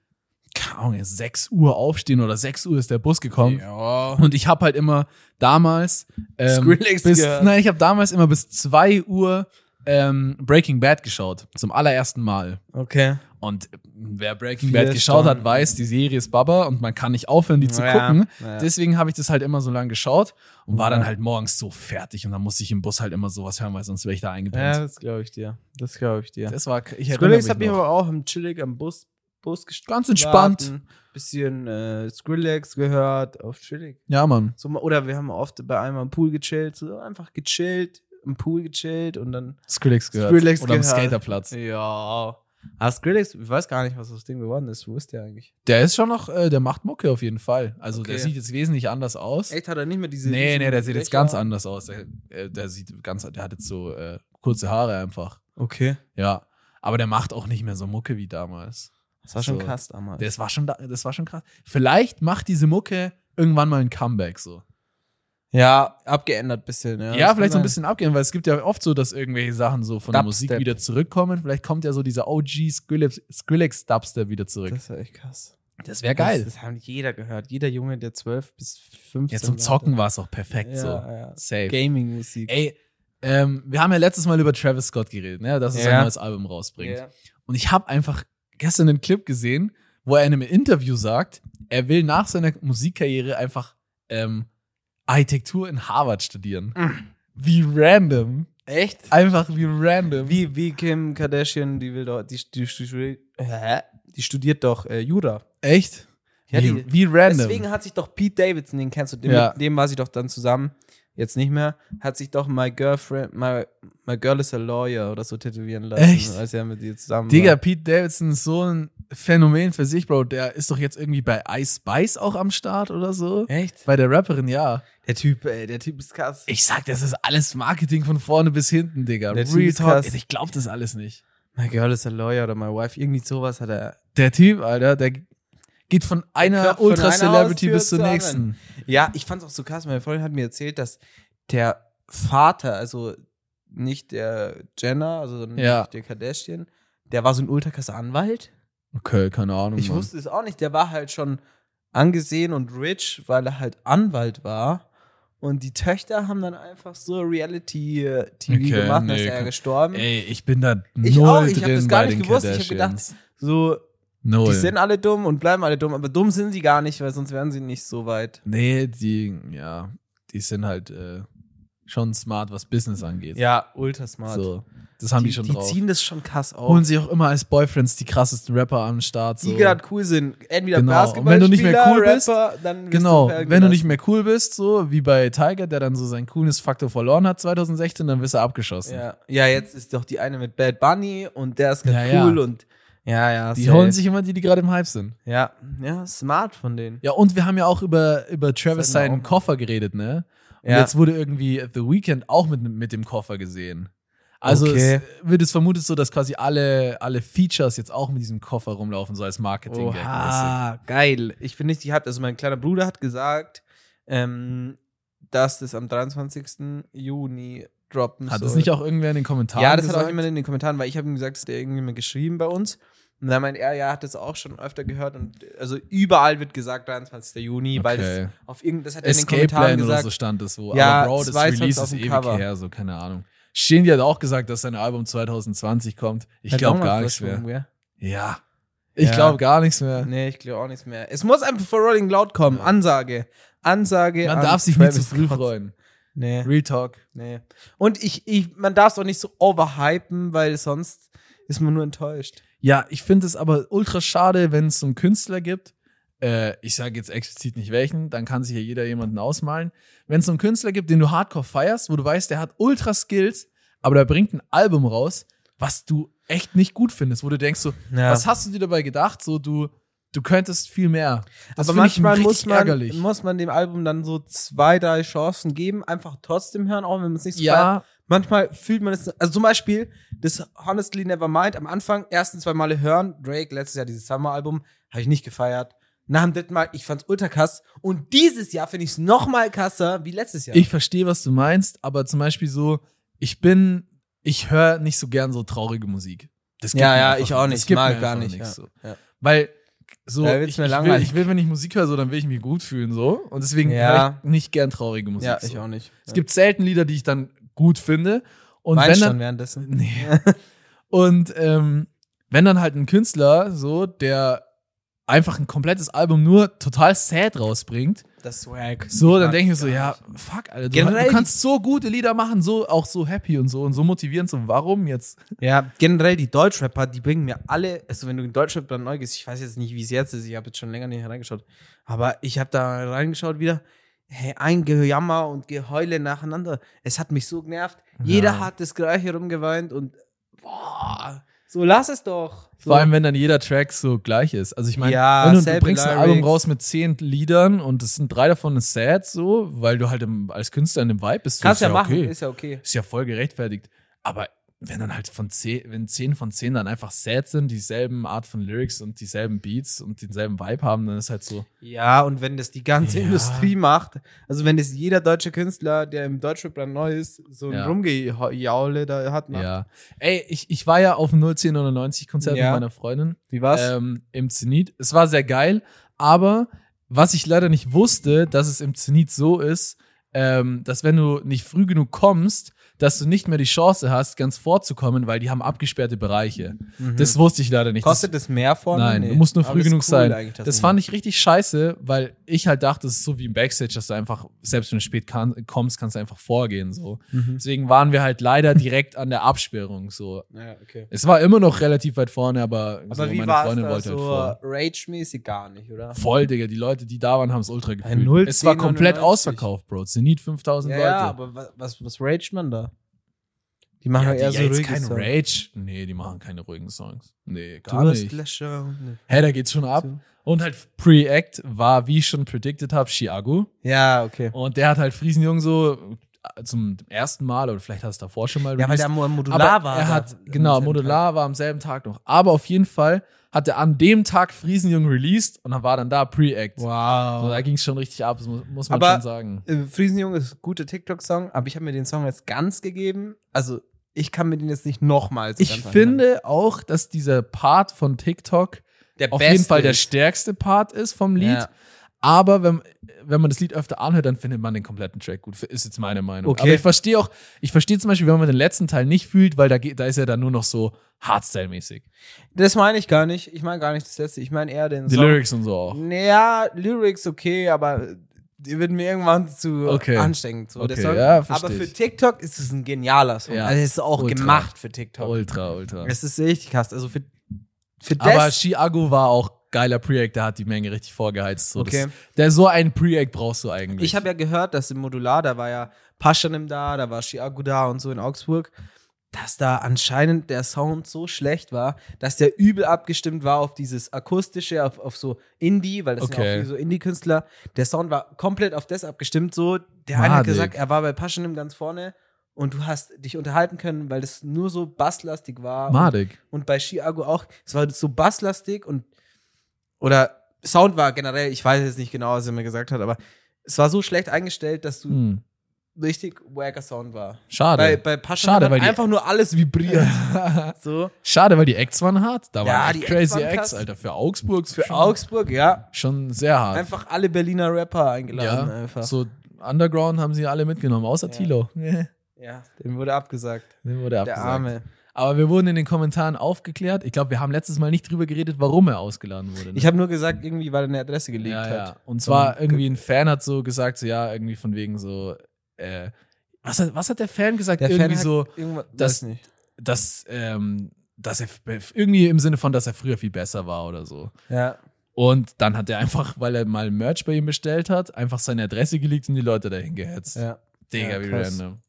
Speaker 1: keine Ahnung, 6 Uhr aufstehen oder 6 Uhr ist der Bus gekommen. Und ich habe halt immer damals ähm,
Speaker 2: Skrillex
Speaker 1: bis,
Speaker 2: gehört.
Speaker 1: Nein, ich habe damals immer bis 2 Uhr ähm, Breaking Bad geschaut. Zum allerersten Mal.
Speaker 2: Okay.
Speaker 1: Und äh, wer Breaking
Speaker 2: Vier
Speaker 1: Bad geschaut
Speaker 2: Stunden.
Speaker 1: hat, weiß, die Serie ist Baba und man kann nicht aufhören, die zu
Speaker 2: Ja,
Speaker 1: gucken.
Speaker 2: ja.
Speaker 1: Deswegen habe ich das halt immer so lange geschaut und war
Speaker 2: Ja.
Speaker 1: dann halt morgens so fertig. Und dann musste ich im Bus halt immer sowas hören, weil sonst wäre ich da
Speaker 2: Ja,
Speaker 1: eingepennt.
Speaker 2: das glaube ich dir. Das glaube ich dir.
Speaker 1: Das war, ich erinnere
Speaker 2: Skrillex
Speaker 1: mich
Speaker 2: hat mich
Speaker 1: noch.
Speaker 2: aber auch im Chillig am Bus, Bus gestanden.
Speaker 1: Ganz entspannt.
Speaker 2: Bisschen äh, Skrillex gehört auf Chillig.
Speaker 1: Ja, Mann.
Speaker 2: So, mal- oder wir haben oft bei einem am Pool gechillt, so einfach gechillt, im Pool gechillt und dann.
Speaker 1: Skrillex gehört.
Speaker 2: Skrillex
Speaker 1: Oder
Speaker 2: gehört.
Speaker 1: am Skaterplatz.
Speaker 2: Ja. Ah, Skrillex, ich weiß gar nicht, was aus dem geworden ist. Wo ist der eigentlich?
Speaker 1: Der ist schon noch, äh, der macht Mucke auf jeden Fall. Also der
Speaker 2: Okay.
Speaker 1: sieht jetzt wesentlich anders aus.
Speaker 2: Echt, hat er nicht mehr diese.
Speaker 1: Nee,
Speaker 2: riesen
Speaker 1: nee, der sieht jetzt
Speaker 2: Löcher?
Speaker 1: ganz anders aus. Der, äh, der sieht ganz, der hat jetzt so äh, kurze Haare einfach.
Speaker 2: Okay.
Speaker 1: Ja. Aber der macht auch nicht mehr so Mucke wie damals.
Speaker 2: Das war schon
Speaker 1: So.
Speaker 2: krass damals.
Speaker 1: Das war schon, da- das war schon krass. Vielleicht macht diese Mucke irgendwann mal ein Comeback so.
Speaker 2: Ja, abgeändert bisschen. Ja,
Speaker 1: Ja,
Speaker 2: Das
Speaker 1: vielleicht so
Speaker 2: kann
Speaker 1: ein bisschen abgehen, weil es gibt ja oft so, dass irgendwelche Sachen so von der Musik
Speaker 2: Dubstep.
Speaker 1: wieder zurückkommen. Vielleicht kommt ja so dieser OG Skrillex, Skrillex Dubstep wieder
Speaker 2: sein.
Speaker 1: zurück.
Speaker 2: Das wäre echt krass.
Speaker 1: Das wäre
Speaker 2: Das, das haben jeder gehört. Jeder Junge, der 12 bis 15
Speaker 1: Ja, zum
Speaker 2: war,
Speaker 1: Zocken
Speaker 2: der-
Speaker 1: war es auch perfekt so.
Speaker 2: Ja, ja.
Speaker 1: Safe.
Speaker 2: Gaming-Musik.
Speaker 1: Ey, ähm, wir haben ja letztes Mal über Travis Scott geredet, ne? dass er sein
Speaker 2: Ja.
Speaker 1: neues Album rausbringt.
Speaker 2: Ja.
Speaker 1: Und ich habe einfach gestern einen Clip gesehen, wo er in einem Interview sagt, er will nach seiner Musikkarriere einfach ähm, Architektur in Harvard studieren.
Speaker 2: Mm.
Speaker 1: Wie random.
Speaker 2: Echt?
Speaker 1: Einfach wie random.
Speaker 2: Wie, wie Kim Kardashian, die will doch, die, die, die, hä? die studiert doch äh, Jura.
Speaker 1: Echt?
Speaker 2: Ja,
Speaker 1: wie,
Speaker 2: die-
Speaker 1: wie random.
Speaker 2: Deswegen hat sich doch Pete Davidson, den kennst du, dem,
Speaker 1: Ja.
Speaker 2: mit dem war sie doch dann zusammen, jetzt nicht mehr, hat sich doch My Girlfriend, My, my Girl is a Lawyer oder so tätowieren lassen,
Speaker 1: Echt?
Speaker 2: als er mit ihr zusammen
Speaker 1: Digga,
Speaker 2: war.
Speaker 1: Pete Davidson ist so ein Phänomen für sich, Bro. Der ist doch jetzt irgendwie bei Ice Spice auch am Start oder so.
Speaker 2: Echt?
Speaker 1: Bei der Rapperin, ja.
Speaker 2: Der Typ, ey, der Typ ist krass.
Speaker 1: Ich sag, das ist alles Marketing von vorne bis hinten, Digga.
Speaker 2: Der Typ
Speaker 1: Real
Speaker 2: ist
Speaker 1: Talk.
Speaker 2: krass.
Speaker 1: Ich glaub das alles nicht.
Speaker 2: My Girl is a Lawyer oder My Wife, irgendwie sowas hat er.
Speaker 1: Der Typ, Alter, der geht von einer
Speaker 2: klopft von
Speaker 1: Ultra-Celebrity
Speaker 2: einer
Speaker 1: bis zur
Speaker 2: Haustür zur
Speaker 1: nächsten.
Speaker 2: Ja, ich fand's auch so krass, meine Freundin hat mir erzählt, dass der Vater, also nicht der Jenner, also
Speaker 1: Ja.
Speaker 2: nicht der Kardashian, der war so ein ultrakrasser Anwalt.
Speaker 1: Okay, keine Ahnung.
Speaker 2: Ich
Speaker 1: Oh Mann.
Speaker 2: wusste es auch nicht. Der war halt schon angesehen und rich, weil er halt Anwalt war. Und die Töchter haben dann einfach so Reality-TV
Speaker 1: Okay,
Speaker 2: gemacht, dann
Speaker 1: nee,
Speaker 2: ist er ja
Speaker 1: kann-
Speaker 2: gestorben.
Speaker 1: Ey, ich bin da null
Speaker 2: Ich auch, ich hab
Speaker 1: drin
Speaker 2: das gar
Speaker 1: bei
Speaker 2: nicht
Speaker 1: den
Speaker 2: gewusst. Ich hab
Speaker 1: Kardashians.
Speaker 2: So,
Speaker 1: null.
Speaker 2: die sind alle dumm und bleiben alle dumm, aber dumm sind sie gar nicht, weil sonst wären sie nicht so weit.
Speaker 1: nee, die, ja, die sind halt äh, schon smart, was Business angeht.
Speaker 2: Ja, ultra smart.
Speaker 1: So, das haben die,
Speaker 2: die,
Speaker 1: schon
Speaker 2: die
Speaker 1: drauf.
Speaker 2: ziehen das schon krass auf.
Speaker 1: Holen sich auch immer als Boyfriends die krassesten Rapper am Start. So.
Speaker 2: die gerade cool sind. Entweder
Speaker 1: Genau. Und
Speaker 2: Basketball,
Speaker 1: wenn du nicht mehr cool bist,
Speaker 2: Rapper, dann wirst
Speaker 1: Genau,
Speaker 2: verhören
Speaker 1: wenn du
Speaker 2: gelassen.
Speaker 1: nicht mehr cool bist, so wie bei Tiger, der dann so seinen Coolness-Faktor verloren hat 2016, dann wirst du abgeschossen.
Speaker 2: Ja. ja, jetzt ist doch die eine mit Bad Bunny und der ist ganz
Speaker 1: Ja, ja.
Speaker 2: cool und ja, ja.
Speaker 1: Die
Speaker 2: safe.
Speaker 1: holen sich immer die, die gerade im Hype sind.
Speaker 2: Ja, ja, smart von denen.
Speaker 1: Ja, und wir haben ja auch über, über Travis
Speaker 2: Sollten wir auch
Speaker 1: seinen
Speaker 2: mal.
Speaker 1: Koffer geredet, ne? Und
Speaker 2: Ja.
Speaker 1: jetzt wurde irgendwie The Weeknd auch mit, mit dem Koffer gesehen. Also
Speaker 2: Okay.
Speaker 1: es wird es vermutet so, dass quasi alle, alle Features jetzt auch mit diesem Koffer rumlaufen, so als marketing -Gag
Speaker 2: Oha, geil. Ich bin richtig hyped. Also mein kleiner Bruder hat gesagt, ähm, dass das am 23. Juni droppen
Speaker 1: Hat
Speaker 2: soll.
Speaker 1: das nicht auch irgendwer in den Kommentaren
Speaker 2: Ja, das
Speaker 1: gesagt?
Speaker 2: hat auch jemand in den Kommentaren, weil ich habe ihm gesagt, dass der irgendwie mal geschrieben bei uns. Und dann meint er, ja, hat das auch schon öfter gehört. Und also überall wird gesagt, 23. Juni, weil
Speaker 1: Okay.
Speaker 2: das auf irgend, das hat er in den
Speaker 1: Escape
Speaker 2: Kommentaren
Speaker 1: Plan oder so
Speaker 2: gesagt.
Speaker 1: stand es wo.
Speaker 2: Ja,
Speaker 1: Aber Bro, das
Speaker 2: zwei Songs
Speaker 1: Release
Speaker 2: auf
Speaker 1: ist
Speaker 2: dem
Speaker 1: ewig
Speaker 2: Cover.
Speaker 1: her, so keine Ahnung. Shindy hat auch gesagt, dass sein Album 2020 kommt. Ich
Speaker 2: Hat
Speaker 1: glaube
Speaker 2: auch mal
Speaker 1: gar nichts mehr.
Speaker 2: verschoben, gell?
Speaker 1: Ja. Ich
Speaker 2: Ja.
Speaker 1: glaube gar nichts mehr.
Speaker 2: Nee, ich glaube auch nichts mehr. Es muss einfach vor Rolling Loud kommen. Ansage. Ansage.
Speaker 1: Man
Speaker 2: an
Speaker 1: darf sich
Speaker 2: also Travis
Speaker 1: nicht zu früh
Speaker 2: Scott.
Speaker 1: freuen.
Speaker 2: Nee.
Speaker 1: Real Talk.
Speaker 2: Nee. Und ich, ich man darf es auch nicht so overhypen, weil sonst ist man nur enttäuscht.
Speaker 1: Ja, ich finde es aber ultra schade, wenn es so einen Künstler gibt. Äh, ich sage jetzt explizit nicht welchen, dann kann sich ja jeder jemanden ausmalen. Wenn es so einen Künstler gibt, den du hardcore feierst, wo du weißt, der hat ultra Skills, aber der bringt ein Album raus, was du echt nicht gut findest, wo du denkst so,
Speaker 2: Ja.
Speaker 1: was hast du dir dabei gedacht? So, du, du könntest viel mehr. Das
Speaker 2: Aber
Speaker 1: find ich
Speaker 2: manchmal
Speaker 1: richtig
Speaker 2: muss man,
Speaker 1: ärgerlich.
Speaker 2: muss man dem Album dann so zwei, drei Chancen geben, einfach trotzdem hören, auch wenn man es nicht so feiert.
Speaker 1: ja,
Speaker 2: Manchmal fühlt man es, also zum Beispiel das Honestly Nevermind am Anfang, ersten zwei Male hören, Drake letztes Jahr dieses Summer-Album, habe ich nicht gefeiert. Nach dem dritten Mal, ich fand's ultra krass. Und dieses Jahr finde ich es nochmal krasser wie letztes Jahr.
Speaker 1: Ich verstehe, was du meinst, aber zum Beispiel so, ich bin, ich höre nicht so gern so traurige Musik. Das gibt
Speaker 2: Ja,
Speaker 1: mir
Speaker 2: ja,
Speaker 1: einfach-
Speaker 2: ich auch nicht.
Speaker 1: Das gibt
Speaker 2: Mag
Speaker 1: mir
Speaker 2: gar
Speaker 1: einfach
Speaker 2: nicht,
Speaker 1: nichts,
Speaker 2: ja.
Speaker 1: So.
Speaker 2: Ja.
Speaker 1: Weil so,
Speaker 2: Da wird's
Speaker 1: ich,
Speaker 2: mir
Speaker 1: ich, will,
Speaker 2: langweilig.
Speaker 1: ich will, wenn ich Musik höre, so, dann will ich mich gut fühlen, so. Und deswegen
Speaker 2: Ja.
Speaker 1: höre ich nicht gern traurige Musik.
Speaker 2: ja,
Speaker 1: so.
Speaker 2: ich auch nicht.
Speaker 1: Es gibt selten Lieder, die ich dann gut finde. Und
Speaker 2: Weinst
Speaker 1: wenn
Speaker 2: schon
Speaker 1: dann,
Speaker 2: währenddessen.
Speaker 1: Nee. Und ähm, wenn dann halt ein Künstler so, der einfach ein komplettes Album nur total sad rausbringt,
Speaker 2: <laughs> Das Swag.
Speaker 1: so, dann
Speaker 2: Mag
Speaker 1: denke ich mir
Speaker 2: ich
Speaker 1: so,
Speaker 2: gar
Speaker 1: ja, fuck, Alter. Du,
Speaker 2: Generell
Speaker 1: du kannst so gute Lieder machen, so auch so happy und so und so motivierend, so warum jetzt?
Speaker 2: Ja, generell die Deutschrapper, die bringen mir alle, also wenn du in Deutschrap dann neu gehst, ich weiß jetzt nicht, wie es jetzt ist, ich habe jetzt schon länger nicht reingeschaut, aber ich habe da reingeschaut wieder, hey, ein Gejammer und Geheule nacheinander. Es hat mich so genervt. Jeder
Speaker 1: Ja.
Speaker 2: hat das gleiche rumgeweint und boah, so lass es doch. So.
Speaker 1: Vor allem, wenn dann jeder Track so gleich ist. Also ich meine,
Speaker 2: Ja,
Speaker 1: wenn du, du
Speaker 2: selbe
Speaker 1: bringst ein
Speaker 2: Lyrics.
Speaker 1: Album raus mit zehn Liedern und es sind drei davon sad, so, weil du halt im, als Künstler in dem Vibe bist, so,
Speaker 2: kannst ja machen,
Speaker 1: okay. Ist,
Speaker 2: ist ja okay.
Speaker 1: ja voll gerechtfertigt. Aber wenn dann halt von 10, wenn 10 von 10 dann einfach sad sind, dieselben Art von Lyrics und dieselben Beats und denselben Vibe haben, dann ist halt so,
Speaker 2: Ja, und wenn das die ganze
Speaker 1: Ja.
Speaker 2: Industrie macht, also wenn das jeder deutsche Künstler, der im Deutschrap neu ist, so ein
Speaker 1: Ja.
Speaker 2: Rumgejaule da hat, macht.
Speaker 1: ja. Ey, ich, ich war ja auf dem 01099 Konzert
Speaker 2: Ja.
Speaker 1: mit meiner Freundin
Speaker 2: Wie war's?
Speaker 1: ähm, im Zenit. Es war sehr geil, aber was ich leider nicht wusste, dass es im Zenit so ist, ähm, dass wenn du nicht früh genug kommst, dass du nicht mehr die Chance hast, ganz vorzukommen, weil die haben abgesperrte Bereiche.
Speaker 2: Mhm.
Speaker 1: Das wusste ich leider nicht. Das-
Speaker 2: Kostet das mehr vorne?
Speaker 1: Nein,
Speaker 2: Nee.
Speaker 1: du musst nur
Speaker 2: Aber
Speaker 1: früh
Speaker 2: das ist
Speaker 1: genug
Speaker 2: cool
Speaker 1: sein.
Speaker 2: eigentlich, dass
Speaker 1: Das
Speaker 2: du-
Speaker 1: fand ich richtig scheiße, weil ich halt dachte, es ist so wie im Backstage, dass du einfach, selbst wenn du spät kan kommst, kannst du einfach vorgehen. So.
Speaker 2: Mhm.
Speaker 1: Deswegen waren wir halt leider direkt an der Absperrung. So.
Speaker 2: Ja, okay.
Speaker 1: Es war immer noch relativ weit vorne, aber, so
Speaker 2: Aber wie
Speaker 1: meine
Speaker 2: war
Speaker 1: Freundin
Speaker 2: es
Speaker 1: wollte halt
Speaker 2: so
Speaker 1: vor.
Speaker 2: Rage-mäßig gar nicht, oder?
Speaker 1: Voll, Digga, die Leute, die da waren, haben es ultra gefühlt.
Speaker 2: 0,
Speaker 1: es war
Speaker 2: 10,
Speaker 1: komplett
Speaker 2: 99.
Speaker 1: ausverkauft, Bro. Zenit 5000
Speaker 2: Ja,
Speaker 1: Leute.
Speaker 2: ja, aber wa- was, was raged man da? Die machen
Speaker 1: Ja, die,
Speaker 2: ja, eher so
Speaker 1: ja, jetzt
Speaker 2: ruhige
Speaker 1: kein
Speaker 2: Songs.
Speaker 1: Rage. Nee, die machen keine ruhigen Songs. Nee,
Speaker 2: Du
Speaker 1: gar
Speaker 2: hast
Speaker 1: nicht.
Speaker 2: Löcher und
Speaker 1: Hä, da geht's schon ab.
Speaker 2: so.
Speaker 1: Und halt Pre-Act war, wie ich schon predicted habe, Chiago.
Speaker 2: Ja, okay.
Speaker 1: Und der hat halt Friesenjung so äh, zum ersten Mal, oder vielleicht hast du davor schon mal
Speaker 2: Ja, weil
Speaker 1: released,
Speaker 2: der Mo- modular
Speaker 1: aber
Speaker 2: war.
Speaker 1: er
Speaker 2: da
Speaker 1: hat,
Speaker 2: am
Speaker 1: genau,
Speaker 2: selben
Speaker 1: Modular war am selben Tag noch. Aber auf jeden Fall hat er an dem Tag Friesenjung released und dann war dann da Pre-Act.
Speaker 2: Tag.
Speaker 1: So, da
Speaker 2: Wow.
Speaker 1: ging es schon richtig ab, das muss, muss man
Speaker 2: Aber-
Speaker 1: schon sagen.
Speaker 2: Äh, Friesenjung ist ein guter TikTok-Song, aber ich habe mir den Song jetzt ganz gegeben. Also, ich kann mir den jetzt nicht nochmals
Speaker 1: Ich
Speaker 2: ganz anhören.
Speaker 1: finde auch, dass dieser Part von TikTok
Speaker 2: der
Speaker 1: auf jeden
Speaker 2: Beste
Speaker 1: Fall der
Speaker 2: ist-
Speaker 1: stärkste Part ist vom Lied.
Speaker 2: Ja.
Speaker 1: Aber wenn, wenn man das Lied öfter anhört, dann findet man den kompletten Track gut. Ist jetzt meine Meinung.
Speaker 2: Okay.
Speaker 1: Aber ich verstehe auch, ich verstehe zum Beispiel, wenn man den letzten Teil nicht fühlt, weil da, geht- da ist er dann nur noch so Hardstyle-mäßig.
Speaker 2: Das meine ich gar nicht. Ich meine gar nicht das letzte. Ich meine eher den
Speaker 1: Die
Speaker 2: Song.
Speaker 1: Lyrics und so auch.
Speaker 2: Ja, Lyrics okay, aber die wird mir irgendwann zu
Speaker 1: Okay.
Speaker 2: ansteigend. So, der
Speaker 1: Okay,
Speaker 2: Song.
Speaker 1: ja, versteh
Speaker 2: aber für
Speaker 1: ich.
Speaker 2: TikTok ist es ein genialer Song.
Speaker 1: Ja,
Speaker 2: Also es ist auch
Speaker 1: ultra.
Speaker 2: gemacht für TikTok.
Speaker 1: Ultra, ultra.
Speaker 2: Es ist richtig krass. Also für, für
Speaker 1: Aber
Speaker 2: das.
Speaker 1: Chiago war auch geiler Preact, der hat die Menge richtig vorgeheizt. So,
Speaker 2: Okay.
Speaker 1: das, der so einen Preact brauchst du eigentlich.
Speaker 2: Ich habe ja gehört, dass im Modular, da war ja Paschanim da, da war Chiago da und so in Augsburg, dass da anscheinend der Sound so schlecht war, dass der übel abgestimmt war auf dieses akustische, auf, auf so Indie, weil das sind ja
Speaker 1: Okay.
Speaker 2: auch viele so Indie-Künstler. Der Sound war komplett auf das abgestimmt, so. Der eine hat
Speaker 1: Madig.
Speaker 2: gesagt, er war bei Paschanim ganz vorne und du hast dich unterhalten können, weil das nur so basslastig war. und
Speaker 1: Madig.
Speaker 2: und bei Chiago auch. Es war so basslastig und oder Sound war generell, ich weiß jetzt nicht genau, was er mir gesagt hat, aber es war so schlecht eingestellt, dass du
Speaker 1: Hm.
Speaker 2: richtig wacker Sound war.
Speaker 1: Schade.
Speaker 2: Bei, bei Pascha
Speaker 1: Schade,
Speaker 2: hat
Speaker 1: weil die-
Speaker 2: einfach nur alles vibriert.
Speaker 1: <laughs>
Speaker 2: so.
Speaker 1: Schade, weil die Acts waren hart. Da
Speaker 2: Ja,
Speaker 1: waren
Speaker 2: die
Speaker 1: echt
Speaker 2: Acts
Speaker 1: crazy
Speaker 2: waren
Speaker 1: Acts,
Speaker 2: krass.
Speaker 1: Alter. Für Augsburg
Speaker 2: Für
Speaker 1: schon,
Speaker 2: Augsburg, ja.
Speaker 1: schon sehr hart.
Speaker 2: Einfach alle Berliner Rapper
Speaker 1: ja,
Speaker 2: eingeladen einfach.
Speaker 1: So Underground haben sie alle mitgenommen, außer
Speaker 2: Ja.
Speaker 1: Tilo. <laughs> Dem
Speaker 2: Ja, dem wurde abgesagt.
Speaker 1: wurde
Speaker 2: Der
Speaker 1: abgesagt.
Speaker 2: Arme.
Speaker 1: Aber wir wurden in den Kommentaren aufgeklärt. Ich glaube, wir haben letztes Mal nicht drüber geredet, warum er ausgeladen wurde. ne?
Speaker 2: Ich habe nur gesagt, irgendwie, weil er eine Adresse gelegt
Speaker 1: ja,
Speaker 2: hat.
Speaker 1: ja. Und
Speaker 2: So
Speaker 1: zwar
Speaker 2: ein-
Speaker 1: irgendwie ein Fan hat so gesagt, so ja, irgendwie von wegen so, äh, was hat, was hat der Fan gesagt?
Speaker 2: Der
Speaker 1: irgendwie
Speaker 2: Fan hat
Speaker 1: so,
Speaker 2: irgendwas,
Speaker 1: das-
Speaker 2: weiß nicht.
Speaker 1: dass, ähm, dass er f- irgendwie im Sinne von, dass er früher viel besser war oder so.
Speaker 2: Ja.
Speaker 1: Und dann hat er einfach, <laughs> weil er mal Merch bei ihm bestellt hat, einfach seine Adresse geleakt und die Leute dahin gehetzt.
Speaker 2: ja.
Speaker 1: Digga,
Speaker 2: Ja,
Speaker 1: wie
Speaker 2: krass.
Speaker 1: random.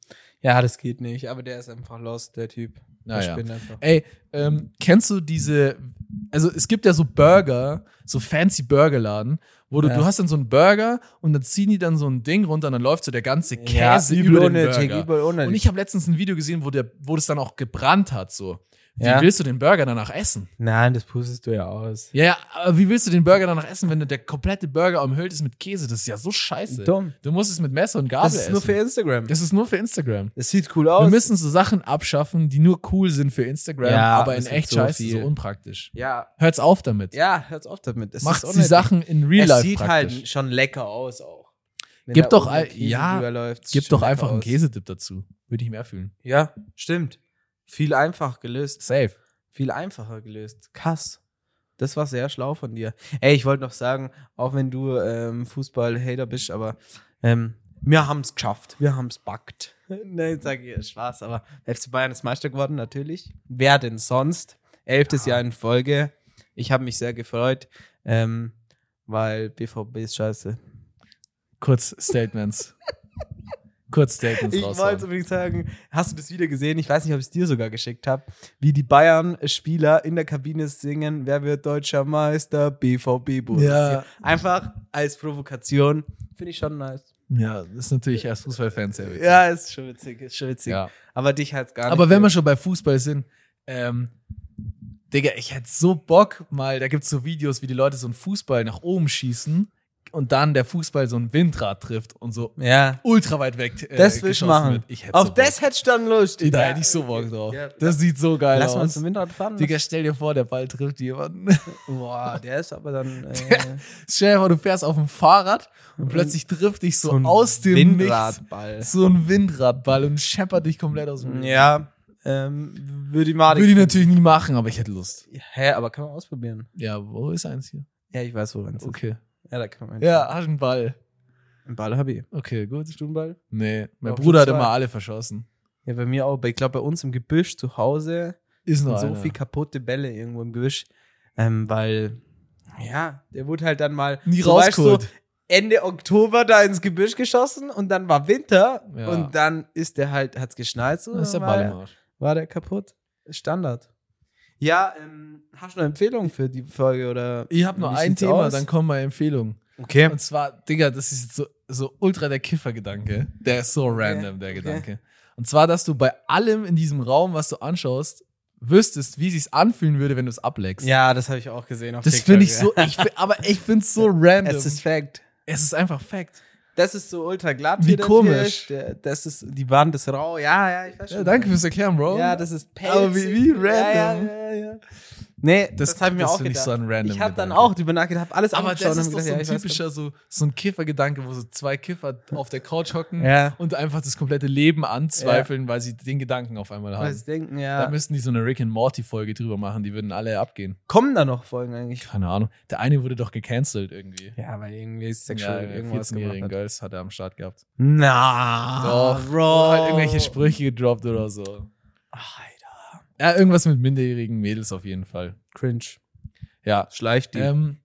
Speaker 2: Ja, das geht nicht, aber der ist einfach lost, der Typ. Der
Speaker 1: Naja.
Speaker 2: spinnt einfach.
Speaker 1: Ey, ähm, kennst du diese, also es gibt ja so Burger, so fancy Burgerladen, wo du,
Speaker 2: Ja.
Speaker 1: du hast dann so einen Burger und dann ziehen die dann so ein Ding runter und dann läuft so der ganze Käse
Speaker 2: übel
Speaker 1: über den
Speaker 2: unnötig,
Speaker 1: Burger.
Speaker 2: übel unnötig.
Speaker 1: Und ich habe letztens ein Video gesehen, wo, der, wo das dann auch gebrannt hat, so. Wie
Speaker 2: Ja.
Speaker 1: willst du den Burger danach essen?
Speaker 2: Nein, das pustest du ja aus.
Speaker 1: Ja, ja, aber wie willst du den Burger danach essen, wenn der komplette Burger umhüllt ist mit Käse? Das ist ja so scheiße.
Speaker 2: Dumm.
Speaker 1: Du musst es mit Messer und Gabel
Speaker 2: Das ist
Speaker 1: essen.
Speaker 2: nur für Instagram.
Speaker 1: das ist nur für Instagram.
Speaker 2: Das sieht cool
Speaker 1: Wir
Speaker 2: aus.
Speaker 1: müssen so Sachen abschaffen, die nur cool sind für Instagram,
Speaker 2: Ja,
Speaker 1: aber
Speaker 2: es
Speaker 1: in
Speaker 2: gibt
Speaker 1: echt
Speaker 2: so
Speaker 1: scheiße,
Speaker 2: viel.
Speaker 1: so unpraktisch.
Speaker 2: ja,
Speaker 1: Hört's auf damit.
Speaker 2: ja, hört's auf damit. Es
Speaker 1: Macht
Speaker 2: ist
Speaker 1: die
Speaker 2: unnötig.
Speaker 1: Sachen in Real
Speaker 2: Es
Speaker 1: Life
Speaker 2: sieht
Speaker 1: praktisch.
Speaker 2: halt schon lecker aus auch. Wenn
Speaker 1: Gib
Speaker 2: da
Speaker 1: doch
Speaker 2: oben
Speaker 1: all-
Speaker 2: der Käse
Speaker 1: ja,
Speaker 2: drüber läuft, sieht
Speaker 1: Gib
Speaker 2: schon
Speaker 1: doch
Speaker 2: lecker
Speaker 1: einfach einen
Speaker 2: aus.
Speaker 1: Käsedip dazu. Würde ich mehr fühlen.
Speaker 2: Ja, stimmt. Viel einfach gelöst.
Speaker 1: Safe.
Speaker 2: viel einfacher gelöst. Krass. Das war sehr schlau von dir. Ey, ich wollte noch sagen, auch wenn du ähm, Fußball-Hater bist, aber ähm, wir haben es geschafft. Wir haben es backt. <laughs> Nein, sage ich Spaß, aber FC Bayern ist Meister geworden, natürlich. Wer denn sonst? Elftes Jahr in Folge. Ich habe mich sehr gefreut, ähm, weil BVB ist scheiße.
Speaker 1: Kurz
Speaker 2: <laughs>
Speaker 1: Statements. Kurz Statements
Speaker 2: Ich wollte
Speaker 1: raus.
Speaker 2: unbedingt sagen, hast du das Video gesehen? Ich weiß nicht, ob ich es dir sogar geschickt habe, wie die Bayern-Spieler in der Kabine singen, wer wird deutscher Meister, BVB Bundesliga.
Speaker 1: Ja.
Speaker 2: Einfach als Provokation. Finde ich schon nice.
Speaker 1: Ja, das ist natürlich erst Fußballfanservice.
Speaker 2: Ja, ist schon witzig, ist schon witzig.
Speaker 1: ja.
Speaker 2: Aber dich halt gar nicht.
Speaker 1: Aber wenn wir schon bei Fußball sind, ähm, Digga, ich hätte so Bock, mal, da gibt es so Videos, wie die Leute so einen Fußball nach oben schießen und dann der Fußball so ein Windrad trifft und so
Speaker 2: Ja.
Speaker 1: ultra weit weg. äh,
Speaker 2: Das will ich
Speaker 1: geschossen
Speaker 2: machen.
Speaker 1: wird. Ich hätte
Speaker 2: Auf
Speaker 1: so Bock.
Speaker 2: das hättest du dann Lust.
Speaker 1: Da
Speaker 2: Ja.
Speaker 1: hätte ich so Bock drauf.
Speaker 2: Ja.
Speaker 1: Das sieht so geil
Speaker 2: Lass mal
Speaker 1: aus.
Speaker 2: uns im Windrad fahren.
Speaker 1: Digga, stell dir vor, der Ball trifft jemanden.
Speaker 2: <laughs>
Speaker 1: <laughs>
Speaker 2: Boah, der ist aber dann. Äh,
Speaker 1: stell dir vor, du fährst auf dem Fahrrad und plötzlich trifft dich so,
Speaker 2: so ein
Speaker 1: aus dem
Speaker 2: Windradball.
Speaker 1: Nichts so ein Windradball und scheppert dich komplett aus dem
Speaker 2: Ja, ähm, würde ich mal.
Speaker 1: Würde ich natürlich nie machen, aber ich hätte Lust.
Speaker 2: Hä, aber kann man ausprobieren.
Speaker 1: Ja, wo ist eins hier?
Speaker 2: Ja, ich weiß, wo ganz okay.
Speaker 1: Okay.
Speaker 2: ist. Ja, da kann man.
Speaker 1: Ja, hast einen Ball.
Speaker 2: Ein Ball habe ich.
Speaker 1: Okay, gut.
Speaker 2: Stundenball?
Speaker 1: Nee, mein
Speaker 2: Auf
Speaker 1: Bruder hat
Speaker 2: jeden Fall.
Speaker 1: immer alle verschossen.
Speaker 2: Ja, bei mir auch. Aber ich glaube, bei uns im Gebüsch zu Hause
Speaker 1: Ist
Speaker 2: sind
Speaker 1: noch
Speaker 2: so
Speaker 1: einer.
Speaker 2: viel kaputte Bälle irgendwo im Gebüsch. Ähm, weil, ja, der wurde halt dann mal.
Speaker 1: Nie
Speaker 2: so, weißt du,
Speaker 1: rausgeholt.
Speaker 2: Ende Oktober da ins Gebüsch geschossen und dann war Winter
Speaker 1: Ja.
Speaker 2: und dann ist der halt, hat's geschneit so.
Speaker 1: Dann ist der
Speaker 2: war
Speaker 1: Ball
Speaker 2: der-
Speaker 1: im Arsch.
Speaker 2: war der kaputt. Standard. Ja, ähm, hast du eine Empfehlung für die Folge oder?
Speaker 1: Ich habe nur
Speaker 2: Wie
Speaker 1: ein
Speaker 2: sieht's
Speaker 1: Thema,
Speaker 2: aus?
Speaker 1: dann kommen meine Empfehlungen.
Speaker 2: Okay.
Speaker 1: Und zwar, Digga, das ist jetzt so, so ultra der Kiffer-Gedanke. Der ist so random, der
Speaker 2: okay.
Speaker 1: Gedanke. Und zwar, dass du bei allem in diesem Raum, was du anschaust, wüsstest, wie sich's anfühlen würde, wenn du es ableckst.
Speaker 2: Ja, das habe ich auch gesehen auf
Speaker 1: das
Speaker 2: TikTok,
Speaker 1: finde ich
Speaker 2: ja.
Speaker 1: so, ich, fi- aber ich finde es
Speaker 2: <laughs>
Speaker 1: so random.
Speaker 2: Es ist Fact.
Speaker 1: einfach Fact.
Speaker 2: Das ist so ultra glatt.
Speaker 1: Wie
Speaker 2: hier, der
Speaker 1: komisch.
Speaker 2: Tisch. Der, das ist, die Wand ist rau. Ja, ja, ich weiß schon.
Speaker 1: Ja, danke fürs Erklären, Bro.
Speaker 2: Ja, das ist pelzig.
Speaker 1: Aber wie- wie
Speaker 2: Ja,
Speaker 1: random.
Speaker 2: ja, ja, ja. Nee, das, habe ich mir auch
Speaker 1: finde ich
Speaker 2: gedacht.
Speaker 1: so ein random
Speaker 2: ich habe dann
Speaker 1: Gedanke.
Speaker 2: auch drüber nachgedacht, habe alles
Speaker 1: Aber
Speaker 2: angeschaut
Speaker 1: das ist
Speaker 2: und
Speaker 1: doch
Speaker 2: hab
Speaker 1: so ein
Speaker 2: gedacht, ja, ich weiß
Speaker 1: typischer, so, so ein Kiffergedanke, wo so zwei Kiffer auf der Couch hocken
Speaker 2: Ja.
Speaker 1: und einfach das komplette Leben anzweifeln, weil sie den Gedanken auf einmal
Speaker 2: schon,
Speaker 1: haben.
Speaker 2: Was denken,
Speaker 1: Da
Speaker 2: ja.
Speaker 1: müssten die so eine Rick and Morty-Folge drüber machen, die würden alle abgehen.
Speaker 2: Kommen da noch Folgen eigentlich?
Speaker 1: Keine Ahnung. Der eine wurde doch gecancelt irgendwie.
Speaker 2: Ja, weil irgendwie ist
Speaker 1: Ja,
Speaker 2: sexual irgendwas gemacht
Speaker 1: 14-jährigen
Speaker 2: hat. Ah,
Speaker 1: Girls hat er am Start gehabt.
Speaker 2: Na,
Speaker 1: Doch,
Speaker 2: Bro.
Speaker 1: Hat halt irgendwelche Sprüche gedroppt oder so.
Speaker 2: Alter.
Speaker 1: Ja, irgendwas mit minderjährigen Mädels auf jeden Fall.
Speaker 2: Cringe.
Speaker 1: Ja.
Speaker 2: Schleicht die.
Speaker 1: Ähm,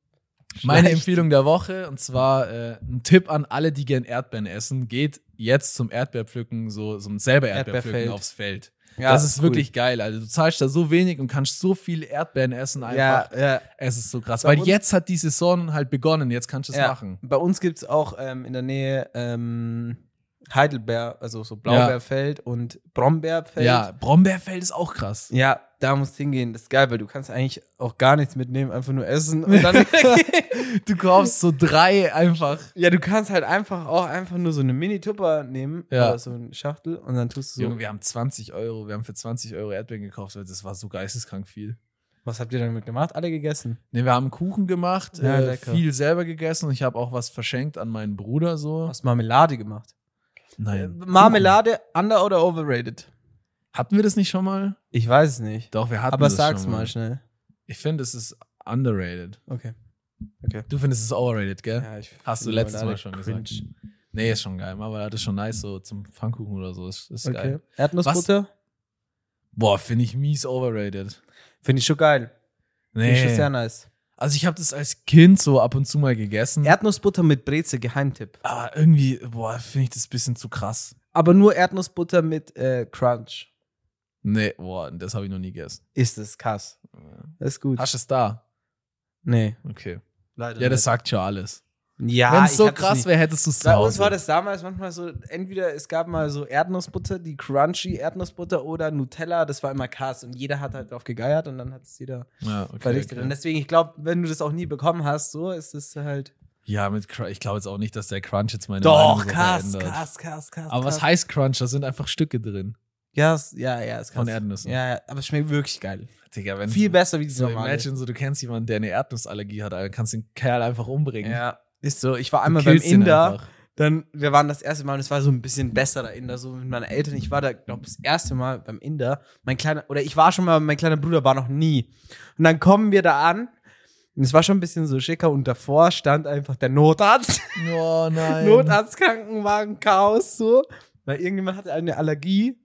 Speaker 1: meine
Speaker 2: Schleicht.
Speaker 1: Empfehlung der Woche, und zwar äh, ein Tipp an alle, die gern Erdbeeren essen, geht jetzt zum Erdbeerpflücken, so, so ein selber Erdbeerpflücken
Speaker 2: Erdbeerfeld.
Speaker 1: aufs Feld.
Speaker 2: Ja,
Speaker 1: das ist
Speaker 2: cool.
Speaker 1: wirklich geil. Also du zahlst da so wenig und kannst so viel Erdbeeren essen einfach.
Speaker 2: Ja, ja,
Speaker 1: Es ist so krass.
Speaker 2: Bei
Speaker 1: Weil
Speaker 2: uns-
Speaker 1: jetzt hat die Saison halt begonnen, jetzt kannst du es
Speaker 2: ja.
Speaker 1: machen.
Speaker 2: Bei uns gibt es auch ähm, in der Nähe ähm, Heidelbeer, also so Blaubeerfeld und Brombeerfeld.
Speaker 1: Ja, Brombeerfeld ist auch
Speaker 2: <laughs>
Speaker 1: krass.
Speaker 2: Ja, da musst du hingehen. Das ist geil, weil du kannst eigentlich auch gar nichts mitnehmen, einfach nur essen
Speaker 1: <laughs>
Speaker 2: und dann. <laughs>
Speaker 1: Du kaufst so drei einfach.
Speaker 2: ja, du kannst halt einfach auch einfach nur so eine Mini-Tupper nehmen
Speaker 1: Ja.
Speaker 2: oder so eine Schachtel und dann tust du so.
Speaker 1: Junge, wir haben 20 Euro, wir haben für 20 Euro Erdbeeren gekauft, weil das war so geisteskrank viel.
Speaker 2: Was habt ihr damit gemacht? Alle gegessen.
Speaker 1: Ne, wir haben Kuchen gemacht,
Speaker 2: Ja,
Speaker 1: äh,
Speaker 2: lecker.
Speaker 1: viel selber gegessen und ich habe auch was verschenkt an meinen Bruder so.
Speaker 2: Hast Marmelade gemacht. Äh,
Speaker 1: Nein.
Speaker 2: Marmelade, under oder overrated?
Speaker 1: Kuchen. Hatten wir das nicht schon mal?
Speaker 2: Ich weiß es nicht.
Speaker 1: Doch, wir hatten
Speaker 2: Aber
Speaker 1: das
Speaker 2: sag's
Speaker 1: schon
Speaker 2: mal schnell.
Speaker 1: Ich finde, es ist underrated.
Speaker 2: Okay.
Speaker 1: Du findest es overrated, gell?
Speaker 2: Ja, ich
Speaker 1: Hast du
Speaker 2: finde
Speaker 1: letztes Mal
Speaker 2: Marmelade
Speaker 1: schon
Speaker 2: cringe.
Speaker 1: gesagt. Nee, ist schon geil. Marmelade ist schon nice, so zum Pfannkuchen oder so. Ist, ist
Speaker 2: Okay.
Speaker 1: geil.
Speaker 2: Erdnussbutter?
Speaker 1: Boah, finde ich mies overrated.
Speaker 2: Finde ich schon geil. Finde ich schon
Speaker 1: Nee.
Speaker 2: sehr nice.
Speaker 1: Also ich habe das als Kind so ab und zu mal gegessen.
Speaker 2: Erdnussbutter mit Breze, Geheimtipp.
Speaker 1: aber irgendwie, boah, finde ich das ein bisschen zu krass.
Speaker 2: Aber nur Erdnussbutter mit äh, Crunch.
Speaker 1: Nee, boah, das habe ich noch nie gegessen.
Speaker 2: Ist es krass. Das ist gut.
Speaker 1: Hast du es da?
Speaker 2: nee.
Speaker 1: Okay.
Speaker 2: Leider
Speaker 1: Ja, das sagt schon alles.
Speaker 2: nicht. ja,
Speaker 1: Wenn es
Speaker 2: ich
Speaker 1: so
Speaker 2: hab das
Speaker 1: krass
Speaker 2: nicht.
Speaker 1: wäre, hättest du es
Speaker 2: Bei uns war das damals manchmal so, entweder es gab mal so Erdnussbutter, die crunchy Erdnussbutter oder Nutella, das war immer krass und jeder hat halt drauf gegeiert und dann hat es jeder
Speaker 1: Ja, okay,
Speaker 2: verdichtet. ne? Und
Speaker 1: okay.
Speaker 2: deswegen, ich glaube, wenn du das auch nie bekommen hast, so ist es halt.
Speaker 1: ja mit Cr- ich glaube jetzt auch nicht, dass der Crunch jetzt meine Meinung
Speaker 2: Doch,
Speaker 1: so
Speaker 2: krass,
Speaker 1: verändert.
Speaker 2: krass, krass, krass.
Speaker 1: Aber
Speaker 2: krass.
Speaker 1: was heißt Crunch? Da sind einfach Stücke drin.
Speaker 2: Ja, es- ja, ja, ist krass.
Speaker 1: Von Erdnüssen.
Speaker 2: Ja, ja, aber es schmeckt wirklich geil.
Speaker 1: Digga, wenn
Speaker 2: Viel besser wie diese
Speaker 1: so,
Speaker 2: normale.
Speaker 1: imagine so, du kennst jemanden, der eine Erdnussallergie hat, Alter, kannst den Kerl einfach umbringen.
Speaker 2: Ja, ist so. Ich war
Speaker 1: Du
Speaker 2: einmal beim
Speaker 1: killst den
Speaker 2: Inder,
Speaker 1: einfach.
Speaker 2: dann, wir waren das erste Mal und es war so ein bisschen besserer Inder, so mit meinen Eltern. Ich war da, glaube das erste Mal beim Inder. Mein kleiner, oder ich war schon mal, mein kleiner Bruder war noch nie. Und dann kommen wir da an und es war schon ein bisschen so schicker und davor stand einfach der Notarzt.
Speaker 1: Oh nein.
Speaker 2: Notarzt, Krankenwagen, Chaos, so. Weil irgendjemand hatte eine Allergie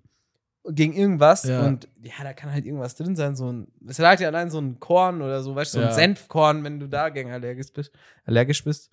Speaker 2: gegen irgendwas
Speaker 1: Ja.
Speaker 2: und ja, da kann halt irgendwas drin sein. So ein, es lag ja allein so ein Korn oder so, weißt du, so
Speaker 1: Ja.
Speaker 2: ein Senfkorn, wenn du dagegen allergisch bist, allergisch bist.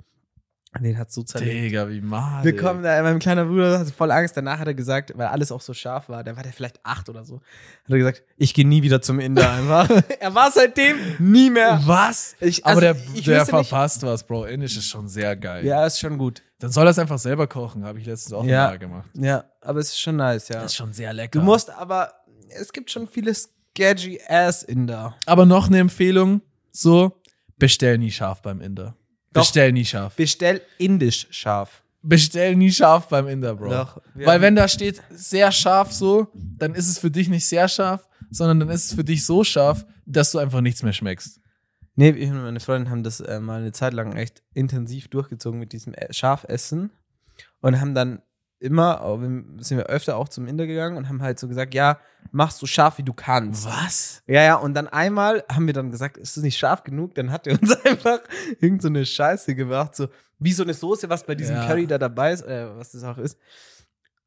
Speaker 2: Den hat so zerlegt.
Speaker 1: Digga, wie mal.
Speaker 2: Wir kommen da, mein kleiner Bruder hatte voll Angst. Danach hat er gesagt, weil alles auch so scharf war, dann war der vielleicht acht oder so, hat er gesagt, ich gehe nie wieder zum
Speaker 1: <laughs>
Speaker 2: Inder einfach. er war seitdem nie mehr.
Speaker 1: Was?
Speaker 2: Ich,
Speaker 1: Aber
Speaker 2: also,
Speaker 1: der,
Speaker 2: ich
Speaker 1: der
Speaker 2: wüsste nicht-
Speaker 1: verpasst was, Bro. Indisch ist schon sehr geil.
Speaker 2: Ja, ist schon gut.
Speaker 1: Dann soll er es einfach selber kochen, habe ich letztens auch
Speaker 2: Ja.
Speaker 1: mal gemacht.
Speaker 2: Ja, aber es ist schon nice, ja.
Speaker 1: schon sehr lecker.
Speaker 2: Du musst aber, es gibt schon viele sketchy ass Inder.
Speaker 1: Aber noch eine Empfehlung: so, bestell nie scharf beim Inder.
Speaker 2: Doch.
Speaker 1: Bestell nie scharf.
Speaker 2: Bestell indisch scharf.
Speaker 1: Bestell nie scharf beim Inder, Bro.
Speaker 2: Doch, wir
Speaker 1: Weil
Speaker 2: haben-
Speaker 1: wenn da steht sehr scharf so, dann ist es für dich nicht sehr scharf, sondern dann ist es für dich so scharf, dass du einfach nichts mehr schmeckst.
Speaker 2: Nee, ich und meine Freundin haben das äh, mal eine Zeit lang echt intensiv durchgezogen mit diesem Ä- Schafessen und haben dann immer, auch wenn- sind wir öfter auch zum Inder gegangen und haben halt so gesagt, ja, machst so scharf, wie du kannst.
Speaker 1: Was?
Speaker 2: Ja, ja, und dann einmal haben wir dann gesagt, ist es nicht scharf genug? Dann hat er uns <laughs> einfach irgend so eine Scheiße gebracht, so wie so eine Soße, was bei diesem
Speaker 1: Ja.
Speaker 2: Curry da dabei ist, äh, was das auch ist.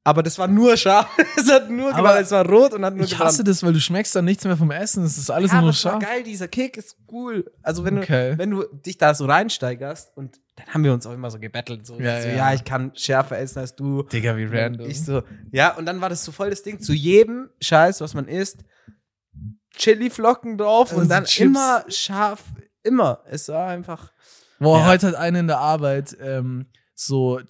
Speaker 2: Aber das war nur scharf. <laughs> es hat nur
Speaker 1: Aber
Speaker 2: gebrannt, es war rot und hat nur
Speaker 1: Ich hasse das, weil du schmeckst dann nichts mehr vom Essen. Es ist alles
Speaker 2: ja, aber
Speaker 1: nur
Speaker 2: es war
Speaker 1: scharf.
Speaker 2: geil, dieser Kick ist cool. Also wenn
Speaker 1: Okay.
Speaker 2: du wenn du dich da so reinsteigerst und dann haben wir uns auch immer so gebettelt so
Speaker 1: Ja,
Speaker 2: ja, so,
Speaker 1: ja.
Speaker 2: ja. ich kann schärfer essen als du.
Speaker 1: Digga, wie random.
Speaker 2: Ich so ja und dann war das so voll das Ding zu jedem Scheiß, was man isst, Chili-Flocken drauf
Speaker 1: Also
Speaker 2: und dann
Speaker 1: Chips.
Speaker 2: immer scharf immer. Es war einfach
Speaker 1: Boah,
Speaker 2: Ja.
Speaker 1: heute hat einer in der Arbeit ähm, so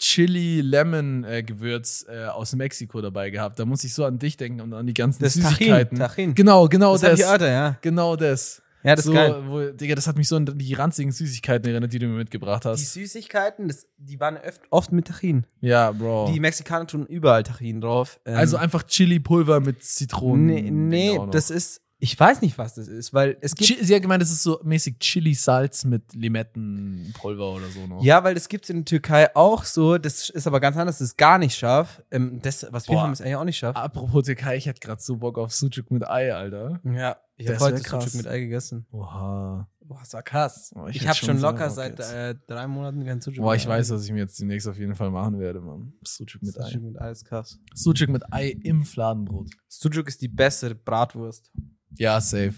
Speaker 1: Chili-Lemon-Gewürz äh, aus Mexiko dabei gehabt. Da muss ich so an dich denken und an die ganzen
Speaker 2: das
Speaker 1: Süßigkeiten.
Speaker 2: Tachin, Tachin.
Speaker 1: Genau, genau
Speaker 2: das, hab
Speaker 1: das.
Speaker 2: ich auch da, ja.
Speaker 1: genau das.
Speaker 2: Ja, das
Speaker 1: so,
Speaker 2: ist geil.
Speaker 1: Wo, Digga, das hat mich so an die ranzigen Süßigkeiten erinnert, die du mir mitgebracht
Speaker 2: Die
Speaker 1: hast.
Speaker 2: Süßigkeiten, das, die waren oft, oft mit Tachin.
Speaker 1: ja, Bro.
Speaker 2: Die Mexikaner tun überall Tachin drauf. Ähm,
Speaker 1: Oh. also einfach Chili-Pulver mit Zitronen.
Speaker 2: Nee, nee das ist. Ich weiß nicht, was das ist, weil es gibt.
Speaker 1: Chi Sie hat gemeint, das ist so mäßig Chili-Salz mit Limettenpulver oder so noch.
Speaker 2: ja, weil das gibt es in der Türkei auch so. Das ist aber ganz anders. Das ist gar nicht scharf. Ähm, das, was wir
Speaker 1: Boah.
Speaker 2: haben, ist eigentlich auch nicht scharf.
Speaker 1: Apropos Türkei, ich hatte gerade so Bock auf Sucuk mit Ei, Alter.
Speaker 2: Ja, ich
Speaker 1: Das
Speaker 2: habe
Speaker 1: wär
Speaker 2: heute
Speaker 1: krass.
Speaker 2: Frühstück mit Ei gegessen.
Speaker 1: Oha.
Speaker 2: Boah, das war krass.
Speaker 1: Oh, ich
Speaker 2: ich
Speaker 1: hätt
Speaker 2: habe
Speaker 1: schon
Speaker 2: schon
Speaker 1: so
Speaker 2: locker
Speaker 1: Bock
Speaker 2: seit
Speaker 1: jetzt.
Speaker 2: äh, drei Monaten kein Sucuk
Speaker 1: Boah,
Speaker 2: mit
Speaker 1: ich
Speaker 2: Ei
Speaker 1: weiß, was ich mir jetzt demnächst auf jeden Fall machen werde, Mann. Sucuk mit
Speaker 2: gegessen.
Speaker 1: Ei.
Speaker 2: Sucuk mit Ei ist krass.
Speaker 1: Sucuk mit Ei im Fladenbrot.
Speaker 2: Sucuk ist die bessere Bratwurst.
Speaker 1: Ja, safe.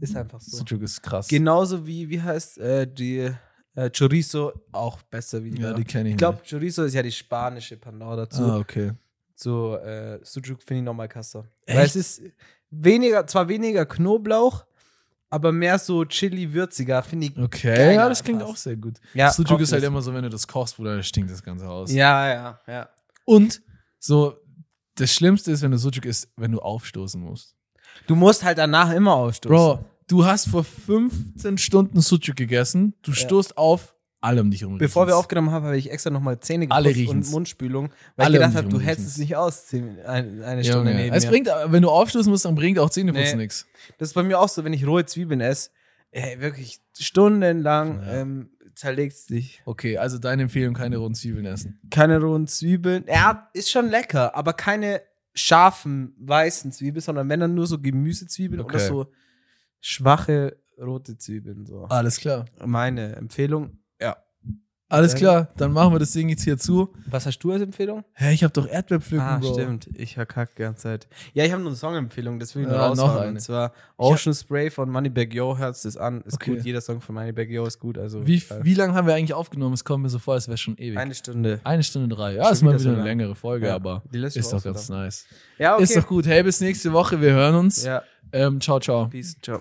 Speaker 2: Ist einfach so.
Speaker 1: Sucuk ist krass.
Speaker 2: Genauso wie, wie heißt äh, die äh, Chorizo, auch besser wie die.
Speaker 1: ja, die
Speaker 2: andere.
Speaker 1: kenne ich.
Speaker 2: ich glaube, Chorizo ist ja die spanische Panade
Speaker 1: nicht.
Speaker 2: dazu.
Speaker 1: Ah, okay.
Speaker 2: So, äh, Sucuk finde ich nochmal krasser.
Speaker 1: Echt?
Speaker 2: Weil es ist weniger, zwar weniger Knoblauch, aber mehr so Chili-würziger, finde ich.
Speaker 1: Okay,
Speaker 2: Geiler
Speaker 1: ja, das klingt
Speaker 2: Spaß.
Speaker 1: auch sehr gut.
Speaker 2: Ja,
Speaker 1: Sucuk ist halt
Speaker 2: kochen
Speaker 1: immer so, wenn du das kochst, Bruder, dann stinkt das Ganze aus.
Speaker 2: Ja, ja, ja.
Speaker 1: Und so, das Schlimmste ist, wenn du Sucuk isst, wenn du aufstoßen musst.
Speaker 2: Du musst halt danach immer aufstoßen.
Speaker 1: Bro, du hast vor 15 Stunden Sucuk gegessen, du stoßt auf, alle um dich rum.
Speaker 2: Bevor wir aufgenommen haben, habe ich extra nochmal Zähne
Speaker 1: Alle
Speaker 2: geputzt
Speaker 1: riechen's.
Speaker 2: und Mundspülung, weil
Speaker 1: Alle
Speaker 2: ich gedacht habe,
Speaker 1: riechen's.
Speaker 2: du hältst es nicht aus, zehn, ein, eine Stunde
Speaker 1: Junge.
Speaker 2: neben
Speaker 1: Es
Speaker 2: mir.
Speaker 1: bringt, wenn du aufstoßen musst, dann bringt auch Zähneputzen
Speaker 2: Nee.
Speaker 1: nix.
Speaker 2: Das ist bei mir auch so, wenn ich rohe Zwiebeln esse, ey, wirklich stundenlang
Speaker 1: Ja.
Speaker 2: ähm, zerlegst dich.
Speaker 1: Okay, also deine Empfehlung, keine rohen Zwiebeln essen.
Speaker 2: keine rohen Zwiebeln. Ja, ist schon lecker, aber keine scharfen weißen Zwiebeln, sondern wenn dann nur so Gemüsezwiebeln oder
Speaker 1: Okay.
Speaker 2: so schwache rote Zwiebeln. So.
Speaker 1: Alles klar.
Speaker 2: Meine Empfehlung. Ja.
Speaker 1: Alles
Speaker 2: Sehr
Speaker 1: klar, dann machen wir das Ding jetzt hier zu.
Speaker 2: Was hast du als Empfehlung?
Speaker 1: Hä, ich hab doch Erdbeerpflücken,
Speaker 2: ah,
Speaker 1: Bro.
Speaker 2: stimmt. Ich verkacke die ganze Zeit. Ja, ich habe nur eine Songempfehlung, deswegen
Speaker 1: Ja, noch
Speaker 2: noch
Speaker 1: eine.
Speaker 2: eine. Und zwar Ocean Spray von Moneybag Yo. Hört das an. Ist
Speaker 1: Okay.
Speaker 2: gut. Jeder Song von Moneybag Yo ist gut. Also
Speaker 1: Wie,
Speaker 2: äh,
Speaker 1: wie lange haben wir eigentlich aufgenommen? Es kommt mir so vor, als wäre schon ewig. Eine,
Speaker 2: eine Stunde.
Speaker 1: Stunde drei. Ja,
Speaker 2: Schon
Speaker 1: ist mal
Speaker 2: wieder
Speaker 1: wieder
Speaker 2: so
Speaker 1: eine
Speaker 2: lang.
Speaker 1: längere Folge,
Speaker 2: Ja,
Speaker 1: aber
Speaker 2: die letzte
Speaker 1: ist
Speaker 2: war
Speaker 1: doch
Speaker 2: auch so
Speaker 1: ganz nice.
Speaker 2: Ja, okay.
Speaker 1: Ist doch gut. Hey, bis nächste Woche. Wir hören uns.
Speaker 2: ja,
Speaker 1: Ähm, ciao, ciao.
Speaker 2: peace. Ciao.